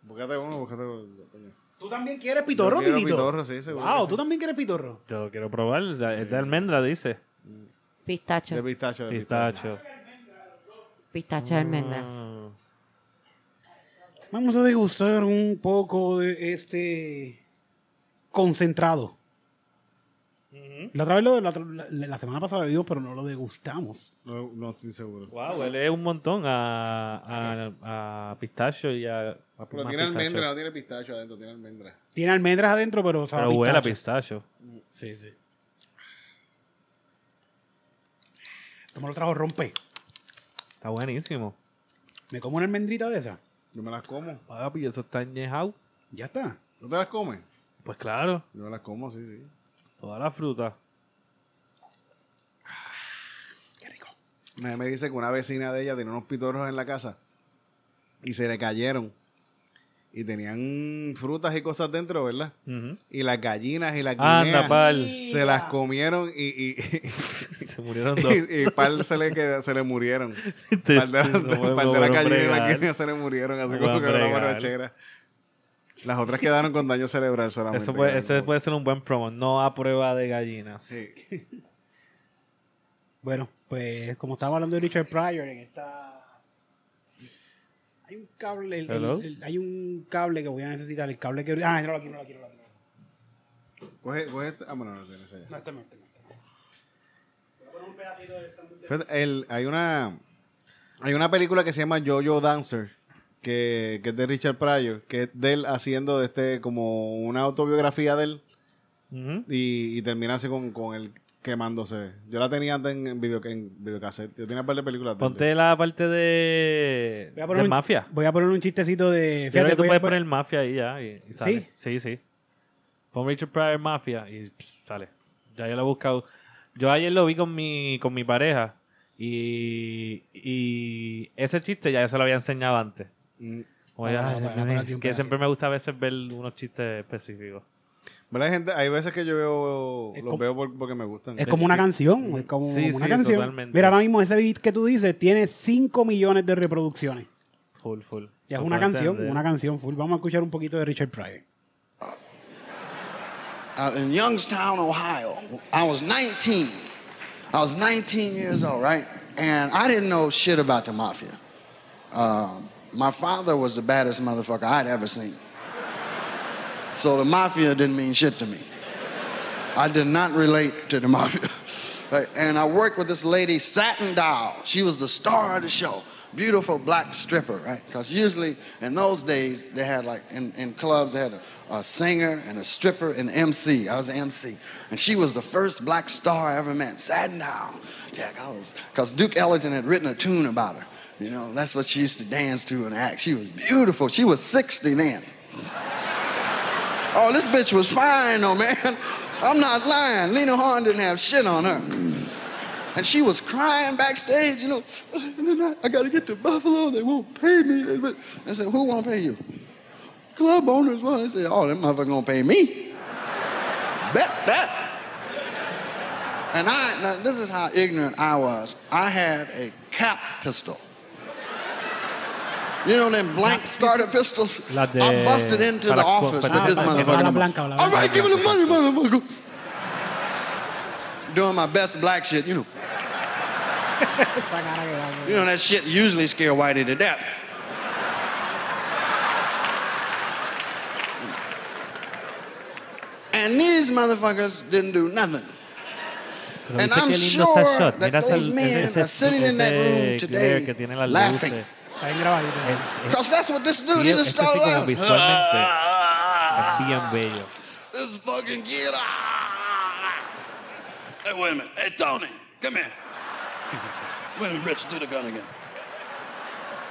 Speaker 1: Búscate uno, búscate uno. coño.
Speaker 4: ¿Tú también quieres pitorro,
Speaker 1: Yo quiero
Speaker 4: Titito?
Speaker 1: pitorro, sí, seguro
Speaker 4: Wow,
Speaker 1: que
Speaker 4: ¿tú
Speaker 1: sí.
Speaker 4: también quieres pitorro?
Speaker 5: Yo lo quiero probar. Es de es de almendra, dice.
Speaker 2: Pistacho.
Speaker 1: De pistacho. De pistacho.
Speaker 5: Pistacho.
Speaker 2: Pistacho de almendra.
Speaker 5: Mm.
Speaker 4: Vamos a degustar un poco de este concentrado. La otra vez, lo- la, otra- la- la semana pasada bebimos, pero no lo degustamos.
Speaker 1: No, no estoy seguro.
Speaker 5: Wow, huele un montón a, a, a pistacho y a, a
Speaker 1: Pero
Speaker 5: más
Speaker 1: tiene
Speaker 5: pistacho.
Speaker 1: almendra, no tiene pistacho adentro, tiene almendra.
Speaker 4: Tiene almendras adentro, pero sabe
Speaker 5: Pero
Speaker 4: a
Speaker 5: huele a
Speaker 4: pistacho.
Speaker 5: pistacho.
Speaker 4: Sí, sí. Esto me lo trajo rompe.
Speaker 5: Está buenísimo.
Speaker 4: Me como una almendrita de esa.
Speaker 1: Yo me las como.
Speaker 5: Papi, eso está añejado.
Speaker 4: Ya está.
Speaker 1: ¿No te las comes?
Speaker 5: Pues claro,
Speaker 1: Yo me las como, sí, sí.
Speaker 5: toda la fruta.
Speaker 4: Qué rico.
Speaker 1: Me, me dice que una vecina de ella tenía unos pitorros en la casa y se le cayeron. Y tenían frutas y cosas dentro, ¿verdad?
Speaker 5: Ujú.
Speaker 1: Y las gallinas y las
Speaker 5: Anda,
Speaker 1: guineas
Speaker 4: [LAUGHS]
Speaker 5: pal. [LAUGHS]
Speaker 1: se las comieron y, [LAUGHS] y,
Speaker 5: Se murieron dos.
Speaker 1: y, y [LAUGHS] pal se le, qued- se le murieron.
Speaker 5: Te-
Speaker 1: Par de,
Speaker 5: [LAUGHS] no puedo-
Speaker 1: par de
Speaker 5: no
Speaker 1: las
Speaker 5: puedo
Speaker 1: gallinas y las
Speaker 5: bregar.
Speaker 1: guineas se le murieron, así
Speaker 5: No
Speaker 1: como
Speaker 5: puedo
Speaker 1: que era una
Speaker 5: bregar.
Speaker 1: borrachera. Las otras quedaron con daño cerebral solamente. [LAUGHS]
Speaker 5: Eso puede,
Speaker 1: claro.
Speaker 5: ese puede ser un buen promo. No a prueba de gallinas.
Speaker 1: Sí.
Speaker 4: Bueno, pues como estaba hablando de Richard Pryor en esta... Hay un cable, el- el-
Speaker 5: Hello?
Speaker 4: el- hay un cable que voy a necesitar, el cable que... Ah, no lo quiero, no lo quiero, no lo quiero.
Speaker 1: Coge, coge este- Ah, bueno, no lo tienes allá.
Speaker 4: No, este no, este no, este no.
Speaker 1: Fíjate, el- hay una hay una película que se llama Jojo Dancer que, que es de Richard Pryor que es de él haciendo de este como una autobiografía de él
Speaker 5: Ujú.
Speaker 1: y, y termina así con, con él quemándose yo la tenía antes en, en video, en videocassette yo tenía un par de películas de él.
Speaker 5: Ponte la parte de,
Speaker 4: Voy a
Speaker 5: de
Speaker 4: poner un-
Speaker 5: mafia.
Speaker 4: Voy a poner un chistecito de...
Speaker 5: Yo creo que tú
Speaker 4: voy a
Speaker 5: puedes
Speaker 4: pon-
Speaker 5: poner mafia ahí ya. Y, y sale. Sí, sí. Pon Richard Pryor Mafia y pss, sale. Ya yo lo he buscado. Yo ayer lo vi con mi, con mi pareja y, y ese chiste ya yo se lo había enseñado antes.
Speaker 1: Mm.
Speaker 5: Como yo,
Speaker 4: Ah,
Speaker 5: "Ay,
Speaker 4: bueno,
Speaker 5: Dios mío",
Speaker 4: bueno, aquí un
Speaker 5: que
Speaker 4: pedacito.
Speaker 5: siempre me gusta a veces ver unos chistes específicos.
Speaker 1: ¿Verdad, gente? hay veces que yo veo
Speaker 4: Es
Speaker 1: los
Speaker 4: como-
Speaker 1: veo por- porque me gustan
Speaker 4: Es como una canción, es como
Speaker 5: Sí,
Speaker 4: una
Speaker 5: sí,
Speaker 4: canción.
Speaker 5: totalmente.
Speaker 4: Mira, ahora mismo ese beat que tú dices tiene 5 millones de reproducciones.
Speaker 5: Full, full.
Speaker 4: Ya es
Speaker 5: Lo
Speaker 4: una
Speaker 5: puedo
Speaker 4: canción,
Speaker 5: entender.
Speaker 4: una canción full. Vamos a escuchar un poquito de Richard Pryor.
Speaker 7: uh, in Youngstown, Ohio. I was 19. I was 19 years old, right? And I didn't know shit about the mafia. Um, my father was the baddest motherfucker I'd ever seen. So the mafia didn't mean shit to me. I did not relate to the mafia. [LAUGHS] Right? And I worked with this lady, Satin Doll. She was the star of the show. Beautiful black stripper, right? Because usually in those days, they had like, in, in clubs, they had a, a singer and a stripper and MC. I was the MC. And she was the first black star I ever met, Satin Doll. Jack, I was, because Duke Ellington had written a tune about her. You know, that's what she used to dance to and act. She was beautiful. She was 60 then. Oh, this bitch was fine though, man. [LAUGHS] I'm not lying. Lena Horne didn't have shit on her. And she was crying backstage, you know, [LAUGHS] I gotta get to Buffalo, they won't pay me. I said, who won't pay you? Club owners won't. I said, oh, that motherfucker gonna pay me. Bet that. And I, now, this is how ignorant I was. I had a cap pistol. You know them blank starter pistols?
Speaker 5: Las de-
Speaker 7: I busted into
Speaker 5: para
Speaker 7: the
Speaker 5: co-
Speaker 7: office
Speaker 5: para
Speaker 7: with this
Speaker 4: Ah, para- para
Speaker 7: motherfucker.
Speaker 4: la
Speaker 7: in my-
Speaker 4: blanca, para la
Speaker 7: All
Speaker 4: blanca.
Speaker 7: right, give me the money, motherfucker. Doing my best black shit, you
Speaker 4: [LAUGHS]
Speaker 7: know.
Speaker 4: Esa cara que da, güey.
Speaker 7: You know that shit usually scare Whitey to death. And these motherfuckers didn't do nothing.
Speaker 5: Pero
Speaker 7: And
Speaker 5: viste
Speaker 7: I'm
Speaker 5: qué lindo está
Speaker 7: sure
Speaker 5: shot.
Speaker 7: that
Speaker 5: Mira ese,
Speaker 7: those men
Speaker 5: ese,
Speaker 7: are sitting
Speaker 5: ese,
Speaker 7: in that room
Speaker 5: ese
Speaker 7: today
Speaker 5: glare que tiene las
Speaker 7: laughing.
Speaker 5: luces.
Speaker 4: Está bien grabadito.
Speaker 5: Es- es-
Speaker 7: Because that's what this dude,
Speaker 5: Sí,
Speaker 7: he
Speaker 5: este
Speaker 7: just
Speaker 5: sí
Speaker 7: started
Speaker 5: como
Speaker 7: out. [LAUGHS]
Speaker 5: visualmente es bien bello.
Speaker 7: This fucking kid. Ah. Hey, wait a minute. Hey, Tony, come here. wait a minute, Rich, do the gun again.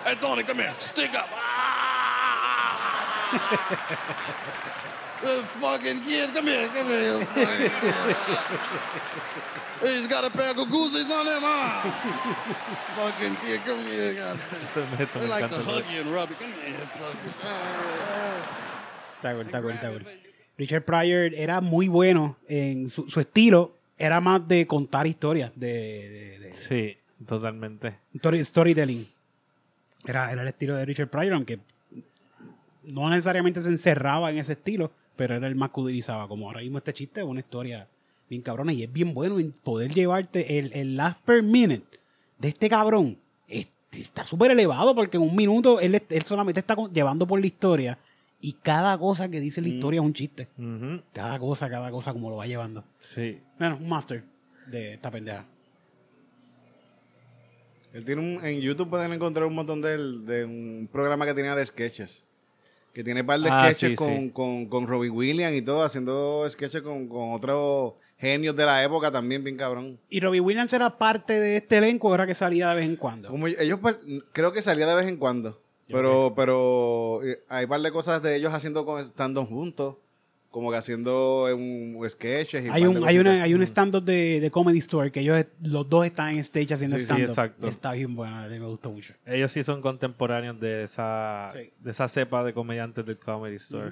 Speaker 7: Hey, Tony, come here. Stick up. Ah. [LAUGHS] this fucking kid, come here, come here. you fucking
Speaker 5: [LAUGHS]
Speaker 7: kid. He's got a pair of gooseys on him. Ah. fucking kid, come here. goddamn.
Speaker 5: Eso me, esto
Speaker 7: They
Speaker 5: me
Speaker 7: like to
Speaker 5: encanta.
Speaker 7: hug you and rub you. Come here, fucking. Ah.
Speaker 4: Está cool, está cool, está cool. Richard Pryor era muy bueno en su, su estilo. Era más de contar historias, de, de- de-
Speaker 5: Sí, totalmente.
Speaker 4: story- storytelling. Era, era el estilo de Richard Pryor, aunque no necesariamente se encerraba en ese estilo, pero era el más que utilizaba. Como ahora mismo este chiste es una historia bien cabrona y es bien bueno en poder llevarte el, el laugh per minute de este cabrón. Este está súper elevado porque en un minuto él, él solamente está con- llevando por la historia y cada cosa que dice la historia es un chiste.
Speaker 5: Ujú,
Speaker 4: Cada cosa, cada cosa como lo va llevando.
Speaker 5: Sí.
Speaker 4: Bueno, un master de esta pendeja.
Speaker 1: Él tiene un, en YouTube pueden encontrar un montón de, él, de un programa que tenía de sketches. Que tiene un par de
Speaker 5: Ah,
Speaker 1: sketches
Speaker 5: sí,
Speaker 1: con,
Speaker 5: sí.
Speaker 1: Con, con Robbie Williams y todo, haciendo sketches con, con otros genios de la época también, bien cabrón.
Speaker 4: Y Robbie Williams era parte de este elenco, era que salía de vez en cuando.
Speaker 1: Como yo- ellos par- creo que salía de vez en cuando. Pero, pero eh, hay par de cosas de ellos haciendo con- estando juntos. Como que haciendo eh, un, sketches y
Speaker 4: Hay
Speaker 1: par
Speaker 4: un,
Speaker 1: de
Speaker 4: hay, una,
Speaker 1: cositas.
Speaker 4: hay
Speaker 5: Mm.
Speaker 4: un stand-up de, de Comedy Store que ellos los dos están en stage haciendo
Speaker 5: Sí, sí,
Speaker 4: stand-up.
Speaker 5: exacto.
Speaker 4: Está bien bueno, a mí me gustó mucho.
Speaker 5: Ellos sí son contemporáneos de esa,
Speaker 4: Sí.
Speaker 5: de esa cepa de comediantes del Comedy Store.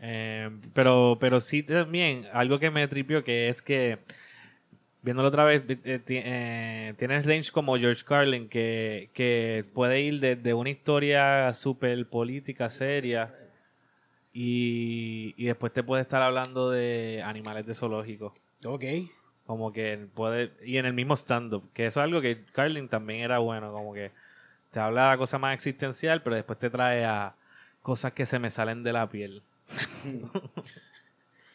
Speaker 5: Eh, pero, pero sí también, algo que me tripió que es que, viéndolo otra vez, eh, ti- eh, tienes range como George Carlin que, que puede ir desde una historia súper política, seria, y, y después te puede estar hablando de animales de zoológico.
Speaker 4: Ok.
Speaker 5: Como que puede. Y en el mismo stand-up. Que eso es algo que Carlin también era bueno. Como que te habla de cosas más existencial, pero después te trae a cosas que se me salen de la piel.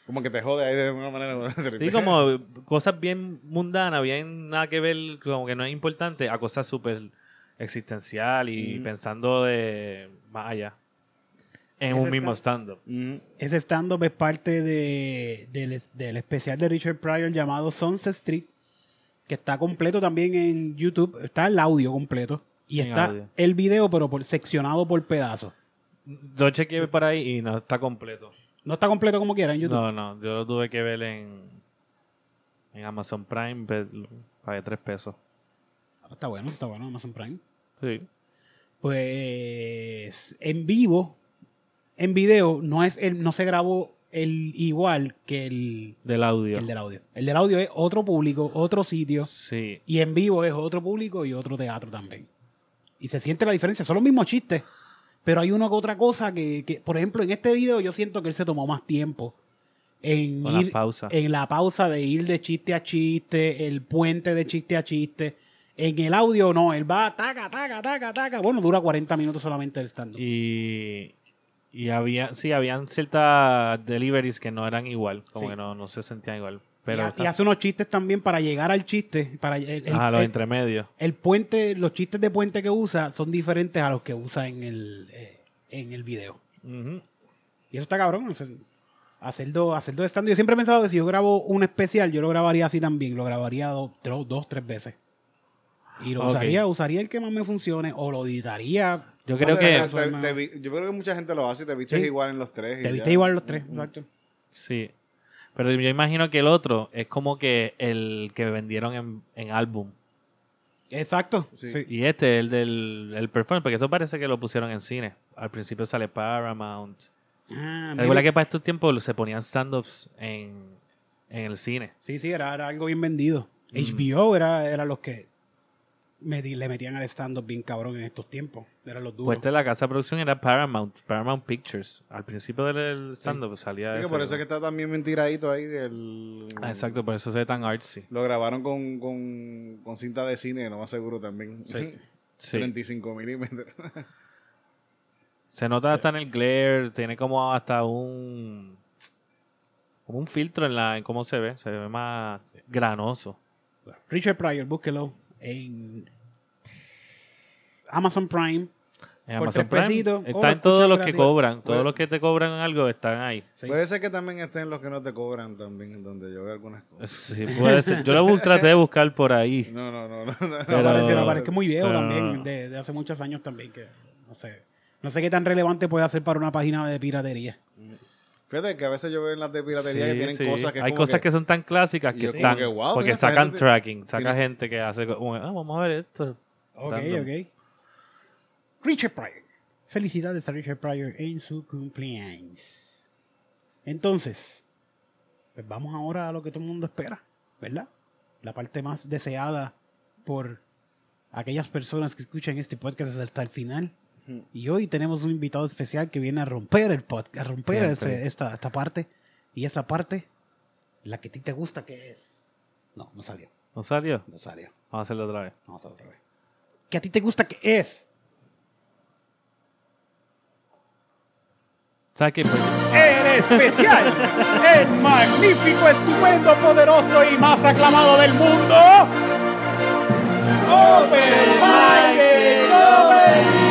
Speaker 1: Como que te jode ahí de alguna manera. [LAUGHS]
Speaker 4: [LAUGHS]
Speaker 5: Sí, como cosas bien mundanas, bien nada que ver, como que no es importante, a cosas súper existencial y pensando de más allá. En
Speaker 4: Ese
Speaker 5: un mismo stand-up.
Speaker 1: Mm.
Speaker 4: Ese stand-up es parte de, del, es- del especial de Richard Pryor llamado Sunset Street, que está completo también en YouTube. Está el audio completo. Y
Speaker 5: En
Speaker 4: está
Speaker 5: audio.
Speaker 4: el video, pero por, seccionado por pedazos.
Speaker 5: Yo chequeé para ahí y no está completo.
Speaker 4: No está completo como quiera en YouTube.
Speaker 5: No, no, yo lo tuve que ver en, en Amazon Prime, pe- pagué tres pesos.
Speaker 4: Está bueno, está bueno, Amazon Prime.
Speaker 5: Sí.
Speaker 4: Pues en vivo, en video, no es el, no se grabó el igual que el,
Speaker 5: Del
Speaker 4: que
Speaker 5: audio.
Speaker 4: el del audio. El del audio es otro público, otro sitio.
Speaker 5: Sí.
Speaker 4: Y en vivo es otro público y otro teatro también. Y se siente la diferencia. Son los mismos chistes. Pero hay una que otra cosa que, que- por ejemplo, en este video yo siento que él se tomó más tiempo en
Speaker 5: Con la
Speaker 4: ir-
Speaker 5: pausa.
Speaker 4: En la pausa de ir de chiste a chiste, el puente de chiste a chiste. En el audio no, él va taca, taca, taca, taca. Bueno, dura 40 minutos solamente el stand
Speaker 5: Y, y había, sí, habían ciertas deliveries que no eran igual, como
Speaker 4: Sí.
Speaker 5: que no, no se sentían igual.
Speaker 4: Y,
Speaker 5: Pero
Speaker 4: ha-
Speaker 5: está-
Speaker 4: y hace unos chistes también para llegar al chiste. Para el, el-
Speaker 5: ajá, los
Speaker 4: el-
Speaker 5: entremedios.
Speaker 4: el puente, los chistes de puente que usa son diferentes a los que usa en el, eh, en el video.
Speaker 5: Ujú.
Speaker 4: Y eso está cabrón. o sea, hacerlo, hacerlo de stand. Yo siempre he pensado que si yo grabo un especial, yo lo grabaría así también. Lo grabaría do- tro- dos, tres veces. Y lo
Speaker 5: Ah, Ok.
Speaker 4: usaría, usaría el que más me funcione, o lo editaría.
Speaker 5: Yo
Speaker 1: No,
Speaker 5: creo
Speaker 1: te-
Speaker 5: que
Speaker 1: te- te- te vi- yo creo que mucha gente lo hace y te vistes
Speaker 4: Sí.
Speaker 1: igual en los tres. y
Speaker 4: Te viste
Speaker 1: ya.
Speaker 4: igual los tres, exacto.
Speaker 5: sí. Pero yo imagino que el otro es como que el que vendieron en, en álbum.
Speaker 4: Exacto.
Speaker 1: Sí.
Speaker 4: sí.
Speaker 5: Y este, el del el performance, porque esto parece que lo pusieron en cine. Al principio sale Paramount.
Speaker 4: Ah,
Speaker 5: Recuerda
Speaker 4: mira.
Speaker 5: que para estos tiempos se ponían stand-ups en, en el cine.
Speaker 4: Sí, sí, era, era algo bien vendido. HBO era, era los que meti- le metían al stand-up bien cabrón en estos tiempos. Eran los duros.
Speaker 5: Pues de la casa de producción era Paramount, Paramount Pictures. Al principio del stand-up salía
Speaker 1: Sí, que
Speaker 5: eso,
Speaker 1: por eso es que
Speaker 5: ¿no?
Speaker 1: está también mentiradito ahí del...
Speaker 5: Ah, exacto, por eso se ve tan artsy.
Speaker 1: Lo grabaron con, con, con cinta de cine, no más seguro también. [LAUGHS]
Speaker 5: Sí.
Speaker 1: 35 milímetros.
Speaker 5: Se nota hasta en el glare, tiene como hasta un como un filtro en la en cómo se ve, se ve más granoso.
Speaker 4: Richard Pryor, búsquelo en Amazon Prime.
Speaker 5: En
Speaker 4: Por
Speaker 5: Amazon
Speaker 4: tres
Speaker 5: Prime
Speaker 4: pesitos, o lo
Speaker 5: están todos
Speaker 4: escuchan
Speaker 5: los que
Speaker 4: gratis.
Speaker 5: cobran, todos
Speaker 1: Pues-
Speaker 5: los que te cobran algo están ahí.
Speaker 4: Sí.
Speaker 1: Puede ser que también estén los que no te cobran también, donde yo veo algunas cosas.
Speaker 5: Sí, puede ser. Yo lo bu- traté de buscar por ahí.
Speaker 1: No, no, no. no, no, no.
Speaker 4: No,
Speaker 5: Pero-
Speaker 4: parece, no, parece que es muy viejo
Speaker 5: pero-
Speaker 4: también, de, de hace muchos años también, que no sé, no sé qué tan relevante puede hacer para una página de piratería.
Speaker 1: Fíjate que a veces yo veo en las de piratería que
Speaker 5: Sí,
Speaker 1: tienen
Speaker 5: sí.
Speaker 1: cosas que es
Speaker 5: Hay
Speaker 1: como
Speaker 5: cosas que, son tan clásicas
Speaker 1: Y
Speaker 5: que
Speaker 1: es como
Speaker 5: están
Speaker 1: que, wow,
Speaker 5: porque
Speaker 1: mira, esta
Speaker 5: sacan
Speaker 1: gente-
Speaker 5: tracking, saca
Speaker 1: tiene-
Speaker 5: gente que hace co- como, ah, vamos a ver esto.
Speaker 4: Ok,
Speaker 5: Random.
Speaker 4: ok. Richard Pryor. Felicidades a Richard Pryor en su cumpleaños. Entonces, pues vamos ahora a lo que todo el mundo espera, ¿verdad? La parte más deseada por aquellas personas que escuchan este podcast hasta el final. Y hoy tenemos un invitado especial que viene a romper el podcast, a romper
Speaker 5: Siempre.
Speaker 4: este- esta, esta parte. Y esa parte, la que a ti te gusta, que es. No, no salió.
Speaker 5: ¿No salió?
Speaker 4: No salió.
Speaker 5: Vamos a hacerlo otra vez.
Speaker 4: Vamos a otra vez. Que a ti te gusta, que es.
Speaker 5: ¿Sabes qué? Pues,
Speaker 4: El especial, el magnífico, estupendo, poderoso y más aclamado del mundo. Open Mic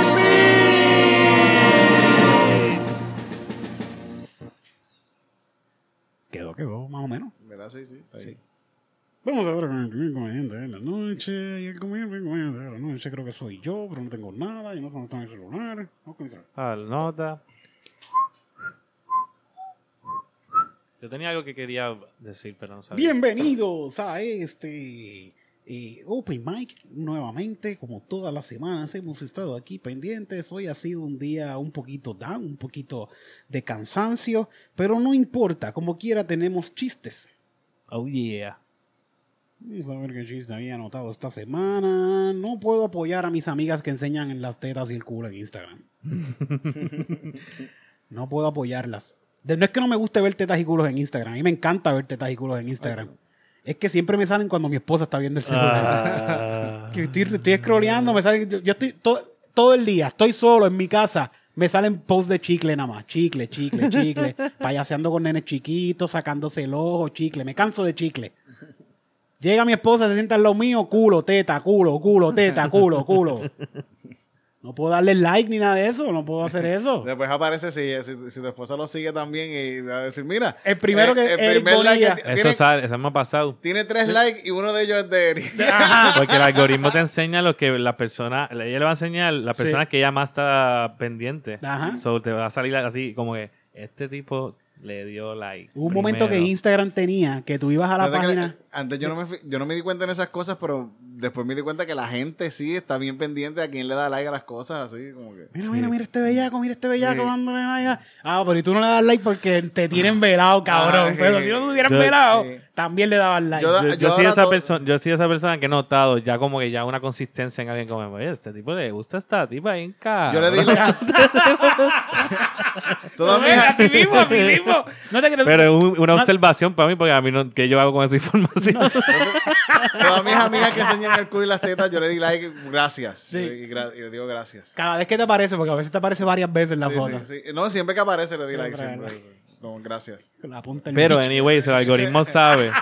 Speaker 4: Quedó, quedó, más o menos.
Speaker 1: ¿Verdad? Sí, sí. está ahí.
Speaker 4: Vamos a ver con el primer comediante de la noche. Y el primer comediante de la noche creo que soy yo, pero no tengo nada y no sé dónde está mi celular. Vamos a comenzar.
Speaker 5: a ver, nota. Yo tenía algo que quería decir, pero no sabía.
Speaker 4: Bienvenidos a este eh, Open Mic nuevamente, como todas las semanas hemos estado aquí pendientes. Hoy ha sido un día un poquito down, un poquito de cansancio, pero no importa, como quiera tenemos chistes.
Speaker 1: [LAUGHS]
Speaker 5: Oh, yeah.
Speaker 4: Vamos a ver qué chiste había anotado esta semana. No puedo apoyar a mis amigas que enseñan en las tetas y el culo en Instagram. no puedo apoyarlas. De- No es que no me guste ver tetas y culos en Instagram. A mí me encanta ver tetas y culos en Instagram. Es que siempre me salen cuando mi esposa está viendo el celular.
Speaker 5: Ah.
Speaker 4: Que estoy, estoy scrolleando, me salen. Yo, yo estoy to- todo el día, estoy solo en mi casa. Me salen posts de chicle nada más. Chicle, chicle, chicle. payaseando con nenes chiquitos, sacándose el ojo, chicle. Me canso de chicle. Llega mi esposa, se sienta en lo mío, culo, teta, culo, culo, teta, culo, culo. No puedo darle like ni nada de eso, no puedo
Speaker 1: [LAUGHS]
Speaker 4: hacer eso.
Speaker 1: Después aparece si, si, si tu esposa lo sigue también y va a decir, mira. eh,
Speaker 4: El primero que- Eric Bonilla.
Speaker 1: que ti-
Speaker 5: Eso,
Speaker 1: tiene,
Speaker 5: sale, eso me ha pasado.
Speaker 1: tiene tres likes y uno de ellos es de [LAUGHS] Eric.
Speaker 5: [LAUGHS] Porque el algoritmo te enseña lo que la persona, ella le va a enseñar la persona que ella más está pendiente.
Speaker 4: Ajá.
Speaker 5: So, te va a salir así como que este tipo le dio like.
Speaker 4: Hubo un momento que
Speaker 5: primero.
Speaker 4: Instagram tenía que tú ibas a la
Speaker 1: Fíjate que-
Speaker 4: página.
Speaker 1: antes yo no, me, fi- yo no me di cuenta en esas cosas, pero después me di cuenta que la gente sí está bien pendiente a quién le da like a las cosas, así como que.
Speaker 4: Mira, mira, mira este bellaco, mira este bellaco
Speaker 1: Sí.
Speaker 4: dándole like. Ah, pero y tú no le das like porque te tienen velado, cabrón.
Speaker 1: Ah,
Speaker 4: pero
Speaker 1: sí.
Speaker 4: si no te tuvieran
Speaker 5: Yo-
Speaker 4: velado,
Speaker 1: sí.
Speaker 4: también le dabas like.
Speaker 1: Yo da-
Speaker 5: Yo, yo soy
Speaker 1: ahora
Speaker 5: esa
Speaker 1: todo-
Speaker 5: persona, yo soy esa persona que he notado ya como que ya una consistencia en alguien como, oye, este tipo le gusta esta tipa bien
Speaker 4: Ah,
Speaker 5: cara.
Speaker 1: Yo le di like.
Speaker 4: [LAUGHS]
Speaker 1: [LAUGHS] Todas
Speaker 4: No, es
Speaker 1: mis,
Speaker 4: así mismo, así mismo. No te creas.
Speaker 5: Pero es un- una
Speaker 4: No-
Speaker 5: observación para mí, porque a mí no, que yo hago con esa [LAUGHS] información.
Speaker 1: todas mis amigas que enseñan el culo y las tetas, yo le di like, gracias.
Speaker 4: Sí.
Speaker 1: Y, gra- y le digo gracias.
Speaker 4: Cada vez que te aparece, porque a veces te aparece varias veces la
Speaker 1: Sí,
Speaker 4: foto.
Speaker 1: sí, sí. No, siempre que aparece le di
Speaker 4: Siempre,
Speaker 1: like, siempre. No, gracias.
Speaker 4: La punta del
Speaker 5: Pero,
Speaker 4: bicho.
Speaker 5: anyways, el algoritmo sabe.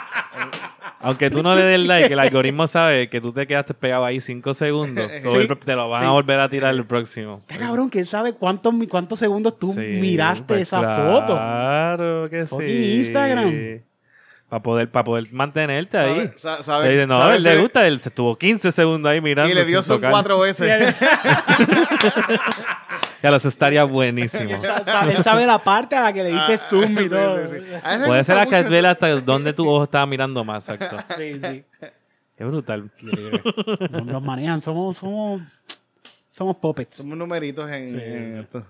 Speaker 5: Aunque tú no le des like, el algoritmo sabe que tú te quedaste pegado ahí cinco segundos. So,
Speaker 4: Sí.
Speaker 5: él te lo van a volver a tirar el próximo.
Speaker 4: Está cabrón, que él sabe cuántos, mi- cuántos segundos tú
Speaker 5: Sí,
Speaker 4: miraste
Speaker 5: pues
Speaker 4: esa foto.
Speaker 5: Claro que
Speaker 4: Fucking
Speaker 5: sí.
Speaker 4: Instagram.
Speaker 5: Para poder, para poder mantenerte
Speaker 1: Sabe-
Speaker 5: ahí.
Speaker 1: sa- sabe-
Speaker 5: Le dice, no,
Speaker 1: sabe
Speaker 5: él le
Speaker 1: ser-
Speaker 5: gusta. Él se estuvo 15 segundos ahí mirando.
Speaker 1: Y
Speaker 4: pues,
Speaker 1: le dio
Speaker 5: sin
Speaker 1: son
Speaker 5: tocar.
Speaker 1: cuatro veces.
Speaker 5: Ya los
Speaker 1: [LAUGHS]
Speaker 5: estaría buenísimo.
Speaker 4: Sa- sa- Él sabe la parte a la que le diste zoom [LAUGHS] y
Speaker 1: Ah, Sí,
Speaker 4: todo.
Speaker 1: sí,
Speaker 4: Sí,
Speaker 1: sí. A mí me
Speaker 5: Puede
Speaker 1: gusta
Speaker 5: ser la que
Speaker 1: mucho-
Speaker 5: vela hasta donde tu ojo estaba mirando más, exacto.
Speaker 4: sí.
Speaker 5: Es
Speaker 1: [LAUGHS]
Speaker 5: brutal.
Speaker 4: Nos manejan, somos, somos, somos puppets.
Speaker 1: Somos numeritos en,
Speaker 4: Sí,
Speaker 1: en
Speaker 4: sí.
Speaker 1: esto.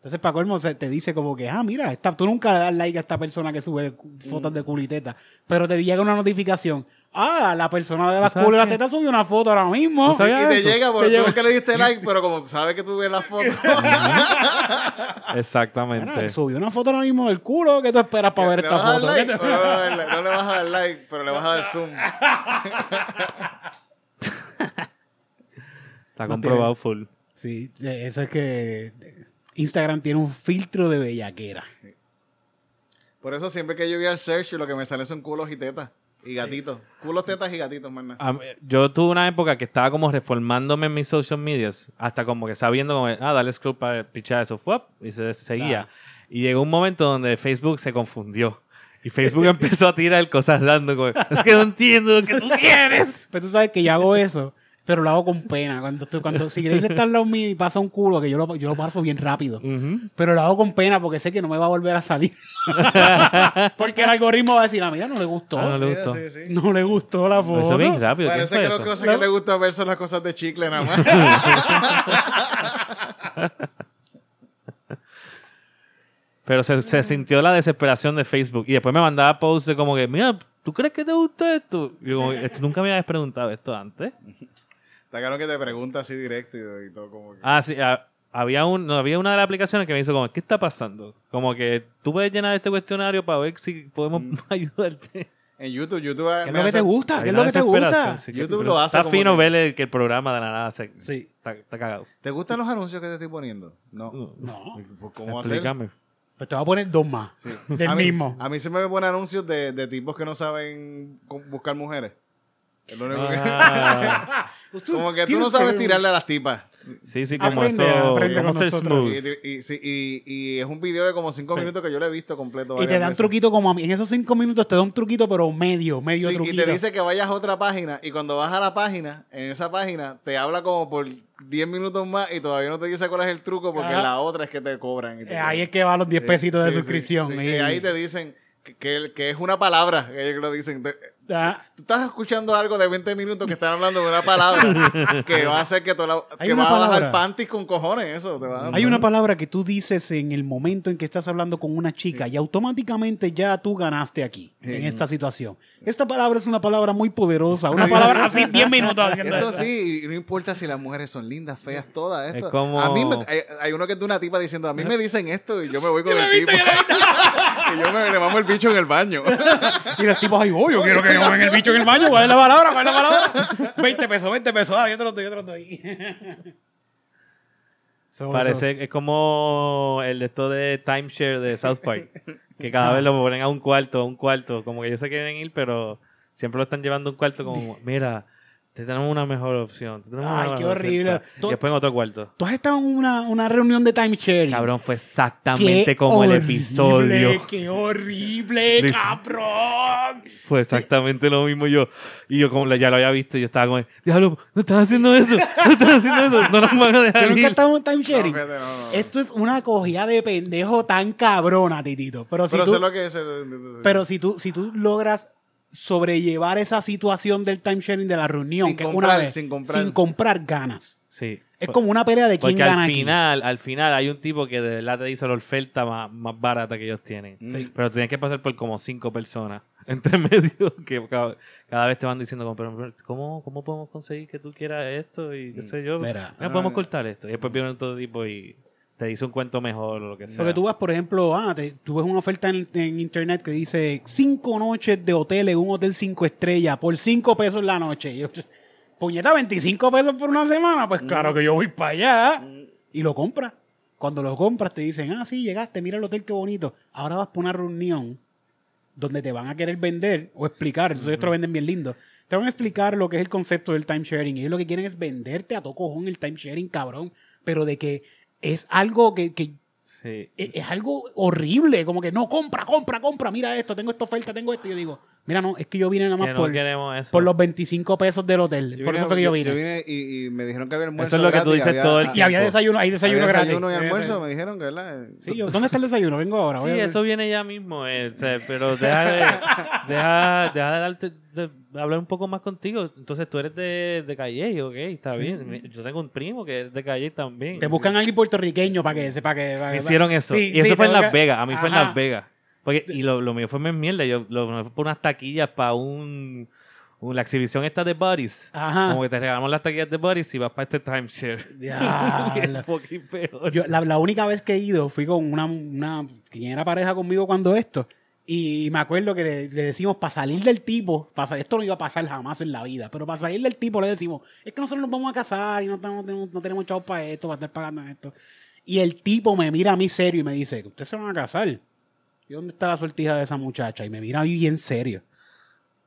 Speaker 4: Entonces, para colmo, se- te dice como que, ah, mira, esta, tú nunca le das like a esta persona que sube cu- fotos de culiteta, pero te llega una notificación. Ah, la persona de las
Speaker 5: ¿Sabes
Speaker 4: culas
Speaker 5: qué?
Speaker 4: teta subió una foto ahora mismo.
Speaker 5: ¿Tú sabes?
Speaker 1: Y
Speaker 5: Oiga
Speaker 1: te
Speaker 5: eso.
Speaker 1: llega
Speaker 4: Te
Speaker 1: porque tú
Speaker 4: llega.
Speaker 1: ves que le diste like, pero como sabes que tú ves la foto.
Speaker 4: [LAUGHS]
Speaker 5: Exactamente.
Speaker 4: Mira, subió una foto ahora mismo del culo, ¿qué tú esperas
Speaker 1: [LAUGHS]
Speaker 4: para ver
Speaker 1: ¿Le
Speaker 4: esta
Speaker 1: vas a dar
Speaker 4: foto?
Speaker 1: like
Speaker 4: ¿Qué
Speaker 1: o
Speaker 4: [LAUGHS] te-
Speaker 1: no le vas a dar like? No le vas a dar like, pero le vas a dar zoom.
Speaker 5: Está
Speaker 4: No
Speaker 5: comprobado full.
Speaker 4: Sí, eh, eso es que eh, Instagram tiene un filtro de bellaquera.
Speaker 1: Por eso siempre que yo voy al search, lo que me sale son culos y tetas. Y gatitos. Culos, tetas y gatitos, más
Speaker 4: Ah,
Speaker 1: nada.
Speaker 5: A mí- Ah, yo tuve una época que estaba como reformándome en mis social medias, hasta como que sabiendo como, ah, dale scroll para pichar eso, fue y se seguía. Y llegó un momento donde Facebook se confundió. Y Facebook [LAUGHS] empezó a tirar cosas random, como, es que no entiendo lo que tú quieres.
Speaker 4: Pero Pues tú sabes que yo hago eso, pero lo hago con pena. Cuando, tú- cuando si quieres estar al lado mío y pasa un culo, que yo lo, yo lo paso bien rápido.
Speaker 5: Ujú.
Speaker 4: Pero lo hago con pena porque sé que no me va a volver a
Speaker 5: [LAUGHS]
Speaker 4: salir. porque el algoritmo va a decir, ah, mira, no le gustó.
Speaker 5: Ah, no
Speaker 4: no,
Speaker 5: le gustó.
Speaker 1: Sí, sí.
Speaker 4: le... gustó la
Speaker 5: Lo hizo
Speaker 4: foto.
Speaker 5: bien rápido.
Speaker 1: Parece
Speaker 5: ¿Quién fue
Speaker 1: que
Speaker 5: eso?
Speaker 1: las cosas que le gusta ver son las cosas de chicle nada
Speaker 4: [LAUGHS]
Speaker 1: más.
Speaker 5: Pero se, se sintió la desesperación de Facebook. Y después me mandaba posts de como que, mira, ¿tú crees que te gusta esto? Y yo como, "Esto- nunca me habías preguntado esto antes.
Speaker 1: Está claro que te pregunta así directo y, y todo como que...
Speaker 5: Ah, sí. ah, había, un, no, había una de las aplicaciones que me hizo como, ¿qué está pasando? Como que tú puedes llenar este cuestionario para ver si podemos
Speaker 1: Mm.
Speaker 5: [LAUGHS] ayudarte.
Speaker 1: En YouTube, YouTube.
Speaker 4: ¿Qué
Speaker 1: me
Speaker 4: es lo que
Speaker 1: hace-
Speaker 4: te gusta? ¿Qué
Speaker 5: Hay
Speaker 4: es
Speaker 5: una
Speaker 4: lo que te gusta?
Speaker 5: desesperación, sí,
Speaker 1: YouTube
Speaker 5: pero
Speaker 1: lo hace
Speaker 5: Está
Speaker 1: como
Speaker 5: fino
Speaker 1: que-
Speaker 5: ver el, que el programa de la nada se...
Speaker 4: Sí.
Speaker 5: Está, está cagado.
Speaker 1: ¿Te gustan los anuncios que te estoy poniendo? No.
Speaker 4: No.
Speaker 1: Pues, ¿Cómo va a ser?
Speaker 5: Explícame.
Speaker 4: Pues te voy a poner dos más. [LAUGHS] Del
Speaker 1: a mí,
Speaker 4: mismo.
Speaker 1: A mí se me ponen anuncios de, de tipos que no saben cu- buscar mujeres. Es lo único que- [LAUGHS]
Speaker 5: Ah,
Speaker 1: como que tú no sabes tirarle a las tipas.
Speaker 5: sí, sí, como
Speaker 4: Aprende,
Speaker 5: eso...
Speaker 4: aprende
Speaker 5: como
Speaker 4: con
Speaker 5: ser
Speaker 4: nosotros.
Speaker 5: smooth.
Speaker 1: Y, y- sí, y- y es un video de como 5
Speaker 4: Sí.
Speaker 1: minutos que yo lo he visto completo.
Speaker 4: Y
Speaker 1: varias
Speaker 4: te dan
Speaker 1: veces.
Speaker 4: truquito como a mí. En esos cinco minutos te da un truquito, pero medio, medio
Speaker 1: Sí, y
Speaker 4: truquito.
Speaker 1: te dice que vayas a otra página y cuando vas a la página, en esa página te habla como por 10 minutos más y todavía no te dice cuál es el truco porque
Speaker 4: Ajá.
Speaker 1: la otra es que te cobran. y te
Speaker 4: Eh, Ahí
Speaker 1: cobran.
Speaker 4: es que va los 10 pesitos de
Speaker 1: Sí, sí,
Speaker 4: suscripción.
Speaker 1: sí,
Speaker 4: y-
Speaker 1: y ahí te dicen que, que- que es una palabra, que ellos lo dicen. Te-
Speaker 4: Ah,
Speaker 1: tú estás escuchando algo de 20 minutos que están hablando de una
Speaker 5: [LAUGHS]
Speaker 1: palabra que va a hacer que, toda la-
Speaker 4: Hay
Speaker 1: que
Speaker 4: una
Speaker 1: va a bajar
Speaker 4: palabra.
Speaker 1: panties con cojones. Eso te va a dar-
Speaker 4: Hay una palabra que tú dices en el momento en que estás hablando con una chica y automáticamente ya tú ganaste aquí, en esta situación. Esta palabra es una palabra muy poderosa. Una
Speaker 1: Sí, [LAUGHS]
Speaker 4: palabra
Speaker 1: sí, sí,
Speaker 4: así,
Speaker 1: sí.
Speaker 4: 10 minutos. haciendo
Speaker 1: Esto
Speaker 4: eso.
Speaker 1: sí, y no importa si las mujeres son lindas, feas, todas. Esto.
Speaker 5: Es como-
Speaker 1: A mí me- hay, hay uno que es de una tipa diciendo, a mí me dicen esto y yo me voy con el tipo. [LAUGHS] y yo me le mamo el bicho en el
Speaker 4: [LAUGHS]
Speaker 1: baño.
Speaker 4: Y los tipos, ay, oh, yo quiero que me comen el bicho en el baño. ¿Cuál es la palabra? ¿Cuál es la [LAUGHS] palabra? 20 pesos, 20 pesos. Ah, yo te los doy, yo te los doy. [LAUGHS] Eso-
Speaker 5: Parece es como el de esto de timeshare de South Park, que cada vez lo ponen a un cuarto, a un cuarto, como que ellos se quieren ir, pero siempre lo están llevando a un
Speaker 4: [LAUGHS]
Speaker 5: cuarto como, mira, te tenemos una mejor opción. te tenemos una
Speaker 4: Ay,
Speaker 5: mejor
Speaker 4: qué
Speaker 5: oferta".
Speaker 4: horrible.
Speaker 5: Y después en otro cuarto.
Speaker 4: ¿Tú has estado en una, una reunión de timeshare?
Speaker 5: Cabrón, fue
Speaker 4: Qué
Speaker 5: exactamente como el
Speaker 4: horrible,
Speaker 5: episodio.
Speaker 4: ¡Qué horrible,
Speaker 5: Luis. [LAUGHS]
Speaker 4: cabrón!
Speaker 5: Fue exactamente lo mismo yo. Y yo como la- ya lo había visto, yo estaba como, diablo, no estás haciendo eso, no estás haciendo eso, no nos van
Speaker 4: [LAUGHS]
Speaker 5: a
Speaker 4: Yo
Speaker 5: dejar
Speaker 4: nunca he
Speaker 5: ir.
Speaker 4: estado en un timesharing.
Speaker 1: No, fíjate, no, no.
Speaker 4: Esto es una cogida de pendejo tan cabrona, titito. Pero si
Speaker 1: Pero
Speaker 4: tú,
Speaker 1: eso es lo que es.
Speaker 4: pero si tú, si tú logras sobrellevar esa situación del timesharing de la reunión,
Speaker 1: Sin
Speaker 4: que
Speaker 1: comprar,
Speaker 4: una vez,
Speaker 1: sin comprar.
Speaker 4: comprar ganas.
Speaker 5: Sí.
Speaker 4: Es como una pelea de quién
Speaker 5: Pues Porque
Speaker 4: gana
Speaker 5: al
Speaker 4: aquí.
Speaker 5: final, al final hay un tipo que de verdad te hizo la oferta más, más barata que ellos tienen. Pero tienes que pasar por como cinco personas [LAUGHS] entre medio que cada, cada vez te van diciendo como, pero, pero, ¿cómo, ¿cómo podemos conseguir que tú quieras esto? Y qué sé yo.
Speaker 4: Mira.
Speaker 5: no podemos cortar esto. Y después viene otro tipo y te hizo un cuento mejor o lo que sea.
Speaker 4: Mm. Porque tú vas, por ejemplo, ah, te- tú ves una oferta en, en internet que dice cinco noches de hotel en un hotel cinco estrellas por cinco pesos la noche. Y yo, puñeta, 25 pesos por una semana. Pues claro que yo voy para allá. Y lo compras. Cuando lo compras te dicen, ah, sí, llegaste, mira el hotel, qué bonito. Ahora vas para una reunión donde te van a querer vender o explicar. Entonces ellos te lo venden bien lindo. Te van a explicar lo que es el concepto del timesharing. Ellos lo que quieren es venderte a tu cojón el timesharing, cabrón. Pero de que es algo que- que
Speaker 5: Sí.
Speaker 4: e-, es, es algo horrible, como que no, compra, compra, compra, mira esto, tengo esta oferta, tengo esto. Y yo digo, mira, no, es que yo vine nada
Speaker 5: Que
Speaker 4: más
Speaker 5: no
Speaker 4: por,
Speaker 5: queremos eso.
Speaker 4: por los 25 pesos del hotel. por eso fue que yo vine.
Speaker 1: y, y me dijeron que había almuerzo.
Speaker 5: Eso es lo que tú
Speaker 1: gratis,
Speaker 5: dices todo el
Speaker 4: y había desayuno, hay desayuno,
Speaker 1: había
Speaker 4: gratis.
Speaker 1: y
Speaker 4: Había
Speaker 1: almuerzo,
Speaker 4: desayuno.
Speaker 1: me dijeron que, ¿verdad?
Speaker 4: Sí, yo, ¿Dónde está el desayuno? Vengo ahora.
Speaker 5: Sí,
Speaker 4: voy a-
Speaker 5: eso viene ya mismo, eh, o sea, pero deja
Speaker 4: [LAUGHS]
Speaker 5: de, deja, deja de, darte- de hablar un poco más contigo. Entonces tú eres de, de Calle, ok, está bien. Mi- Yo tengo un primo que es de Calle también.
Speaker 4: Te buscan a alguien puertorriqueño para que sepa que. para
Speaker 5: Me
Speaker 4: que-
Speaker 5: hicieron eso.
Speaker 4: Sí,
Speaker 5: y eso
Speaker 4: sí,
Speaker 5: fue
Speaker 4: te
Speaker 5: en Las
Speaker 4: busca-
Speaker 5: Vegas, a mí fue en
Speaker 4: Ajá.
Speaker 5: Las Vegas. Porque, y lo, lo mío fue más mierda, yo lo mío fue por unas taquillas para un, un- la exhibición esta de Buddies.
Speaker 4: Ajá.
Speaker 5: Como que te regalamos las taquillas de Buddies y vas para este timeshare.
Speaker 4: Diablo.
Speaker 5: [LAUGHS] es fucking peor.
Speaker 4: Yo, la, la única vez que he ido fui con una, una quien era pareja conmigo cuando esto. Y me acuerdo que le, le decimos, para salir del tipo, para sa- esto no iba a pasar jamás en la vida, pero para salir del tipo le decimos, es que nosotros nos vamos a casar y no, estamos- no- no tenemos chavos para esto, para estar pagando esto. Y el tipo me mira a mí serio y me dice, ustedes se van a casar. ¿Y dónde está la sortija de esa muchacha? Y me mira a mí bien serio.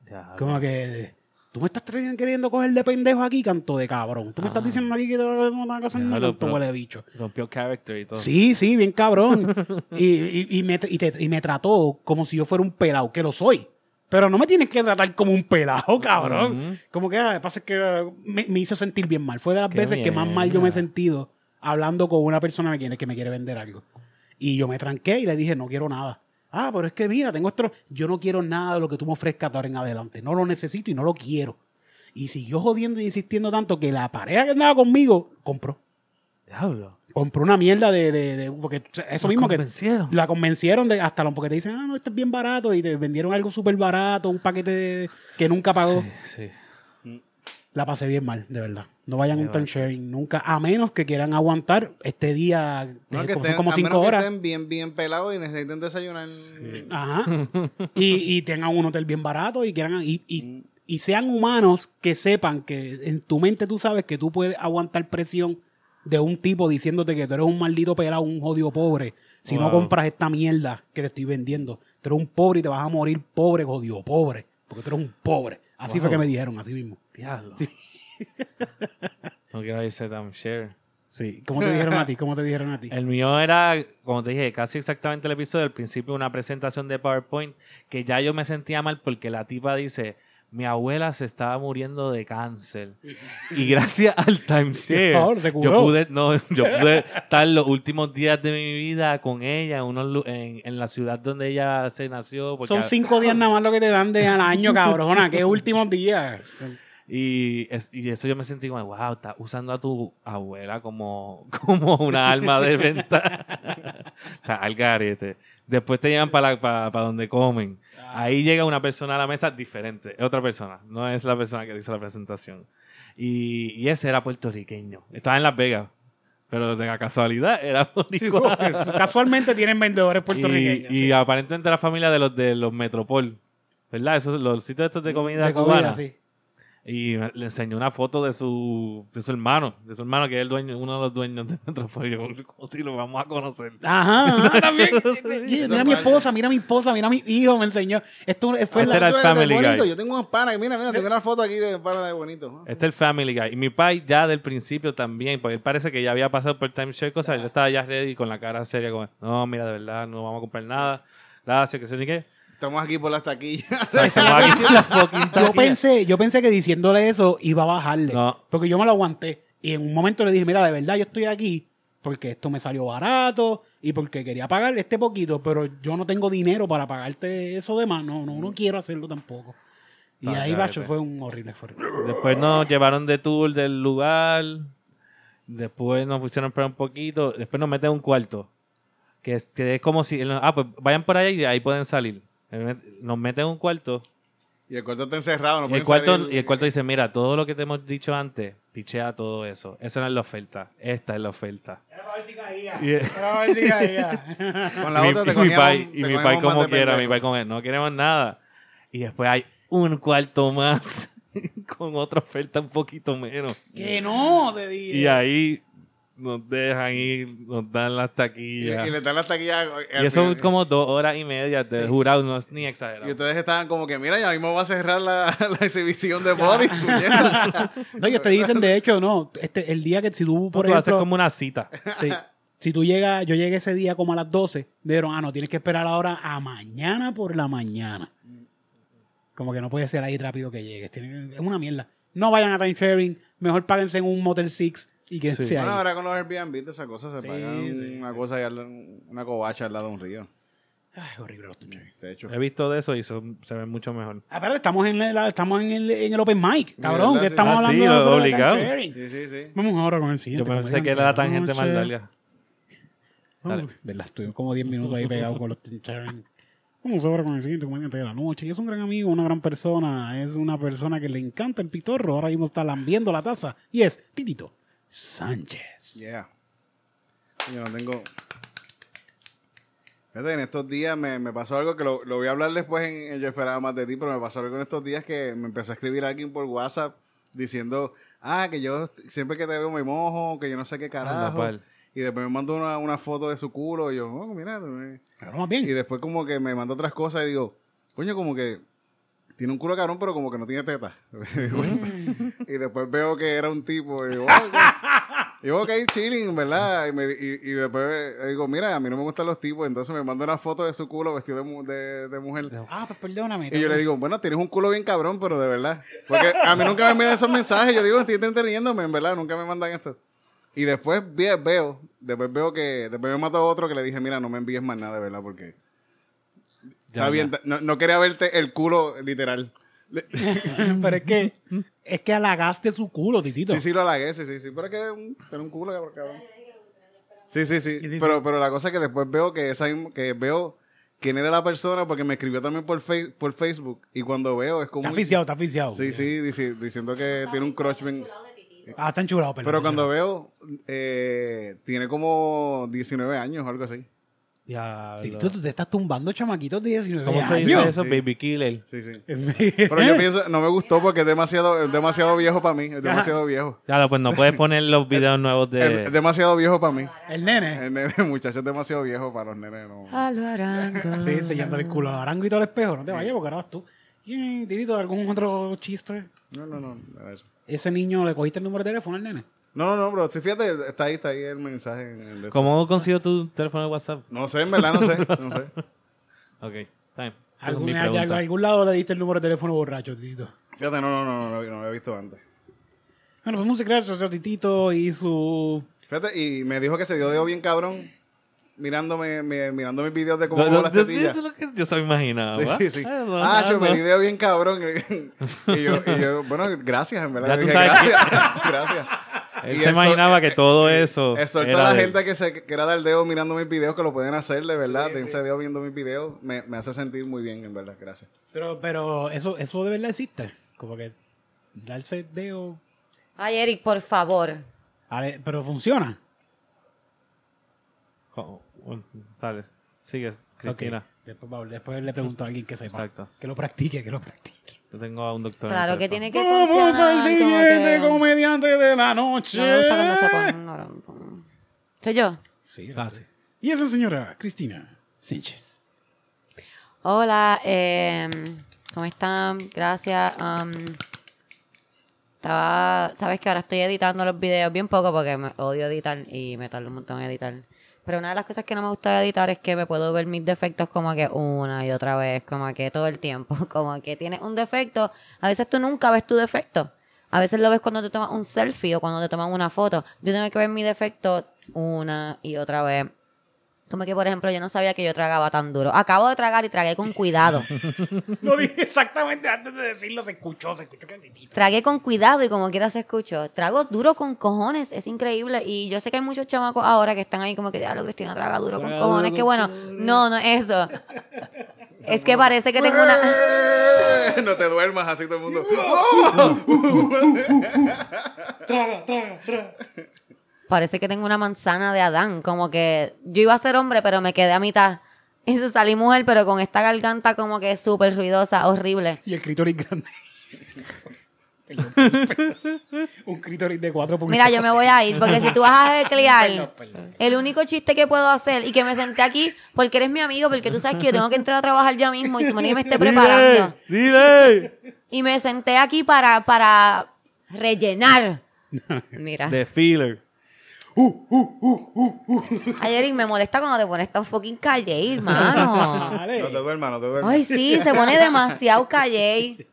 Speaker 5: Diablo.
Speaker 4: Como que, tú me estás tre- queriendo coger de pendejo aquí, canto de cabrón. Tú me estás diciendo aquí que no te vas a casar,
Speaker 5: Diablo,
Speaker 4: no,
Speaker 5: pero-
Speaker 4: huele bicho.
Speaker 5: Rompió character y todo.
Speaker 4: Sí, sí, bien cabrón. y, y- y me, y te- y me trató como si yo fuera un pelado, que lo soy. Pero no me tienes que tratar como un pelado, [LAUGHS] cabrón. Como que, ah, pasa que ah, me, me hizo sentir bien mal. Fue de las
Speaker 5: Qué
Speaker 4: veces que más mal yo me he
Speaker 5: mierda.
Speaker 4: sentido hablando con una persona que quiere- que me quiere vender algo. Y yo me tranqué y le dije, no quiero nada. Ah, pero es que mira, tengo esto. Yo no quiero nada de lo que tú me ofrezcas de ahora en adelante. No lo necesito y no lo quiero. Y siguió jodiendo e insistiendo tanto que la pareja que andaba conmigo compró
Speaker 5: Diablo.
Speaker 4: compró una mierda de, de- de- porque o sea, eso
Speaker 5: La
Speaker 4: mismo
Speaker 5: convencieron.
Speaker 4: que la convencieron de hasta lo porque te dicen ah no esto es bien barato y te vendieron algo súper barato un paquete de- que nunca pagó
Speaker 5: Sí.
Speaker 4: la pasé bien mal de verdad No vayan a un time sharing nunca, a menos que quieran aguantar este día, de-
Speaker 1: No, que
Speaker 4: como-
Speaker 1: estén,
Speaker 4: como
Speaker 1: a
Speaker 4: 5
Speaker 1: menos que
Speaker 4: horas.
Speaker 1: estén bien, bien pelados y necesiten desayunar.
Speaker 4: [LAUGHS] Ajá. Y, y tengan un hotel bien barato y quieran y, y- y sean humanos que sepan que en tu mente tú sabes que tú puedes aguantar presión de un tipo diciéndote que tú eres un maldito pelado, un jodido pobre, si no
Speaker 5: Wow.
Speaker 4: compras esta mierda que te estoy vendiendo. Tú eres un pobre y te vas a morir pobre, jodido pobre, porque tú eres un pobre. Así fue
Speaker 5: Wow.
Speaker 4: que me dijeron, así mismo.
Speaker 5: Diablo. [LAUGHS] no quiero irse tan share.
Speaker 4: Sí. ¿Cómo te dijeron a ti? ¿Cómo te dijeron a ti?
Speaker 5: El mío era, como te dije, casi exactamente el episodio del principio, una presentación de PowerPoint que ya yo me sentía mal porque la tipa dice, mi abuela se estaba muriendo
Speaker 4: [LAUGHS]
Speaker 5: de cáncer. Y gracias al timeshare,
Speaker 4: Por favor, se curó.
Speaker 5: yo pude, no, yo pude estar los últimos días de mi vida con ella en, unos lu- en, en la ciudad donde ella se nació. porque-
Speaker 4: Son cinco días nada más lo que te dan de al año, cabrona. Qué últimos días. [LAUGHS]
Speaker 5: Y, es- y eso yo me sentí como, wow, estás usando a tu abuela como, [LAUGHS] como una arma de venta. [LAUGHS] Está al garete. Después te llevan para donde comen. Ahí llega una persona a la mesa diferente. Es otra persona. No es la persona que hizo la presentación. Y, y ese era puertorriqueño. Estaba en Las Vegas. Pero de la casualidad era [LAUGHS]
Speaker 4: [LAUGHS]
Speaker 5: boricua.
Speaker 4: Casualmente tienen vendedores puertorriqueños.
Speaker 5: Y, y
Speaker 4: sí.
Speaker 5: aparentemente era familia de los de los Metropol. ¿Verdad? Esos, los sitios estos de comida
Speaker 4: De comida,
Speaker 5: cubana.
Speaker 4: sí.
Speaker 5: Y me- le enseñó una foto de su, de su hermano, de su hermano que es el dueño, uno de los dueños de Metropolitano. Como si lo vamos a conocer. [LAUGHS]
Speaker 4: Ajá, ajá, también. Yeah,
Speaker 1: Eso
Speaker 4: mira
Speaker 1: vale.
Speaker 4: mi esposa, mira mi esposa, mira mi hijo, me enseñó. Esto fue
Speaker 5: Este
Speaker 4: la...
Speaker 5: era el
Speaker 1: Tú eres de
Speaker 5: Family
Speaker 1: bonito.
Speaker 5: Guy.
Speaker 1: Yo tengo unos panas. Mira, mira, tengo una foto aquí de pana de bonito.
Speaker 5: Este es el Family Guy. Y mi pai ya del principio también, porque él parece que ya había pasado por el timeshare, cosas. Yo estaba ya ready con la cara seria, como, no, mira, de verdad, no vamos a comprar nada. Gracias, que se ni qué.
Speaker 1: Estamos aquí por las taquillas. [LAUGHS]
Speaker 5: O sea, estamos aquí en la fucking
Speaker 4: Yo
Speaker 5: taquilla.
Speaker 4: pensé, yo pensé que diciéndole eso iba a bajarle.
Speaker 5: No.
Speaker 4: Porque yo me lo aguanté. Y en un momento le dije, mira, de verdad yo estoy aquí porque esto me salió barato y porque quería pagar este poquito, pero yo no tengo dinero para pagarte eso de más. No, no,
Speaker 5: Mm.
Speaker 4: no quiero hacerlo tampoco. Y
Speaker 5: Ah,
Speaker 4: ahí,
Speaker 5: ya,
Speaker 4: bacho,
Speaker 5: ya.
Speaker 4: fue un horrible esfuerzo.
Speaker 5: [LAUGHS] Después nos llevaron de tour del lugar. Después nos pusieron a esperar un poquito. Después nos meten a un cuarto. Que es, que es como si. Ah, pues vayan por ahí y de ahí pueden salir. Eh, Nos meten a un cuarto.
Speaker 1: Y el cuarto está encerrado. No
Speaker 5: y, el
Speaker 1: pueden
Speaker 5: cuarto
Speaker 1: salir.
Speaker 5: y el cuarto dice: Mira, todo lo que te hemos dicho antes, pichea todo eso. Esa no es la oferta. Esta es la oferta. Y- eh,
Speaker 1: Con la
Speaker 5: mi-
Speaker 1: otra te
Speaker 5: y [LAUGHS] mi
Speaker 1: cogían-
Speaker 5: pai,
Speaker 1: te
Speaker 5: y mi
Speaker 1: cogían
Speaker 5: pai
Speaker 1: bombas
Speaker 5: como
Speaker 1: de
Speaker 5: quiera, mi
Speaker 1: pendejo.
Speaker 5: pai con él, no queremos nada. Y después hay un cuarto más [LAUGHS] con otra oferta un poquito menos.
Speaker 4: [LAUGHS] que no, te dije.
Speaker 5: Y ahí nos dejan ir, nos dan las
Speaker 1: Y,
Speaker 5: taquillas.
Speaker 1: y
Speaker 5: Y,
Speaker 1: le dan las taquillas. al
Speaker 5: eso
Speaker 1: final.
Speaker 5: es como dos horas y media de jurado, no es ni exagerado.
Speaker 1: Y ustedes estaban como que, mira, ya mismo va a cerrar la, [LAUGHS] la exhibición de
Speaker 5: [LAUGHS]
Speaker 1: Boris. puñeta.
Speaker 4: No, ellos te dicen, de hecho, no, este, el día que si tú, por
Speaker 5: Pues Tú haces
Speaker 4: ejemplo,
Speaker 5: como una cita.
Speaker 1: [LAUGHS]
Speaker 4: sí, si tú llegas, yo llegué ese día como a las 12, me dijeron, ah, no, tienes que esperar ahora a mañana por la mañana. Como que no puede ser ahí rápido que llegues. tienen- es una mierda. No vayan a time sharing, mejor páguense en un Motel Six y que
Speaker 5: Sí.
Speaker 4: sea
Speaker 1: Bueno,
Speaker 4: ahí.
Speaker 1: ahora con los Airbnb, esas cosas se
Speaker 4: Sí,
Speaker 1: pagan
Speaker 4: sí.
Speaker 1: una cosa y una covacha al lado de un río.
Speaker 4: Ay, horrible los time sharing.
Speaker 1: De hecho,
Speaker 5: He visto de eso y son- se ve mucho mejor.
Speaker 4: Aparte, estamos en, la- estamos en el, en el open mic, cabrón,
Speaker 1: ¿verdad?
Speaker 4: que
Speaker 1: Sí.
Speaker 4: estamos
Speaker 5: Ah, sí,
Speaker 4: hablando
Speaker 5: lo-
Speaker 4: nosotros de
Speaker 5: obligado.
Speaker 4: time sharing.
Speaker 1: sí, sí, sí.
Speaker 4: Vamos ahora con el siguiente.
Speaker 5: Yo pensé
Speaker 4: comediante
Speaker 5: que
Speaker 4: de
Speaker 5: era la tangente más
Speaker 4: noche.
Speaker 5: larga. Dale.
Speaker 4: Vamos- ¿Verdad? Estuve como 10 minutos ahí pegado con los
Speaker 5: [LAUGHS]
Speaker 4: Tincharan. Vamos ahora con el siguiente comediante de la noche. Y es un gran amigo, una gran persona. Es una persona que le encanta el pitorro. Ahora mismo está lambiendo la taza. Y es Titito Sánchez.
Speaker 1: Yeah. Yo no tengo. Fíjate, en estos días me, me pasó algo que lo, lo voy a hablar después en, en Yo Esperaba Más de Ti, pero me pasó algo en estos días que me empezó a escribir alguien por WhatsApp diciendo, ah, que yo est- siempre que te veo me mojo, que yo no sé qué carajo.
Speaker 5: pal.
Speaker 1: y después me mandó una, una foto de su culo y yo, oh, mira. eh".
Speaker 4: Claro, más
Speaker 1: Y
Speaker 4: bien.
Speaker 1: después como que me mandó otras cosas y digo, coño, como que tiene un culo cabrón, pero como que no tiene teta. [LAUGHS] y después veo que era un tipo y digo, "Oh, ok". Y digo, ok, chilling, ¿verdad? Y, me, y, y después eh, digo, mira, a mí no me gustan los tipos, entonces me manda una foto de su culo vestido de, mu- de- de mujer.
Speaker 4: Ah, pues perdóname.
Speaker 1: Y yo le digo, bueno, tienes un culo bien cabrón, pero de verdad. Porque a mí nunca me mandan esos mensajes. Yo digo, estoy entendiéndome, en verdad, nunca me mandan esto. Y después ve- veo, después veo que, después me mató otro que le dije, mira, no me envíes más nada, de verdad, porque
Speaker 5: Ya,
Speaker 1: está bien, ta- no, no quería verte el culo literal. Le-
Speaker 4: [LAUGHS] Pero es
Speaker 5: [LAUGHS]
Speaker 4: que,
Speaker 5: ¿Mm?
Speaker 4: es que halagaste su culo, Titito.
Speaker 1: Sí, sí, lo halagué, sí, sí, sí, pero es que un- tiene un culo cabrón, cabrón. Sí, sí, sí, pero, pero la cosa es que después veo que esa misma- que veo quién era la persona porque me escribió también por, Face- por Facebook y cuando veo es como...
Speaker 4: Está
Speaker 1: un-
Speaker 4: asfixiado, está asfixiado.
Speaker 1: Sí, sí, dici- diciendo que tiene un crush bien...
Speaker 4: Ah, está enchulado, perdón.
Speaker 1: Pero cuando veo, eh, tiene como 19 años o algo así.
Speaker 5: Diablo.
Speaker 4: Tito, tú te estás tumbando chamaquitos de 19
Speaker 5: ¿Cómo se dice
Speaker 4: años.
Speaker 5: eso?
Speaker 1: Sí.
Speaker 5: Baby Killer.
Speaker 1: Sí, sí. Pero yo pienso, no me gustó porque es demasiado, es demasiado viejo para mí. Es demasiado viejo.
Speaker 5: Claro, pues
Speaker 1: [LAUGHS]
Speaker 5: no puedes poner los videos nuevos
Speaker 1: Es,
Speaker 5: de...
Speaker 1: es demasiado viejo para mí.
Speaker 4: [LAUGHS] El nene.
Speaker 1: El nene, muchacho, es demasiado viejo para los nenes. No.
Speaker 2: A lo arango.
Speaker 4: Sí, enseñando el culo a Arango y todo el espejo. No te vayas porque ahora vas tú. Y, Titito, ¿algún otro chiste?
Speaker 1: No, no, no. no era eso.
Speaker 4: Ese niño, ¿le cogiste el número de teléfono al nene?
Speaker 1: No, no, no, bro. Sí, fíjate, está ahí, está ahí el mensaje. en el de-
Speaker 5: ¿Cómo consigo tu teléfono de WhatsApp?
Speaker 1: No sé, en verdad, no
Speaker 5: [LAUGHS]
Speaker 1: sé. No sé.
Speaker 5: Ok, está bien. Esa es
Speaker 4: ¿Algún,
Speaker 5: mi
Speaker 4: a- a-
Speaker 5: pregunta.
Speaker 4: a algún lado le diste el número de teléfono borracho, Titito?
Speaker 1: Fíjate, no, no, no, no, no, no había visto antes.
Speaker 4: Bueno, pues música, gracias a Titito y su...
Speaker 1: Fíjate, y me dijo que se dio dedo bien cabrón mirándome, mi- mirando mis videos de cómo
Speaker 5: Lo-
Speaker 1: hago
Speaker 5: lo-
Speaker 1: las
Speaker 5: eso
Speaker 1: tetillas.
Speaker 5: es lo que yo se me imaginaba.
Speaker 1: Sí,
Speaker 5: ¿va?
Speaker 1: sí, sí.
Speaker 5: Ay, no,
Speaker 1: Ah,
Speaker 5: no,
Speaker 1: yo me
Speaker 5: no.
Speaker 1: di dedo bien cabrón. [LAUGHS] y, yo, y yo, bueno, gracias, en verdad.
Speaker 5: Ya
Speaker 1: Yo
Speaker 5: tú
Speaker 1: dije,
Speaker 5: sabes que-
Speaker 1: gracias, [LAUGHS] gracias.
Speaker 5: Él
Speaker 1: Y
Speaker 5: se
Speaker 1: eso-
Speaker 5: imaginaba que
Speaker 1: eh,
Speaker 5: todo eso.
Speaker 1: Exhorto
Speaker 5: era
Speaker 1: a la
Speaker 5: de-
Speaker 1: gente que se quiera dar dedo mirando mis videos, que lo pueden hacer, de verdad. Dense dedo viendo mis videos. Me, me hace sentir muy bien, en verdad. Gracias.
Speaker 4: Pero, pero eso, eso de verdad existe. Como que darse dedo...
Speaker 2: Ay, Eric, por favor.
Speaker 4: Ale- Ah, Pero funciona.
Speaker 5: Oh, bueno, dale, sigue, Cristina.
Speaker 4: Ok. Después, va- después le pregunto a alguien que sepa.
Speaker 5: Exacto.
Speaker 4: Que lo practique, que lo practique.
Speaker 5: Yo tengo a un doctor. en
Speaker 2: Claro
Speaker 5: el
Speaker 2: que
Speaker 5: teléfono.
Speaker 2: tiene que funcionar. como que-
Speaker 4: comediante de la noche.
Speaker 2: No me gusta cuando se ponen orangután. Soy yo.
Speaker 4: Sí,
Speaker 5: Ah, sí.
Speaker 4: Y esa señora, Cristina Sánchez.
Speaker 2: Hola, eh, ¿cómo están? Gracias. um, estaba, sabes que ahora estoy editando los videos bien poco porque me odio editar y me tardo un montón en editar. Pero una de las cosas que no me gusta de editar es que me puedo ver mis defectos como que una y otra vez, como que todo el tiempo, [LAUGHS] como que tienes un defecto. A veces tú nunca ves tu defecto. A veces lo ves cuando te tomas un selfie o cuando te toman una foto. Yo tengo que ver mi defecto una y otra vez. Como que, por ejemplo, yo no sabía que yo tragaba tan duro. Acabo de tragar y tragué con
Speaker 4: [LAUGHS]
Speaker 2: cuidado.
Speaker 4: Lo dije exactamente antes de decirlo, se escuchó, se escuchó calentito.
Speaker 2: Tragué con cuidado y como quiera se escuchó. Trago duro con cojones, es increíble. Y yo sé que hay muchos chamacos ahora que están ahí como que, diablo, Cristina, traga duro con cojones. Que bueno, no, no es [LAUGHS] eso. Es que parece que tengo una... [LAUGHS]
Speaker 1: [LAUGHS] no te duermas así todo el mundo.
Speaker 2: Parece que tengo una manzana de Adán. Como que yo iba a ser hombre, pero me quedé a mitad. [LAUGHS] Y se salí mujer, pero con esta garganta como que súper ruidosa, horrible.
Speaker 4: Y el clítoris
Speaker 5: [LAUGHS]
Speaker 4: grande. Perdón, perdón. Un clítoris de cuatro puntos. [LAUGHS]
Speaker 2: Mira, yo me voy a ir porque si tú vas a decliar, el único chiste que puedo hacer y que me senté aquí porque eres mi amigo, porque tú sabes que yo tengo que entrar a trabajar ya mismo y Simone me esté preparando.
Speaker 5: ¡Dile!
Speaker 2: Y me senté aquí para, para rellenar. Mira,
Speaker 5: The Feeler.
Speaker 2: ayer y me molesta cuando te pones tan fucking
Speaker 4: [LAUGHS]
Speaker 2: calle, hermano.
Speaker 4: Vale.
Speaker 1: No te duermas, no te duermas.
Speaker 2: Ay, sí, se pone demasiado calle.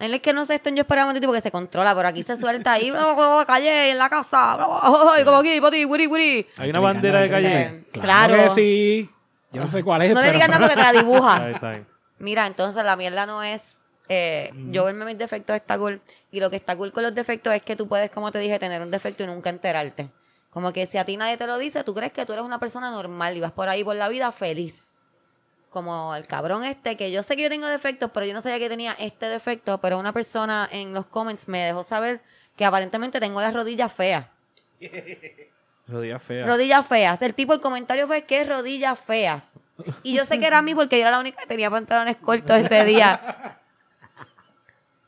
Speaker 2: Él es que no sé esto, yo esperaba un tipo que se controla, pero aquí se suelta ahí, bla, bla, bla, calle, en la casa, bla, bla, ay, como aquí, poti, wiri, wiri.
Speaker 5: Hay una bandera de calle. Ah.
Speaker 2: Eh, claro.
Speaker 4: que sí. Yo no sé cuál es.
Speaker 2: No le
Speaker 4: Eh, pero-
Speaker 2: digas nada porque te la
Speaker 5: Ahí
Speaker 2: dibuja.
Speaker 5: está. ahí.
Speaker 2: Mira, entonces la mierda no es. eh, Yo verme mis defectos está cool. Y lo que está cool con los defectos es que tú puedes, como te dije, tener un defecto y nunca enterarte. Como que si a ti nadie te lo dice, tú crees que tú eres una persona normal y vas por ahí por la vida feliz. Como el cabrón este, que yo sé que yo tengo defectos, pero yo no sabía que tenía este defecto. Pero una persona en los comments me dejó saber que aparentemente tengo las rodillas feas.
Speaker 5: Rodilla fea.
Speaker 2: Rodillas feas. El tipo, el comentario fue que rodillas feas. Y yo sé que era a mí porque yo era la única que tenía pantalones cortos ese día.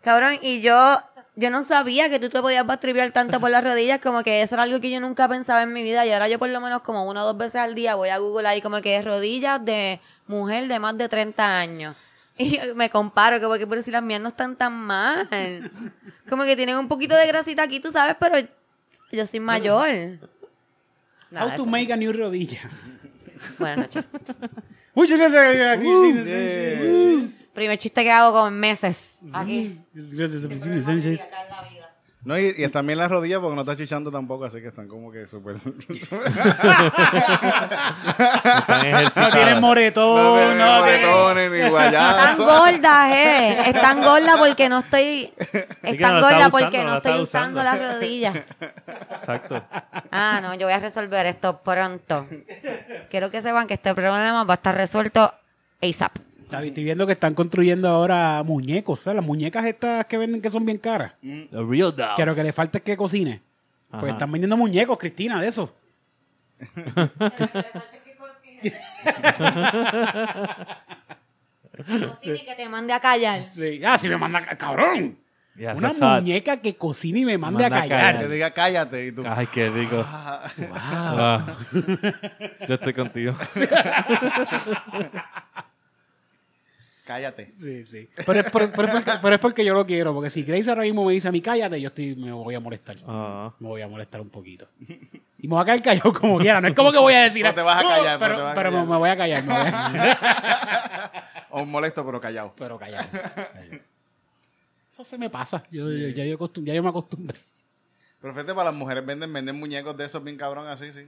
Speaker 2: Cabrón, y yo, yo no sabía que tú te podías bastripear tanto por las rodillas, como que eso era algo que yo nunca pensaba en mi vida. Y ahora yo por lo menos como una o dos veces al día voy a Google ahí como que rodillas de mujer de más de 30 años. Y yo me comparo, que porque pero si las mías no están tan mal. Como que tienen un poquito de grasita aquí, tú sabes, pero yo soy mayor. Nada,
Speaker 4: How to
Speaker 2: eso.
Speaker 4: make a new rodilla.
Speaker 2: Buenas noches.
Speaker 4: Muchas
Speaker 5: Uh,
Speaker 4: gracias, eh, Cristina Sánchez.
Speaker 2: Primer chiste que hago con meses. Aquí.
Speaker 4: Gracias, Cristina Sánchez.
Speaker 1: No, y, y están bien las rodillas porque no está chichando tampoco, así que están como que súper. [LAUGHS]
Speaker 2: [LAUGHS]
Speaker 5: Están
Speaker 4: No
Speaker 5: ejercitadas.
Speaker 4: tiene moretón.
Speaker 1: no
Speaker 4: Oh, No,
Speaker 1: tienen moretones ni
Speaker 2: Están
Speaker 1: guayazos.
Speaker 2: gordas, eh. Están gordas porque no estoy.
Speaker 5: que no
Speaker 2: Están
Speaker 5: la
Speaker 2: gordas
Speaker 5: está
Speaker 2: porque
Speaker 5: usando,
Speaker 2: no
Speaker 5: la está
Speaker 2: estoy usando
Speaker 5: usando.
Speaker 2: las rodillas.
Speaker 5: Exacto.
Speaker 2: Ah, no, yo voy a resolver esto pronto. Quiero que sepan que este problema va a estar resuelto ASAP.
Speaker 4: Está- Estoy viendo que están construyendo ahora muñecos, ¿sabes? Las muñecas estas que venden que son bien caras.
Speaker 5: The real dolls.
Speaker 4: Que lo que le falta es que cocine.
Speaker 5: Ajá.
Speaker 4: Pues están vendiendo muñecos, Cristina, de eso.
Speaker 2: Cocina y que te mande a callar.
Speaker 4: Sí. Ah, si me manda, ca- cabrón.
Speaker 5: Ya,
Speaker 4: Una
Speaker 5: se sabe.
Speaker 4: muñeca que cocine y me mande
Speaker 5: Manda
Speaker 4: a
Speaker 5: a
Speaker 4: callar.
Speaker 1: Que diga cállate y tú.
Speaker 5: Ay, qué rico. [LAUGHS] Ah. Yo estoy contigo.
Speaker 1: Cállate.
Speaker 4: Sí, sí. Pero es, por- pero es porque, pero es porque yo lo quiero, porque si Grace ahora mismo me dice a mí cállate, yo estoy, me voy a molestar.
Speaker 5: Ah.
Speaker 4: Me voy a molestar un poquito. Y me voy a caer callado como quiera. No es como que voy a decir.
Speaker 1: No te vas a
Speaker 4: "Oh",
Speaker 1: callar, no
Speaker 4: pero,
Speaker 1: te vas a
Speaker 4: pero me-
Speaker 1: callar.
Speaker 4: me voy a callar. me voy a- [LAUGHS]
Speaker 1: O un molesto, pero callado.
Speaker 4: pero callado. callado. Eso se me pasa. Yo, yo- ya, yo acostum- ya yo me acostumbré.
Speaker 1: Pero fíjate, para las mujeres venden, venden muñecos de esos bien cabrón, así, sí.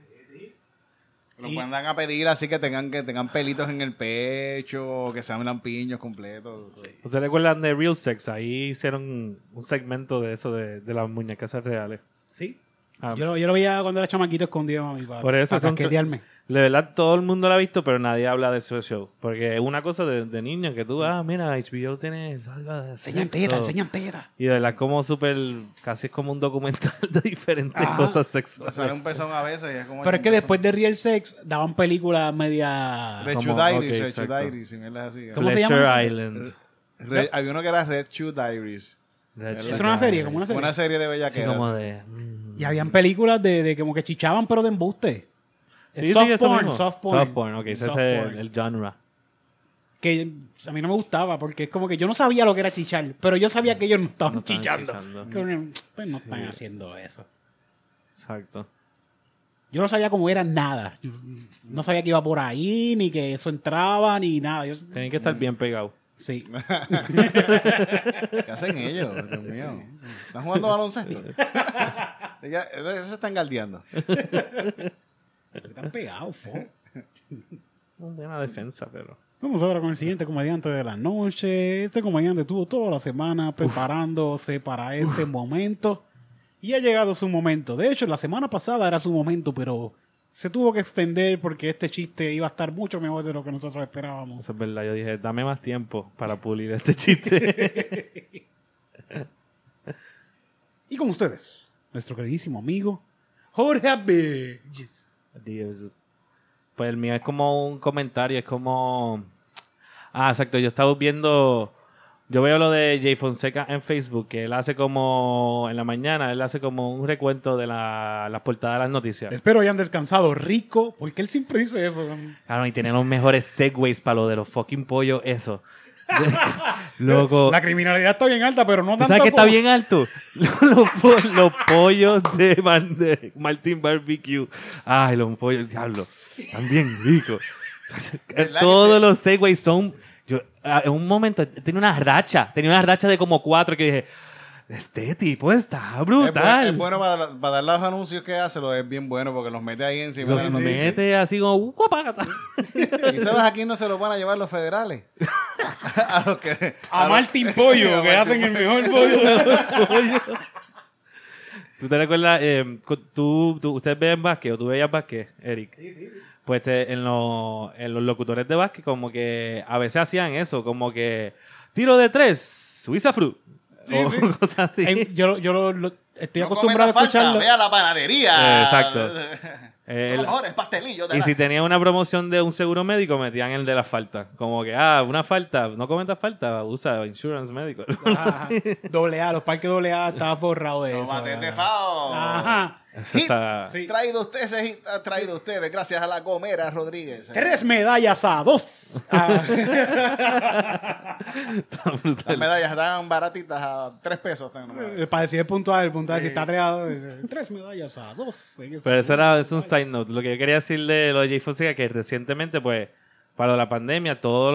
Speaker 1: Los mandan a pedir así que tengan, que tengan pelitos en el pecho, o que sean lampiños completos.
Speaker 5: ¿Ustedes recuerdan de Real Sex? Ahí hicieron un segmento de eso, de, de las muñecas reales.
Speaker 4: Sí.
Speaker 5: Ah,
Speaker 4: Yo, lo- yo lo veía cuando era chamaquito escondido, mami, para,
Speaker 5: Por eso
Speaker 4: para
Speaker 5: son-
Speaker 4: casquetearme.
Speaker 5: De verdad, todo el mundo la ha visto, pero nadie habla de ese show. Porque es una cosa de, de niño que tú, ah, mira, HBO tiene. algo de
Speaker 4: Enseñan
Speaker 5: sexo".
Speaker 4: teta, enseñan teta.
Speaker 5: Y de verdad, como súper. casi es como un documental [LAUGHS] de diferentes
Speaker 4: Ajá.
Speaker 5: cosas
Speaker 1: O sale
Speaker 5: sexuales.
Speaker 1: un pezón a veces y es como...
Speaker 4: Pero es que después de Real Sex daban películas media.
Speaker 1: Red Shoe
Speaker 5: como-
Speaker 1: Diaries,
Speaker 5: ok,
Speaker 1: Red Shoe
Speaker 5: exacto.
Speaker 1: Diaries, si me las así.
Speaker 4: ¿Cómo se
Speaker 5: Pleasure
Speaker 4: llama ese?
Speaker 5: Island.
Speaker 1: Re- había uno que era Red Shoe Diaries.
Speaker 5: Red
Speaker 1: Eso
Speaker 4: Es
Speaker 5: Shoe
Speaker 4: una serie,
Speaker 5: Diaries.
Speaker 4: como una serie.
Speaker 1: Una serie de
Speaker 5: Sí,
Speaker 1: bellaqueras.
Speaker 5: como de. mm.
Speaker 4: Y habían películas de, de como que chichaban, pero de embuste.
Speaker 5: Sí, sí,
Speaker 4: soft,
Speaker 5: eso
Speaker 4: porn,
Speaker 5: mismo.
Speaker 4: soft porn,
Speaker 5: Soft porn, ok, ese
Speaker 4: Soft
Speaker 5: es
Speaker 4: porn.
Speaker 5: el, el genre.
Speaker 4: Que a mí no me gustaba porque es como que yo no sabía lo que era chichar, pero yo sabía que ellos no estaban,
Speaker 5: No estaban
Speaker 4: chichando.
Speaker 5: chichando.
Speaker 4: Como, Pues no están haciendo eso.
Speaker 5: Exacto.
Speaker 4: Yo no sabía cómo era nada. Yo No sabía que iba por ahí, ni que eso entraba, ni nada. Yo-
Speaker 5: Tienen que estar bien pegados.
Speaker 4: sí.
Speaker 1: ¿Qué hacen ellos? Dios mío. ¿Están jugando
Speaker 5: [LAUGHS]
Speaker 1: baloncesto? Ella- ellos ellos están galdeando.
Speaker 4: Están pegados, fo.
Speaker 5: No tiene una defensa, pero.
Speaker 4: Vamos ahora con el siguiente comediante de la noche. Este comediante estuvo toda la semana preparándose para este momento y ha llegado su momento. De hecho, la semana pasada era su momento, pero se tuvo que extender porque este chiste iba a estar mucho mejor de lo que nosotros esperábamos.
Speaker 5: Eso es verdad. Yo dije, dame más tiempo para pulir este chiste.
Speaker 4: Y con ustedes, nuestro queridísimo amigo Jorge Abilles.
Speaker 5: Dios. Pues el mío es como un comentario, es como. Ah, exacto. Yo estaba viendo. Yo veo lo de Jay Fonseca en Facebook, que él hace como. En la mañana, él hace como un recuento de la- las portadas de las noticias.
Speaker 4: Espero hayan descansado rico, porque él siempre dice eso.
Speaker 5: Claro, y tiene los mejores segways para lo de los fucking pollos, eso. [LAUGHS] Loco.
Speaker 4: La criminalidad está bien alta, pero no
Speaker 5: ¿Tú
Speaker 4: tanto.
Speaker 5: sabes que está
Speaker 4: como-
Speaker 5: bien alto? [LAUGHS] Los, po- los pollos de, Man- de Martín Barbecue. Ay, los pollos, diablo. Están bien ricos.
Speaker 1: [LAUGHS] ¿Verdad que
Speaker 5: Todos
Speaker 1: sí?
Speaker 5: los Segways son... Yo, ah, en un momento tenía una racha. Tenía una racha de como cuatro que dije... Este tipo está
Speaker 1: Es, buen-
Speaker 5: brutal.
Speaker 1: es bueno para, para dar los anuncios que hace, lo es bien bueno porque los mete ahí encima de
Speaker 5: Los
Speaker 1: la noticia.
Speaker 5: mete así como... "Guapagata".
Speaker 1: [LAUGHS] ¿Y sabes a quién no se los van a llevar los federales? a los que... [LAUGHS]
Speaker 4: A Martín Pollo,
Speaker 5: [LAUGHS]
Speaker 1: A
Speaker 4: que
Speaker 1: Martín
Speaker 4: hacen el mejor pollo.
Speaker 5: ¿Tú te recuerdas? eh, cu- tú, tú, ¿Ustedes ven básquet o tú veías básquet, Eric? Sí, sí. Pues te- en, los- en los locutores de básquet como que a veces hacían eso, como que tiro de tres, Suiza Fruit. o [LAUGHS] cosas así.
Speaker 4: Ay, Yo, yo lo- lo- estoy
Speaker 1: No
Speaker 4: acostumbrado a
Speaker 1: cometa falta,
Speaker 4: escucharlo.
Speaker 1: Ve a la panadería.
Speaker 5: Eh, exacto.
Speaker 1: [LAUGHS] Los
Speaker 5: Eh, el-
Speaker 1: mejores pastelillos de
Speaker 5: y
Speaker 1: la-
Speaker 5: [LAUGHS] si tenía una promoción de un seguro médico, metían el de la falta. Como que, ah, una falta, no comenta falta, usa insurance médico.
Speaker 4: [LAUGHS]
Speaker 5: [LAUGHS]
Speaker 4: Ajá, ajá. Doble A, los parques doble A estaba forrado
Speaker 1: [LAUGHS]
Speaker 4: de
Speaker 1: Los
Speaker 4: eso. eh,
Speaker 1: mates de
Speaker 4: ajá.
Speaker 1: fao.
Speaker 4: Ajá.
Speaker 5: Eso está- [LAUGHS]
Speaker 1: Sí. Traído ustedes, ese hit ha traído ustedes, gracias a la Gomera Rodríguez.
Speaker 4: Tres medallas
Speaker 1: [LAUGHS]
Speaker 4: a dos. Ah, [LAUGHS]
Speaker 5: está brutal.
Speaker 1: Las medallas están baratitas a tres pesos. están nomás.
Speaker 4: para decir el puntual, el puntual, si está tres a dos, dice, Tres medallas a dos. en esta-
Speaker 5: Pero eso era es un side note. Lo que yo quería decir de lo de Jay Fonseca, que recientemente, pues, para la pandemia, todo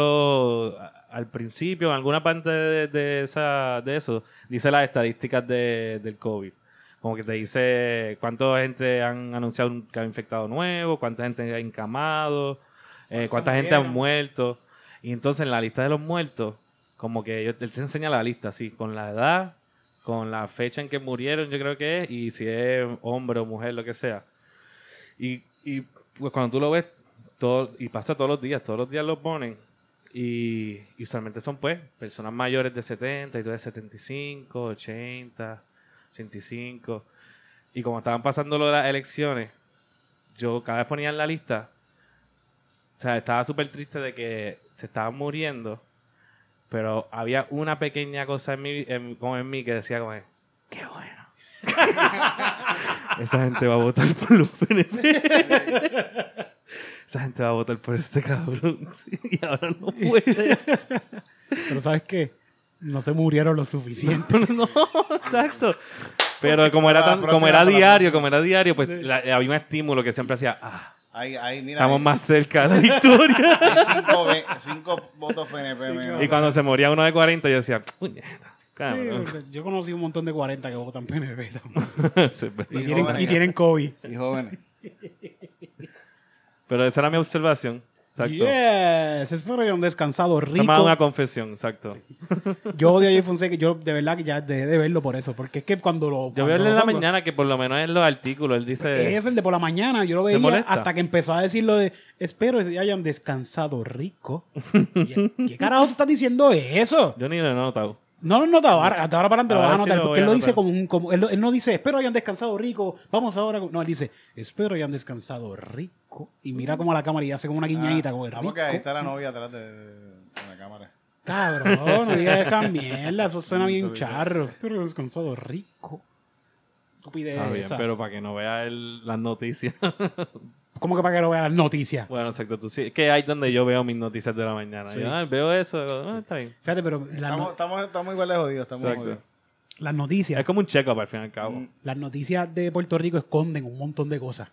Speaker 5: lo, a- al principio, en alguna parte de, de esa, de eso, dice las estadísticas de- del COVID. Como que te dice cuánta gente han anunciado un- que ha infectado nuevo, cuánta gente ha encamado, eh, cuánta gente ha
Speaker 4: murieron.
Speaker 5: muerto. Y entonces en la lista de los muertos, como que ellos- él te enseña la lista, así, con la edad, con la fecha en que murieron, yo creo que es, y si es hombre o mujer, lo que sea. Y, y, pues cuando tú lo ves, todo, y pasa todos los días, todos los días lo ponen. Y, y usualmente son, pues, personas mayores de 70 y tú de 75, 80, 85. Y como estaban pasando lo de las elecciones, yo cada vez ponía en la lista, o sea, estaba súper triste de que se estaban muriendo, pero había una pequeña cosa en mí, en, como en mí que decía como, qué bueno. Esa gente va a votar por los PNP. Esa gente va a votar por este cabrón. [LAUGHS] Y ahora no puede.
Speaker 4: Pero ¿sabes qué? No se murieron lo suficiente.
Speaker 5: [LAUGHS] no, exacto. Pero como era,
Speaker 1: para la
Speaker 5: tan- como
Speaker 1: próxima,
Speaker 5: era
Speaker 1: para la
Speaker 5: diario, como era diario, pues la- había un estímulo que siempre hacía, ah,
Speaker 1: Ahí, ahí, mira.
Speaker 5: estamos
Speaker 1: ahí.
Speaker 5: más cerca de
Speaker 1: [LAUGHS]
Speaker 5: la victoria.
Speaker 1: Hay cinco, ve- cinco votos PNP menos.
Speaker 5: Y cuando se moría uno de 40, yo decía, puñeta,
Speaker 4: Sí,
Speaker 5: cabrón.
Speaker 4: porque yo conocí un montón de 40 que votan PNP también.
Speaker 5: [LAUGHS] Sí, pues. pero-
Speaker 4: Y,
Speaker 1: Y
Speaker 4: tienen,
Speaker 1: jóvenes.
Speaker 4: y tienen COVID.
Speaker 1: Y jóvenes.
Speaker 5: Pero esa era mi observación. Exacto.
Speaker 4: Yes, es porque han descansado
Speaker 5: Es más
Speaker 4: rico.
Speaker 5: una confesión, exacto.
Speaker 4: Yo odio a Jay Fonseca. Yo de verdad que ya dejé de verlo por eso. Porque es que cuando lo.
Speaker 5: Yo
Speaker 4: cuando
Speaker 5: veo
Speaker 4: lo
Speaker 5: en la
Speaker 4: pongo-
Speaker 5: mañana que por lo menos en los artículos él dice...
Speaker 4: Es el de por la mañana. Yo lo veía
Speaker 5: Eh, molesta?
Speaker 4: hasta que empezó a decir lo de espero que hayan descansado rico. Y, ¿Qué carajo tú estás diciendo eso?
Speaker 5: Yo ni lo he notado.
Speaker 4: No lo he notado. ahora- Hasta ahora para adelante lo
Speaker 5: Ahora
Speaker 4: vas a
Speaker 5: sí
Speaker 4: notar.
Speaker 5: lo voy
Speaker 4: porque él
Speaker 5: a
Speaker 4: lo dice
Speaker 5: notar.
Speaker 4: como un. Como, él, lo- él no dice espero hayan descansado rico. Vamos ahora. con-". No, él dice espero hayan descansado rico. Y mira como a la cámara y hace como una guiñadita. como de,
Speaker 1: Ah, porque ahí
Speaker 4: "Rico".
Speaker 1: está la novia atrás de, de la cámara.
Speaker 4: Cabrón, no digas esa mierda, eso suena bien
Speaker 1: Entonces,
Speaker 4: charro. Pero descansado rico. Estupidez.
Speaker 5: Está bien,
Speaker 4: esa.
Speaker 5: pero para que no vea él las noticias. [LAUGHS]
Speaker 4: ¿Cómo que para que no vea las noticias?
Speaker 5: bueno, exacto. Tú sí. Es que ahí es donde yo veo mis noticias de la mañana.
Speaker 4: Sí.
Speaker 5: Yo, "Ay, veo eso. ah, está bien.
Speaker 4: Fíjate, pero las,
Speaker 1: Estamos,
Speaker 4: no-
Speaker 1: estamos, estamos igual de jodidos. Estamos
Speaker 5: Exacto.
Speaker 1: jodidos.
Speaker 4: las noticias,
Speaker 5: Es como un check-up al fin y al
Speaker 1: Mm.
Speaker 5: cabo.
Speaker 4: las noticias de Puerto Rico esconden un montón de cosas.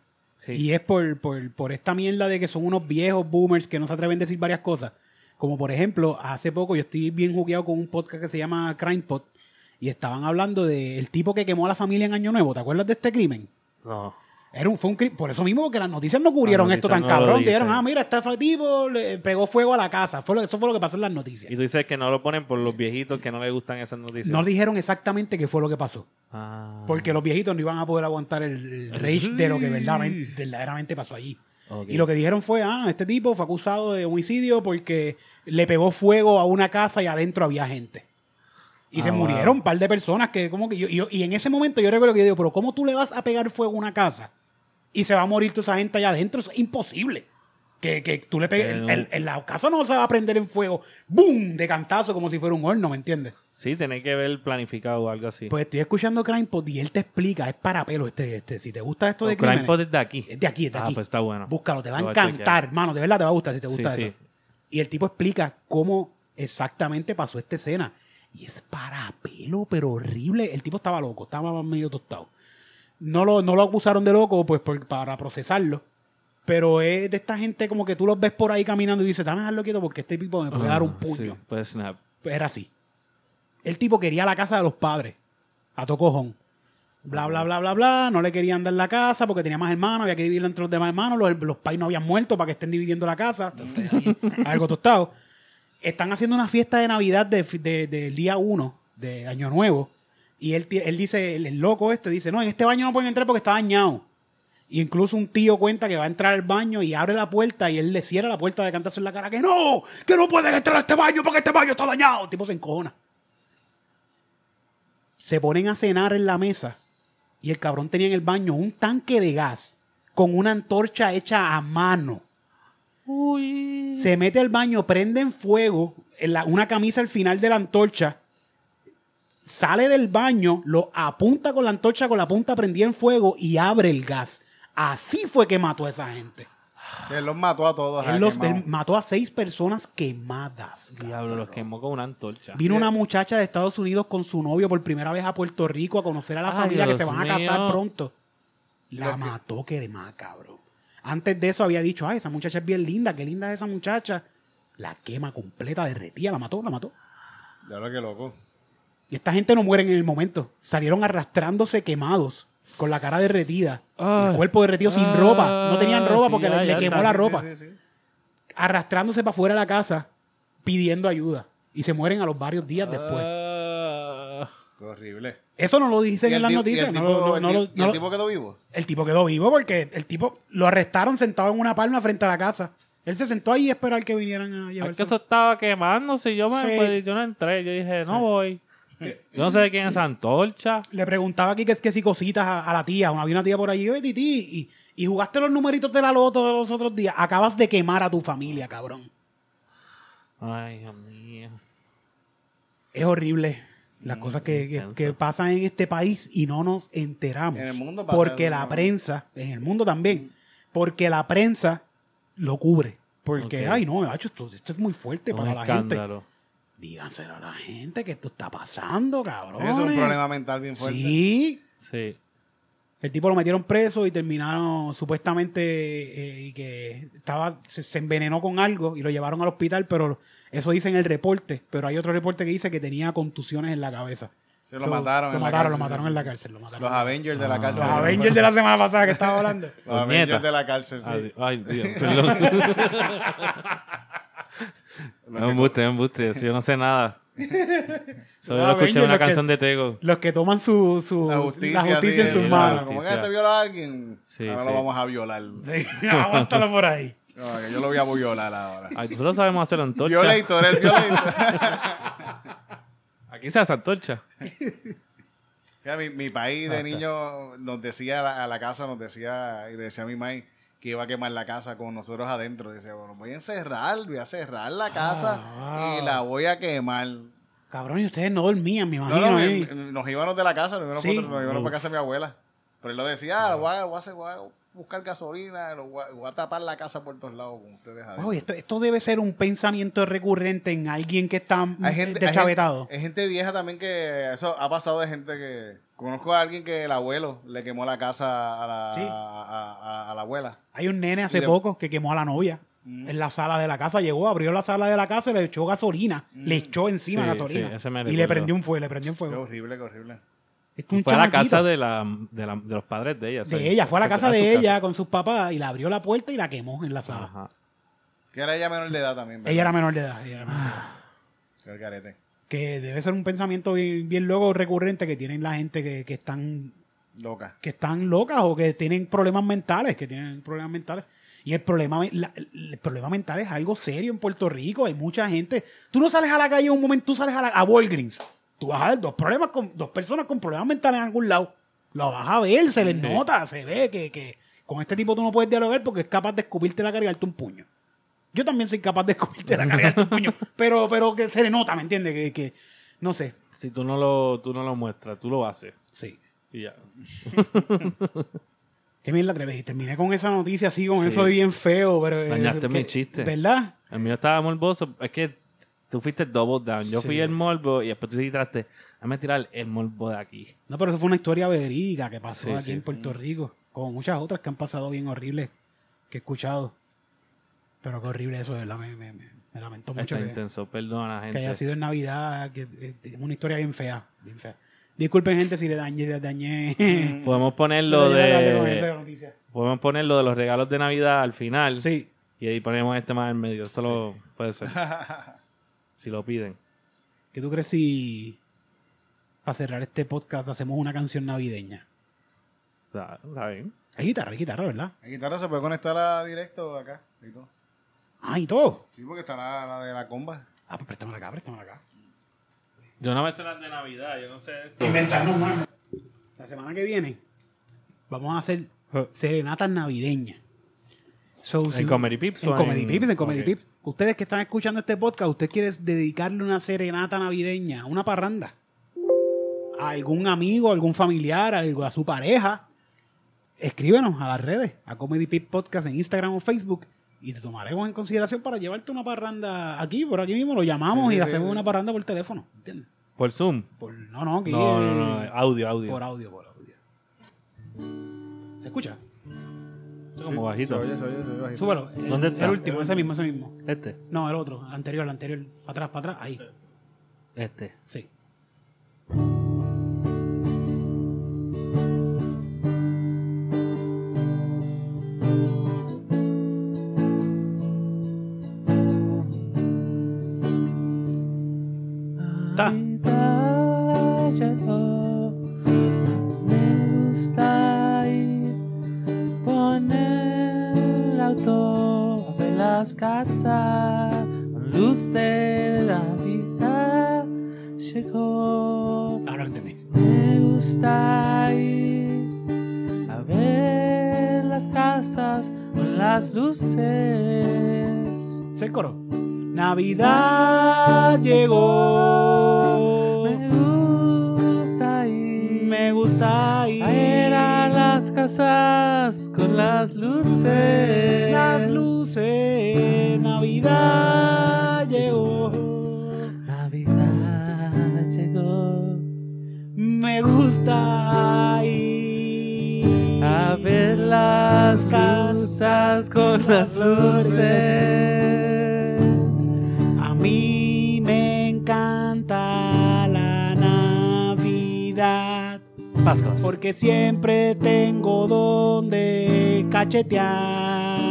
Speaker 5: Sí.
Speaker 4: Y es por, por, por esta mierda de que son unos viejos boomers que no se atreven a decir varias cosas. Como por ejemplo, hace poco yo estoy bien jugueado con un podcast que se llama Crime Pod y estaban hablando del tipo que quemó a la familia en Año Nuevo. ¿Te acuerdas de este crimen?
Speaker 5: No.
Speaker 4: Era un, fue un cri- por eso mismo, porque las noticias no cubrieron
Speaker 5: Las
Speaker 4: esto
Speaker 5: noticias
Speaker 4: tan
Speaker 5: no lo
Speaker 4: cabrón.
Speaker 5: dicen.
Speaker 4: Dijeron, ah, mira, este tipo le pegó fuego a la casa. Fue lo- eso fue lo que pasó en las noticias.
Speaker 5: Y tú dices que no lo ponen por los viejitos que no les gustan esas noticias.
Speaker 4: No dijeron exactamente qué fue lo que pasó.
Speaker 5: Ah.
Speaker 4: Porque los viejitos no iban a poder aguantar el, el rage de lo que verdaderamente, verdaderamente pasó allí. Y lo que dijeron fue, ah, este tipo fue acusado de homicidio porque le pegó fuego a una casa y adentro había gente. Y
Speaker 5: Ah,
Speaker 4: se
Speaker 5: wow.
Speaker 4: murieron un par de personas que como que yo, yo- y en ese momento yo recuerdo que yo digo, pero ¿cómo tú le vas a pegar fuego a una casa y se va a morir toda esa gente allá adentro? Eso es imposible. Que, que tú le pegues...
Speaker 5: Pero-
Speaker 4: el- el- el- la casa no se va a prender en fuego. ¡Boom! De cantazo como si fuera un horno, ¿me entiendes?
Speaker 5: Sí, tiene que ver planificado o algo así.
Speaker 4: Pues estoy escuchando Crime Pod y él te explica, es para pelo este, este. Si te gusta esto
Speaker 5: O
Speaker 4: de
Speaker 5: Oh, Crime
Speaker 4: crímenes,
Speaker 5: Pod es de aquí.
Speaker 4: es de aquí, es de
Speaker 5: Ah,
Speaker 4: aquí.
Speaker 5: pues está bueno.
Speaker 4: Búscalo, te va a
Speaker 5: Lo voy a chequear.
Speaker 4: encantar, hermano. De verdad te va a gustar si te gusta
Speaker 5: Sí,
Speaker 4: eso.
Speaker 5: sí.
Speaker 4: Y el tipo explica cómo exactamente pasó esta escena. Y es para pelo, pero horrible. El tipo estaba loco, estaba medio tostado. No lo, no lo acusaron de loco, pues, por- para procesarlo. Pero es de esta gente como que tú los ves por ahí caminando y dices, dame dejarlo quieto porque este tipo me puede dar un
Speaker 5: Ah,
Speaker 4: puño.
Speaker 5: sí, puede snap.
Speaker 4: Pues era así. El tipo quería la casa de los padres. A tocojón. Bla, bla, bla, bla, bla. No le querían dar la casa porque tenía más hermanos. Había que dividirlo entre los demás hermanos. Los, los pais no habían muerto para que estén dividiendo la casa. [LAUGHS] Algo tostado. Están haciendo una fiesta de Navidad de- de- del día 1 de Año Nuevo. Y él, ti- él dice, el, el loco este dice, no, en este baño no pueden entrar porque está dañado. Y incluso un tío cuenta que va a entrar al baño y abre la puerta y él le cierra la puerta de cantazo en la cara que no, que no pueden entrar a este baño porque este baño está dañado. El tipo se encojona. Se ponen a cenar en la mesa y el cabrón tenía en el baño un tanque de gas con una antorcha hecha a mano. Se mete al baño, prende en fuego en la- una camisa al final de la antorcha sale del baño, lo apunta con la antorcha, con la punta prendida en fuego y abre el gas. Así fue que mató a esa gente.
Speaker 1: O sea, él los mató a todos.
Speaker 4: Él,
Speaker 1: ah,
Speaker 4: los-
Speaker 1: quemado.
Speaker 4: él mató a seis personas quemadas.
Speaker 5: Diablo, los quemó con una antorcha.
Speaker 4: Vino una muchacha de Estados Unidos con su novio por primera vez a Puerto Rico a conocer a la
Speaker 5: Ay,
Speaker 4: familia que
Speaker 5: Dios
Speaker 4: se van a casar
Speaker 5: mío.
Speaker 4: pronto. La mató, que más cabrón. Antes de eso había dicho, ay, esa muchacha es bien linda, qué linda es esa muchacha. La quema completa, derretía, la mató, la mató.
Speaker 1: Ya lo que loco.
Speaker 4: Y esta gente no muere en el momento. Salieron arrastrándose quemados, con la cara derretida, el cuerpo derretido sin ropa. No tenían ropa
Speaker 5: Ah. sí,
Speaker 4: porque
Speaker 5: ya,
Speaker 4: le, le
Speaker 5: ya
Speaker 4: quemó
Speaker 5: está,
Speaker 4: la
Speaker 1: Sí,
Speaker 4: ropa.
Speaker 1: sí, sí, sí.
Speaker 4: Arrastrándose para afuera de la casa, pidiendo ayuda. Y se mueren a los varios días después.
Speaker 5: Ah.
Speaker 1: Qué horrible.
Speaker 4: Eso no lo
Speaker 1: ¿Y
Speaker 4: dicen en
Speaker 1: el
Speaker 4: las
Speaker 1: ti- y
Speaker 4: noticias.
Speaker 1: el
Speaker 4: no
Speaker 1: tipo-
Speaker 4: lo- no-
Speaker 1: el
Speaker 4: no
Speaker 1: ti-
Speaker 4: lo-
Speaker 1: y
Speaker 4: no
Speaker 1: el
Speaker 4: lo-
Speaker 1: tipo quedó vivo.
Speaker 4: El tipo quedó vivo porque el tipo lo arrestaron sentado en una palma frente a la casa. Él se sentó ahí a esperar que vinieran a
Speaker 5: Es
Speaker 4: llevarse.
Speaker 5: que eso estaba quemándose y yo, me,
Speaker 4: Sí.
Speaker 5: pues, yo no entré. Yo dije, no voy. Yo no sé de quién es esa antorcha.
Speaker 4: Le preguntaba aquí que, que si cositas a, a la tía. Había una tía por allí, oye, titi, y, y jugaste los numeritos de la loto de los otros días. Acabas de quemar a tu familia, cabrón.
Speaker 5: Ay, Dios mío.
Speaker 4: Es horrible las cosas que, que-
Speaker 5: Mm, intenso.
Speaker 4: que pasan en este país y no nos enteramos.
Speaker 1: En el mundo pasa
Speaker 4: Porque
Speaker 1: eso,
Speaker 4: la
Speaker 1: ¿no?
Speaker 4: prensa, en el mundo también, porque la prensa lo cubre. Porque,
Speaker 5: Mm. Ok.
Speaker 4: ay, no, macho, esto, esto es muy fuerte
Speaker 5: Un
Speaker 4: para la gente.
Speaker 5: escándalo.
Speaker 4: Díganselo a la gente que esto está pasando, cabrón.
Speaker 1: Sí, eso es un problema mental bien fuerte.
Speaker 4: Sí.
Speaker 5: Sí.
Speaker 4: El tipo lo metieron preso y terminaron supuestamente eh, y que estaba se, se envenenó con algo y lo llevaron al hospital, pero eso dice en el reporte, pero hay otro reporte que dice que tenía contusiones en la cabeza.
Speaker 1: Sí, lo
Speaker 4: So,
Speaker 1: mataron
Speaker 4: Lo
Speaker 1: en la
Speaker 4: mataron, lo
Speaker 1: cárcel.
Speaker 4: mataron en la cárcel, lo mataron.
Speaker 1: Los Avengers de la
Speaker 5: Ah.
Speaker 1: cárcel.
Speaker 4: Los Avengers de la semana pasada que estaba hablando.
Speaker 1: Los Avengers
Speaker 5: Puñeta.
Speaker 1: de la cárcel. sí.
Speaker 5: Ay, ay, Dios,
Speaker 4: [LAUGHS]
Speaker 5: perdón. no, embuste, embuste. Si yo no sé nada. Solo
Speaker 4: Ah,
Speaker 5: escuché
Speaker 4: Avengers,
Speaker 5: una
Speaker 4: lo que-
Speaker 5: canción de Tego.
Speaker 4: Los que toman su, su
Speaker 1: La justicia,
Speaker 4: en
Speaker 1: sí,
Speaker 4: sus
Speaker 5: la
Speaker 4: manos.
Speaker 1: Como que
Speaker 5: justicia.
Speaker 1: te viola a alguien,
Speaker 5: Sí,
Speaker 1: ahora
Speaker 5: sí.
Speaker 1: lo vamos a violar. No,
Speaker 4: [LAUGHS] Aguántalo por ahí.
Speaker 1: que yo lo voy a violar ahora.
Speaker 5: Ay, Nosotros sabemos hacer antorcha.
Speaker 1: Violator, el violator.
Speaker 5: Aquí se hace antorcha.
Speaker 1: Mira, mi, mi país
Speaker 4: Ah,
Speaker 1: de niño nos decía a la, a la casa, nos decía, y le decía a mi mamá que iba a quemar la casa con nosotros adentro. Decía, bueno, voy a encerrar, voy a cerrar la casa
Speaker 4: Ah.
Speaker 1: y la voy a quemar.
Speaker 4: Cabrón, y ustedes no dormían, me
Speaker 1: No,
Speaker 4: imagino.
Speaker 1: no,
Speaker 4: ¿eh?
Speaker 1: mi- nos íbamos de la casa, nos íbamos,
Speaker 4: Sí.
Speaker 1: para, nos íbamos
Speaker 5: Uf.
Speaker 1: para casa de mi abuela. Pero él lo decía, ah, voy, a, voy a hacer- voy a buscar gasolina, lo voy, a, voy a tapar la casa por todos lados con ustedes adentro.
Speaker 4: Wow, esto, esto debe ser un pensamiento recurrente en alguien que está mm,
Speaker 1: Hay gente, hay,
Speaker 4: deschavetado.
Speaker 1: gente- hay gente vieja también que eso ha pasado de gente que conozco a alguien que el abuelo le quemó la casa a la,
Speaker 4: Sí.
Speaker 1: a, a- a la abuela.
Speaker 4: Hay un nene hace
Speaker 1: Y de- Mm.
Speaker 4: poco que quemó a la novia en la sala de la casa. Llegó, abrió la sala de la casa y le echó gasolina.
Speaker 1: Mm.
Speaker 4: Le echó encima
Speaker 5: Sí,
Speaker 4: gasolina.
Speaker 5: sí, ese me
Speaker 4: y le
Speaker 5: recuerdo.
Speaker 4: prendió un fuego, le prendió un
Speaker 1: Qué
Speaker 4: fuego.
Speaker 1: horrible, qué horrible.
Speaker 4: Es que un
Speaker 5: Fue a la
Speaker 4: chamaquito
Speaker 5: casa de, la, de, la- de los padres de ella. o sea,
Speaker 4: de ella, fue a la casa de
Speaker 5: su
Speaker 4: ella con sus papás y le abrió la puerta y la quemó en la sala.
Speaker 5: Ajá.
Speaker 1: Que era ella menor de edad también. ¿verdad?
Speaker 4: Ella era menor de edad. ella era menor de edad.
Speaker 1: El garete.
Speaker 4: Que debe ser un pensamiento bien, bien loco recurrente que tienen la gente que, que están
Speaker 1: Loca.
Speaker 4: que están locas o que tienen problemas mentales, que tienen problemas mentales. Y el problema, la- el problema mental es algo serio en Puerto Rico. Hay mucha gente. Tú no sales a la calle un momento, tú sales a, la, a Walgreens. Tú vas a ver dos, problemas con, dos personas con problemas mentales en algún lado. Lo vas a ver, se les nota, se ve que, que con este tipo tú no puedes dialogar porque es capaz de escupirte la cargarte un puño. Yo también soy capaz de escupirte la cargarte un puño. Pero, pero que se le nota, ¿me entiendes? Que, que no sé.
Speaker 5: Si tú no, lo, tú no lo muestras, tú lo haces.
Speaker 4: Sí.
Speaker 5: Y ya.
Speaker 4: Qué mierda, Treves. Y terminé con esa noticia así, con
Speaker 5: Sí.
Speaker 4: eso bien feo, pero... eh,
Speaker 5: Dañaste
Speaker 4: que-
Speaker 5: mi chiste.
Speaker 4: ¿Verdad?
Speaker 5: El mío estaba morboso. Es que tú fuiste double down. Yo fui
Speaker 4: Sí.
Speaker 5: el morbo y después tú tiraste. Déjame tirar el morbo de aquí.
Speaker 4: No, pero eso fue una historia verídica que pasó
Speaker 5: Sí,
Speaker 4: aquí
Speaker 5: sí.
Speaker 4: en Puerto Rico, como muchas otras que han pasado bien horribles que he escuchado. Pero qué horrible eso, ¿verdad? Me, me, me- me lamento mucho
Speaker 5: Está
Speaker 4: que,
Speaker 5: intenso. Perdona,
Speaker 4: que
Speaker 5: gente.
Speaker 4: haya sido en Navidad, que eh, es una historia bien fea, bien fea. Disculpen, gente, si le dañé, le dañé. [LAUGHS]
Speaker 5: Podemos poner
Speaker 4: le
Speaker 5: Mm, lo
Speaker 4: dañé la clase con esa
Speaker 5: de.
Speaker 4: noticia.
Speaker 5: Podemos poner lo de los regalos de Navidad al final.
Speaker 4: Sí,
Speaker 5: Y ahí ponemos este más en medio. Esto lo
Speaker 4: [LAUGHS]
Speaker 5: puede ser. si lo piden.
Speaker 4: ¿qué tú crees si para cerrar este podcast hacemos una canción navideña?
Speaker 5: Está está bien.
Speaker 4: Hay guitarra, hay guitarra, ¿verdad?
Speaker 1: La guitarra se puede conectar a directo acá. y todo.
Speaker 4: Ah, y todo.
Speaker 1: Sí, porque está la, la de la comba.
Speaker 4: Ah, pues préstamela acá, préstamela acá.
Speaker 5: Yo no me sé las de Navidad. Yo no sé eso.
Speaker 4: Inventarnos más. La semana que viene vamos a hacer serenatas navideñas. So,
Speaker 5: ¿En Comedy Pips
Speaker 4: En
Speaker 5: o
Speaker 4: Comedy
Speaker 5: en-
Speaker 4: Pips, en Comedy
Speaker 5: ok.
Speaker 4: Pips. Ustedes que están escuchando este podcast, usted quiere dedicarle una serenata navideña, una parranda. A algún amigo, a algún familiar, a, algo- a su pareja. Escríbenos a las redes, a Comedy Pips Podcast en Instagram o Facebook. Y te tomaremos en consideración para llevarte una parranda aquí, por aquí mismo. Lo llamamos
Speaker 1: Sí, sí,
Speaker 4: y
Speaker 1: sí,
Speaker 4: hacemos
Speaker 1: sí.
Speaker 4: una parranda por teléfono. ¿Entiendes?
Speaker 5: Por Zoom.
Speaker 4: Por, no, no, aquí,
Speaker 5: No, no,
Speaker 4: eh,
Speaker 5: no. Audio, audio.
Speaker 4: Por audio, por audio. ¿Se escucha?
Speaker 5: Esto como
Speaker 1: Sí, Se
Speaker 5: bajito.
Speaker 1: oye, se oye, se oye bajito.
Speaker 4: Súbelo. El-
Speaker 5: ¿Dónde está?
Speaker 4: El último, ese mismo, ese mismo.
Speaker 5: Este.
Speaker 4: No, el otro, anterior, anterior. Para atrás, para atrás. Ahí,
Speaker 5: Este.
Speaker 4: sí. Está.
Speaker 5: Navidad llegó, me gusta ir, poner el auto a velar. las casas, luces, la vida llegó.
Speaker 4: Ahora lo entendí.
Speaker 5: Me gusta ir a ver las casas con las luces.
Speaker 4: ¿Es el coro? Navidad llegó.
Speaker 5: Me gusta ir
Speaker 4: Me gusta ir
Speaker 5: a ir a las casas con las luces.
Speaker 4: las luces. Navidad llegó.
Speaker 5: Navidad llegó
Speaker 4: Me gusta ir
Speaker 5: a ver las casas con las luces.
Speaker 4: A mí me encanta la Navidad.
Speaker 5: Vascos.
Speaker 4: Porque siempre tengo donde cachetear.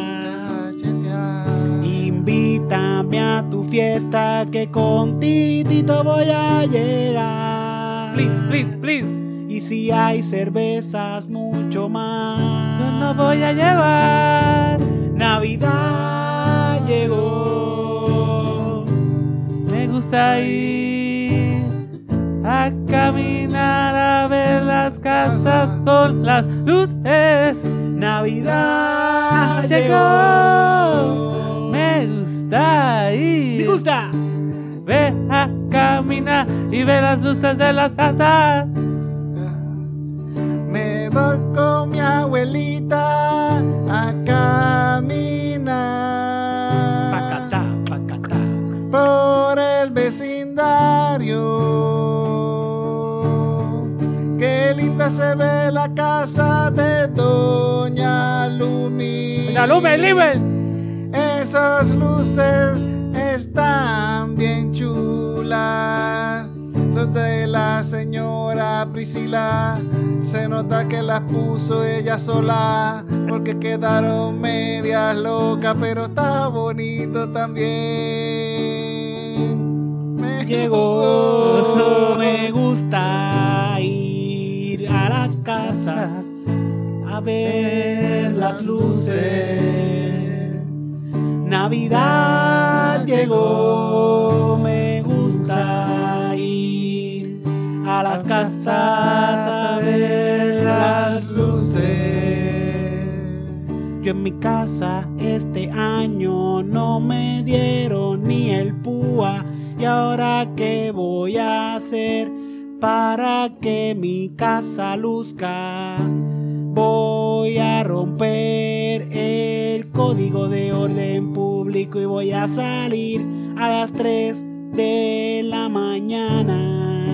Speaker 4: Invítame a tu fiesta que con Titito voy a llegar.
Speaker 5: Please, please, please.
Speaker 4: Y si hay cervezas, mucho más.
Speaker 5: Yo no voy a llevar.
Speaker 4: Navidad llegó.
Speaker 5: Me gusta ir a caminar a ver las casas con las luces.
Speaker 4: Navidad
Speaker 5: Llegó.
Speaker 4: llegó.
Speaker 5: Me gusta
Speaker 4: Me
Speaker 5: ir.
Speaker 4: gusta.
Speaker 5: Ve a caminar y ve las luces de las casas.
Speaker 4: Me voy con mi abuelita a caminar. Pacatá, pacatá. Por el vecindario. Qué linda se ve la casa de Doña Lumi.
Speaker 5: La lumen, libre.
Speaker 4: Esas luces están bien chulas. Los de la señora Priscila. Se nota que las puso ella sola. Porque quedaron medias locas. Pero está bonito también. Me llegó. Me gusta ir a las casas. A ver las luces. Navidad llegó, me gusta ir a las casas a ver las luces. Yo en mi casa este año no me dieron ni el púa y ahora qué voy a hacer para que mi casa luzca. Voy a romper el código de orden público y voy a salir a las 3 de la mañana.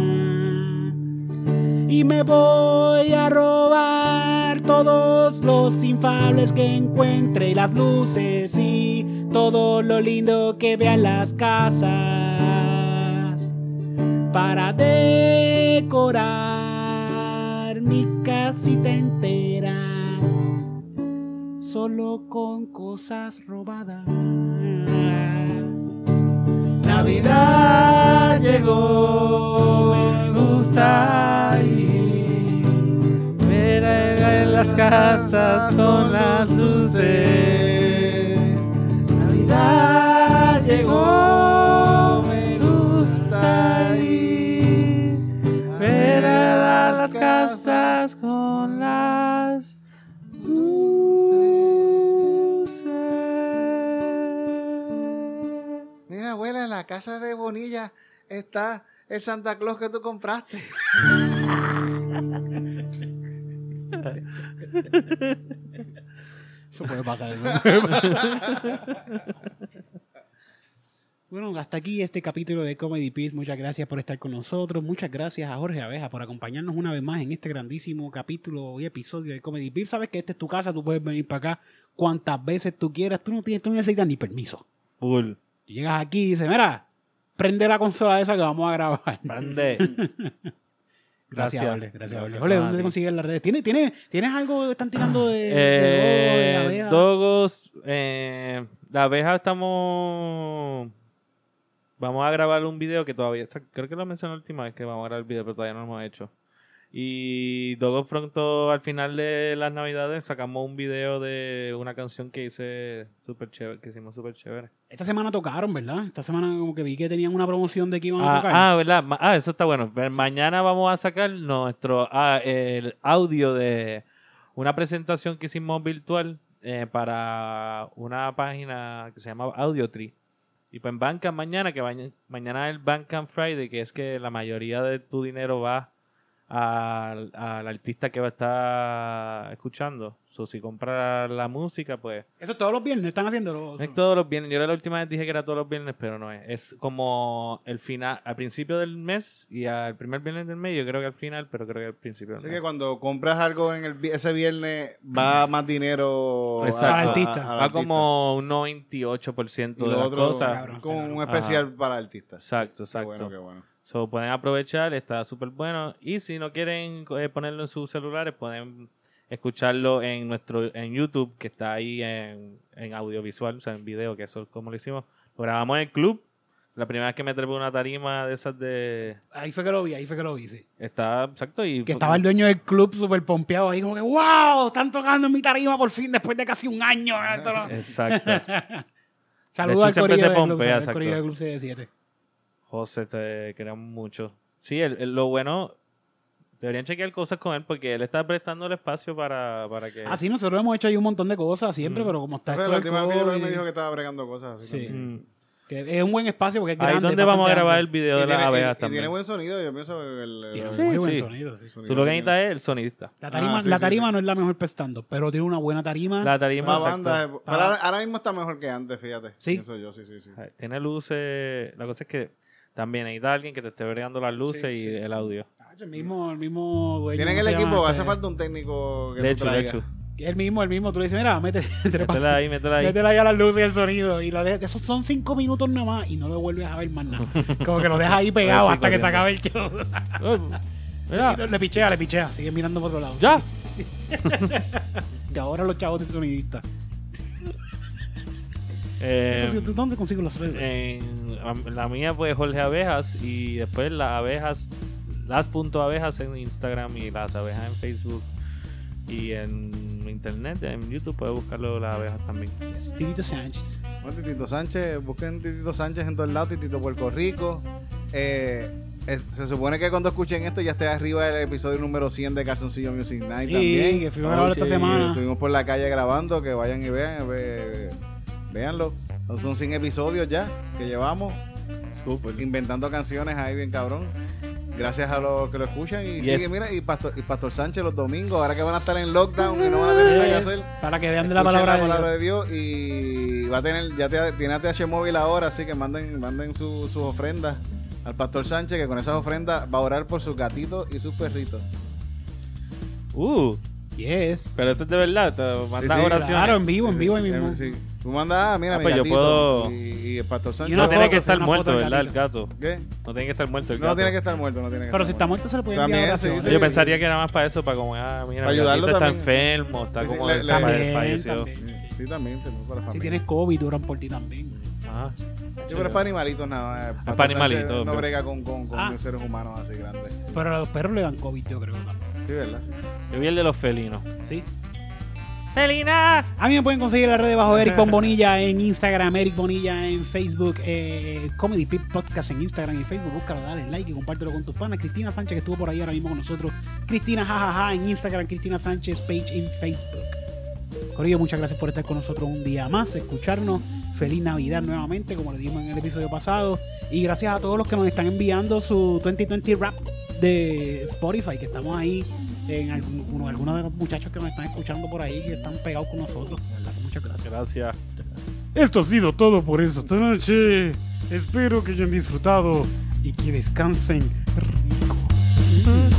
Speaker 4: Y me voy a robar todos los infables que encuentre y las luces y todo lo lindo que vean las casas para decorar mi casita entera solo con cosas robadas. Navidad llegó, me gusta ir
Speaker 5: Ver a las casas con las luces.
Speaker 4: Navidad llegó, me gusta ir.
Speaker 5: Ver a las casas con las luces.
Speaker 1: Mira, abuela, en la casa de Bonilla está el Santa Claus que tú compraste.
Speaker 4: Eso puede pasar, eso puede pasar. [LAUGHS] Bueno, hasta aquí este capítulo de Comedy Peace. Muchas gracias por estar con nosotros. Muchas gracias a Jorge Abeja por acompañarnos una vez más en este grandísimo capítulo y episodio de Comedy Peace. Sabes que esta es tu casa, tú puedes venir para acá cuantas veces tú quieras. Tú no tienes, tú no necesitas ni permiso.
Speaker 5: Bull.
Speaker 4: Tú llegas aquí y dices, mira, prende la consola esa que vamos a
Speaker 5: [LAUGHS]
Speaker 4: grabar. [LAUGHS]
Speaker 5: Grande.
Speaker 4: Gracias,
Speaker 5: Gracias.
Speaker 4: Jorge. Gracias, Jorge.
Speaker 5: Gracias.
Speaker 4: Jorge,
Speaker 5: Ah,
Speaker 4: ¿dónde te
Speaker 5: sí.
Speaker 4: consigues las redes? ¿Tienes, tienes, ¿Tienes algo que están tirando de, de logo, de
Speaker 5: Eh,
Speaker 4: Abeja?
Speaker 5: Dogos, eh, la abeja estamos. Vamos a grabar un video que todavía. o sea, Creo que lo mencioné la última vez que vamos a grabar el video, pero todavía no lo hemos hecho. Y luego pronto, al final de las navidades, sacamos un video de una canción que hice super chévere, que hicimos súper chévere.
Speaker 4: Esta semana tocaron, ¿verdad? Esta semana como que vi que tenían una promoción de que iban a tocar.
Speaker 5: Ah, ah, ¿verdad? Ma- Ah, eso está bueno. Pero Mañana vamos a sacar nuestro ah, el audio de una presentación que hicimos virtual eh, para una página que se llama Audiotree. Y pues en Banca mañana, que baña- mañana es el Bandcamp Friday, que es que la mayoría de tu dinero va al, al artista que va a estar escuchando. So, si compras la música, pues
Speaker 4: Eso todos los viernes están haciéndolo.
Speaker 5: no es todos los viernes. Yo la última vez dije que era todos los viernes, pero no es. Es como el final, al principio del mes y al primer viernes del mes. Yo creo que al final, pero creo que al principio. del
Speaker 1: Así
Speaker 5: mes.
Speaker 1: que cuando compras algo en el, vi- ese viernes, va más dinero a-
Speaker 5: Exacto.
Speaker 1: a-
Speaker 4: Al artista.
Speaker 1: al
Speaker 5: Va
Speaker 1: artista.
Speaker 5: como un 98%
Speaker 1: Y
Speaker 5: de
Speaker 1: lo
Speaker 5: las
Speaker 1: otro,
Speaker 5: cosas.
Speaker 4: Cabrón,
Speaker 1: como
Speaker 4: cabrón.
Speaker 1: un especial para artistas.
Speaker 5: Exacto,
Speaker 1: Qué
Speaker 5: exacto.
Speaker 1: bueno, qué bueno.
Speaker 5: So, pueden aprovechar, está súper bueno. Y si no quieren eh, ponerlo en sus celulares, pueden escucharlo en nuestro en YouTube, que está ahí en, en audiovisual, o sea, en video, que eso es como lo hicimos. Lo grabamos en el club. La primera vez que me trepé a una tarima de esas de...
Speaker 4: Ahí fue que lo vi, ahí fue que lo vi, sí.
Speaker 5: Está, exacto, y... pues,
Speaker 4: Que estaba el dueño del club súper pompeado ahí, como que, wow, están tocando en mi tarima por fin después de casi un año.
Speaker 5: [LAUGHS]
Speaker 4: Esto no-
Speaker 5: [LAUGHS] Exacto.
Speaker 4: Saludos al
Speaker 5: siempre
Speaker 4: corillo
Speaker 5: se
Speaker 4: del club,
Speaker 5: pompea,
Speaker 4: saludos al
Speaker 5: exacto.
Speaker 4: corillo del club CD7.
Speaker 5: José, te queremos mucho. Sí, el- el- lo bueno... Deberían chequear cosas con él porque él está prestando el espacio para, para que...
Speaker 4: Ah, sí, nosotros hemos hecho ahí un montón de cosas siempre, pero como está
Speaker 1: Pero
Speaker 4: esto
Speaker 1: la
Speaker 4: del
Speaker 1: última vez que yo lo vi,
Speaker 4: COVID,
Speaker 1: me dijo que estaba bregando cosas. Así
Speaker 4: Sí.
Speaker 1: también.
Speaker 5: Mm.
Speaker 4: que es un buen espacio porque es grande.
Speaker 5: Ahí donde
Speaker 4: es
Speaker 5: vamos a
Speaker 4: bastante
Speaker 5: grabar el
Speaker 4: amplio.
Speaker 5: video
Speaker 1: Y
Speaker 5: de las
Speaker 1: tiene, y-
Speaker 5: abejas
Speaker 1: y tiene
Speaker 5: también.
Speaker 1: buen sonido, yo pienso. que el- el-
Speaker 4: Tiene
Speaker 1: el-
Speaker 4: muy
Speaker 5: Sí,
Speaker 4: buen
Speaker 5: sí.
Speaker 4: sonido, sí.
Speaker 5: Tú lo que necesitas es el sonidista.
Speaker 4: La tarima,
Speaker 1: Ah, sí,
Speaker 4: la
Speaker 1: sí,
Speaker 4: tarima
Speaker 1: sí.
Speaker 4: no es la mejor pestando, pero tiene una buena tarima.
Speaker 5: La tarima
Speaker 1: Más
Speaker 5: exacto.
Speaker 1: bandas, eh, pero ahora, ahora mismo está mejor que antes, fíjate.
Speaker 4: Ah. Sí.
Speaker 1: Pienso yo, sí, sí, sí.
Speaker 5: Ay, Tiene luces. La cosa es que también necesita alguien que te esté bregando las luces
Speaker 4: Sí,
Speaker 5: y
Speaker 4: sí.
Speaker 5: el audio.
Speaker 4: Ah, el mismo, el mismo dueño,
Speaker 1: Tienen
Speaker 4: ¿cómo
Speaker 1: el
Speaker 4: se llama?
Speaker 1: equipo, hace
Speaker 4: Este,
Speaker 1: falta un técnico que
Speaker 5: De
Speaker 1: lo
Speaker 5: hecho, de
Speaker 1: traiga.
Speaker 5: hecho.
Speaker 4: El mismo, el mismo. Tú le dices, mira, [LAUGHS] métele,
Speaker 5: Métela ahí, métela ahí.
Speaker 4: métela ahí a las luces y el sonido. Y lo de, esos son cinco minutos nada más y no lo vuelves a ver más
Speaker 5: [LAUGHS]
Speaker 4: nada. Como que lo dejas ahí pegado
Speaker 5: Sí,
Speaker 4: hasta que se
Speaker 5: corriendo.
Speaker 4: acabe el show.
Speaker 5: [LAUGHS] Uy,
Speaker 4: Y
Speaker 5: Oh, Mira,
Speaker 4: le pichea, le pichea. Sigue mirando por otro lado.
Speaker 5: ya.
Speaker 4: Y ahora los chavos de sonidista.
Speaker 5: Eh,
Speaker 4: Entonces, ¿tú ¿Dónde consigo las
Speaker 5: Pues
Speaker 4: redes?
Speaker 5: en- am- la mía fue Jorge Abejas y después las abejas, las punto abejas en Instagram y las abejas en Facebook y en internet, en YouTube puedes buscarlo las abejas también.
Speaker 4: Yes, Tito Sánchez.
Speaker 1: Bueno, Titito Sánchez, busquen Titito Sánchez en todos lados, Titito Puerto Rico. Eh, eh, se supone que cuando escuchen esto ya esté arriba el episodio número 100 de Calzoncillo Music Night
Speaker 4: Sí,
Speaker 1: también.
Speaker 4: que fuimos a grabar esta
Speaker 1: sí,
Speaker 4: semana.
Speaker 1: Estuvimos por la calle grabando, que vayan y vean, ve- véanlo. Son 100 episodios ya que llevamos. Inventando canciones ahí bien cabrón. Gracias a los que lo escuchan. Y
Speaker 5: Yes.
Speaker 1: sigue, mira, y Pastor, y Pastor Sánchez los domingos, ahora que van a estar en lockdown y no van a tener nada que hacer.
Speaker 4: Para que vean de la
Speaker 1: Escuchen
Speaker 4: palabra, de Dios.
Speaker 1: de Dios. y va a tener ya te- tiene a TH móvil ahora así que manden manden su- sus ofrendas al pastor Sánchez que con esas ofrendas va a orar por sus gatitos y sus perritos
Speaker 5: Uh,
Speaker 4: Yes.
Speaker 5: pero eso es de verdad, te mandas
Speaker 1: sí,
Speaker 5: oraciones.
Speaker 4: Claro, en vivo, en
Speaker 1: Sí,
Speaker 4: vivo ahí
Speaker 1: sí,
Speaker 4: mismo.
Speaker 1: sí. tú mandas ah, mira
Speaker 5: Ah,
Speaker 1: mi
Speaker 5: pues yo
Speaker 1: gatito
Speaker 5: puedo-
Speaker 1: y, y el pastor Sánchez
Speaker 4: Y una
Speaker 5: no tiene
Speaker 4: foto,
Speaker 5: que
Speaker 4: sí,
Speaker 5: estar
Speaker 4: una
Speaker 5: muerto,
Speaker 4: foto del
Speaker 5: ¿verdad? El gato.
Speaker 1: ¿Qué?
Speaker 5: No tiene que estar muerto el gato.
Speaker 1: no tiene que estar muerto no tiene que
Speaker 4: Pero si
Speaker 1: estar
Speaker 4: está muerto, se le puede
Speaker 1: También,
Speaker 4: enviar
Speaker 1: sí,
Speaker 4: oraciones.
Speaker 1: sí.
Speaker 5: Yo pensaría que era más para eso, para como, ah,
Speaker 1: Para
Speaker 5: mira, el gatito
Speaker 1: ayudarlo
Speaker 5: está
Speaker 1: también.
Speaker 5: enfermo, está
Speaker 1: Sí, sí,
Speaker 5: como
Speaker 1: le-
Speaker 5: de-
Speaker 1: le-
Speaker 5: fa-
Speaker 4: También,
Speaker 5: falleció.
Speaker 4: también.
Speaker 1: sí, sí también tenemos para la
Speaker 4: Si
Speaker 1: familia
Speaker 4: tienes COVID, duran por ti también.
Speaker 5: Ajá.
Speaker 1: yo creo que es para animalitos nada más. Pastor
Speaker 5: para
Speaker 1: Sánchez
Speaker 5: animalitos,
Speaker 1: no
Speaker 5: pero-
Speaker 1: brega con, con, con
Speaker 4: Ah.
Speaker 1: seres humanos así grandes
Speaker 4: Pero a los perros le dan COVID, yo creo. también.
Speaker 1: sí verdad
Speaker 5: Yo vi el de los felinos.
Speaker 4: Sí.
Speaker 5: ¡Felina!
Speaker 4: A mí me pueden conseguir en las redes bajo Eric Bonilla en Instagram, Eric Bonilla en Facebook, eh, Comedy Pip Podcast en Instagram y Facebook. Búscalo, dale like y compártelo con tus panas. Cristina Sánchez, que estuvo por ahí ahora mismo con nosotros. Cristina Jajaja en Instagram, Cristina Sánchez Page en Facebook. Corillo, muchas gracias por estar con nosotros un día más, escucharnos. Feliz Navidad nuevamente, como le dijimos en el episodio pasado. Y gracias a todos los que nos están enviando su 2020 rap de Spotify, que estamos ahí en alguno, algunos de los muchachos que nos están escuchando por ahí, que están pegados con nosotros. De verdad que Muchas gracias.
Speaker 5: Gracias.
Speaker 4: Esto ha sido todo por esta noche. Espero que hayan disfrutado y que descansen rico.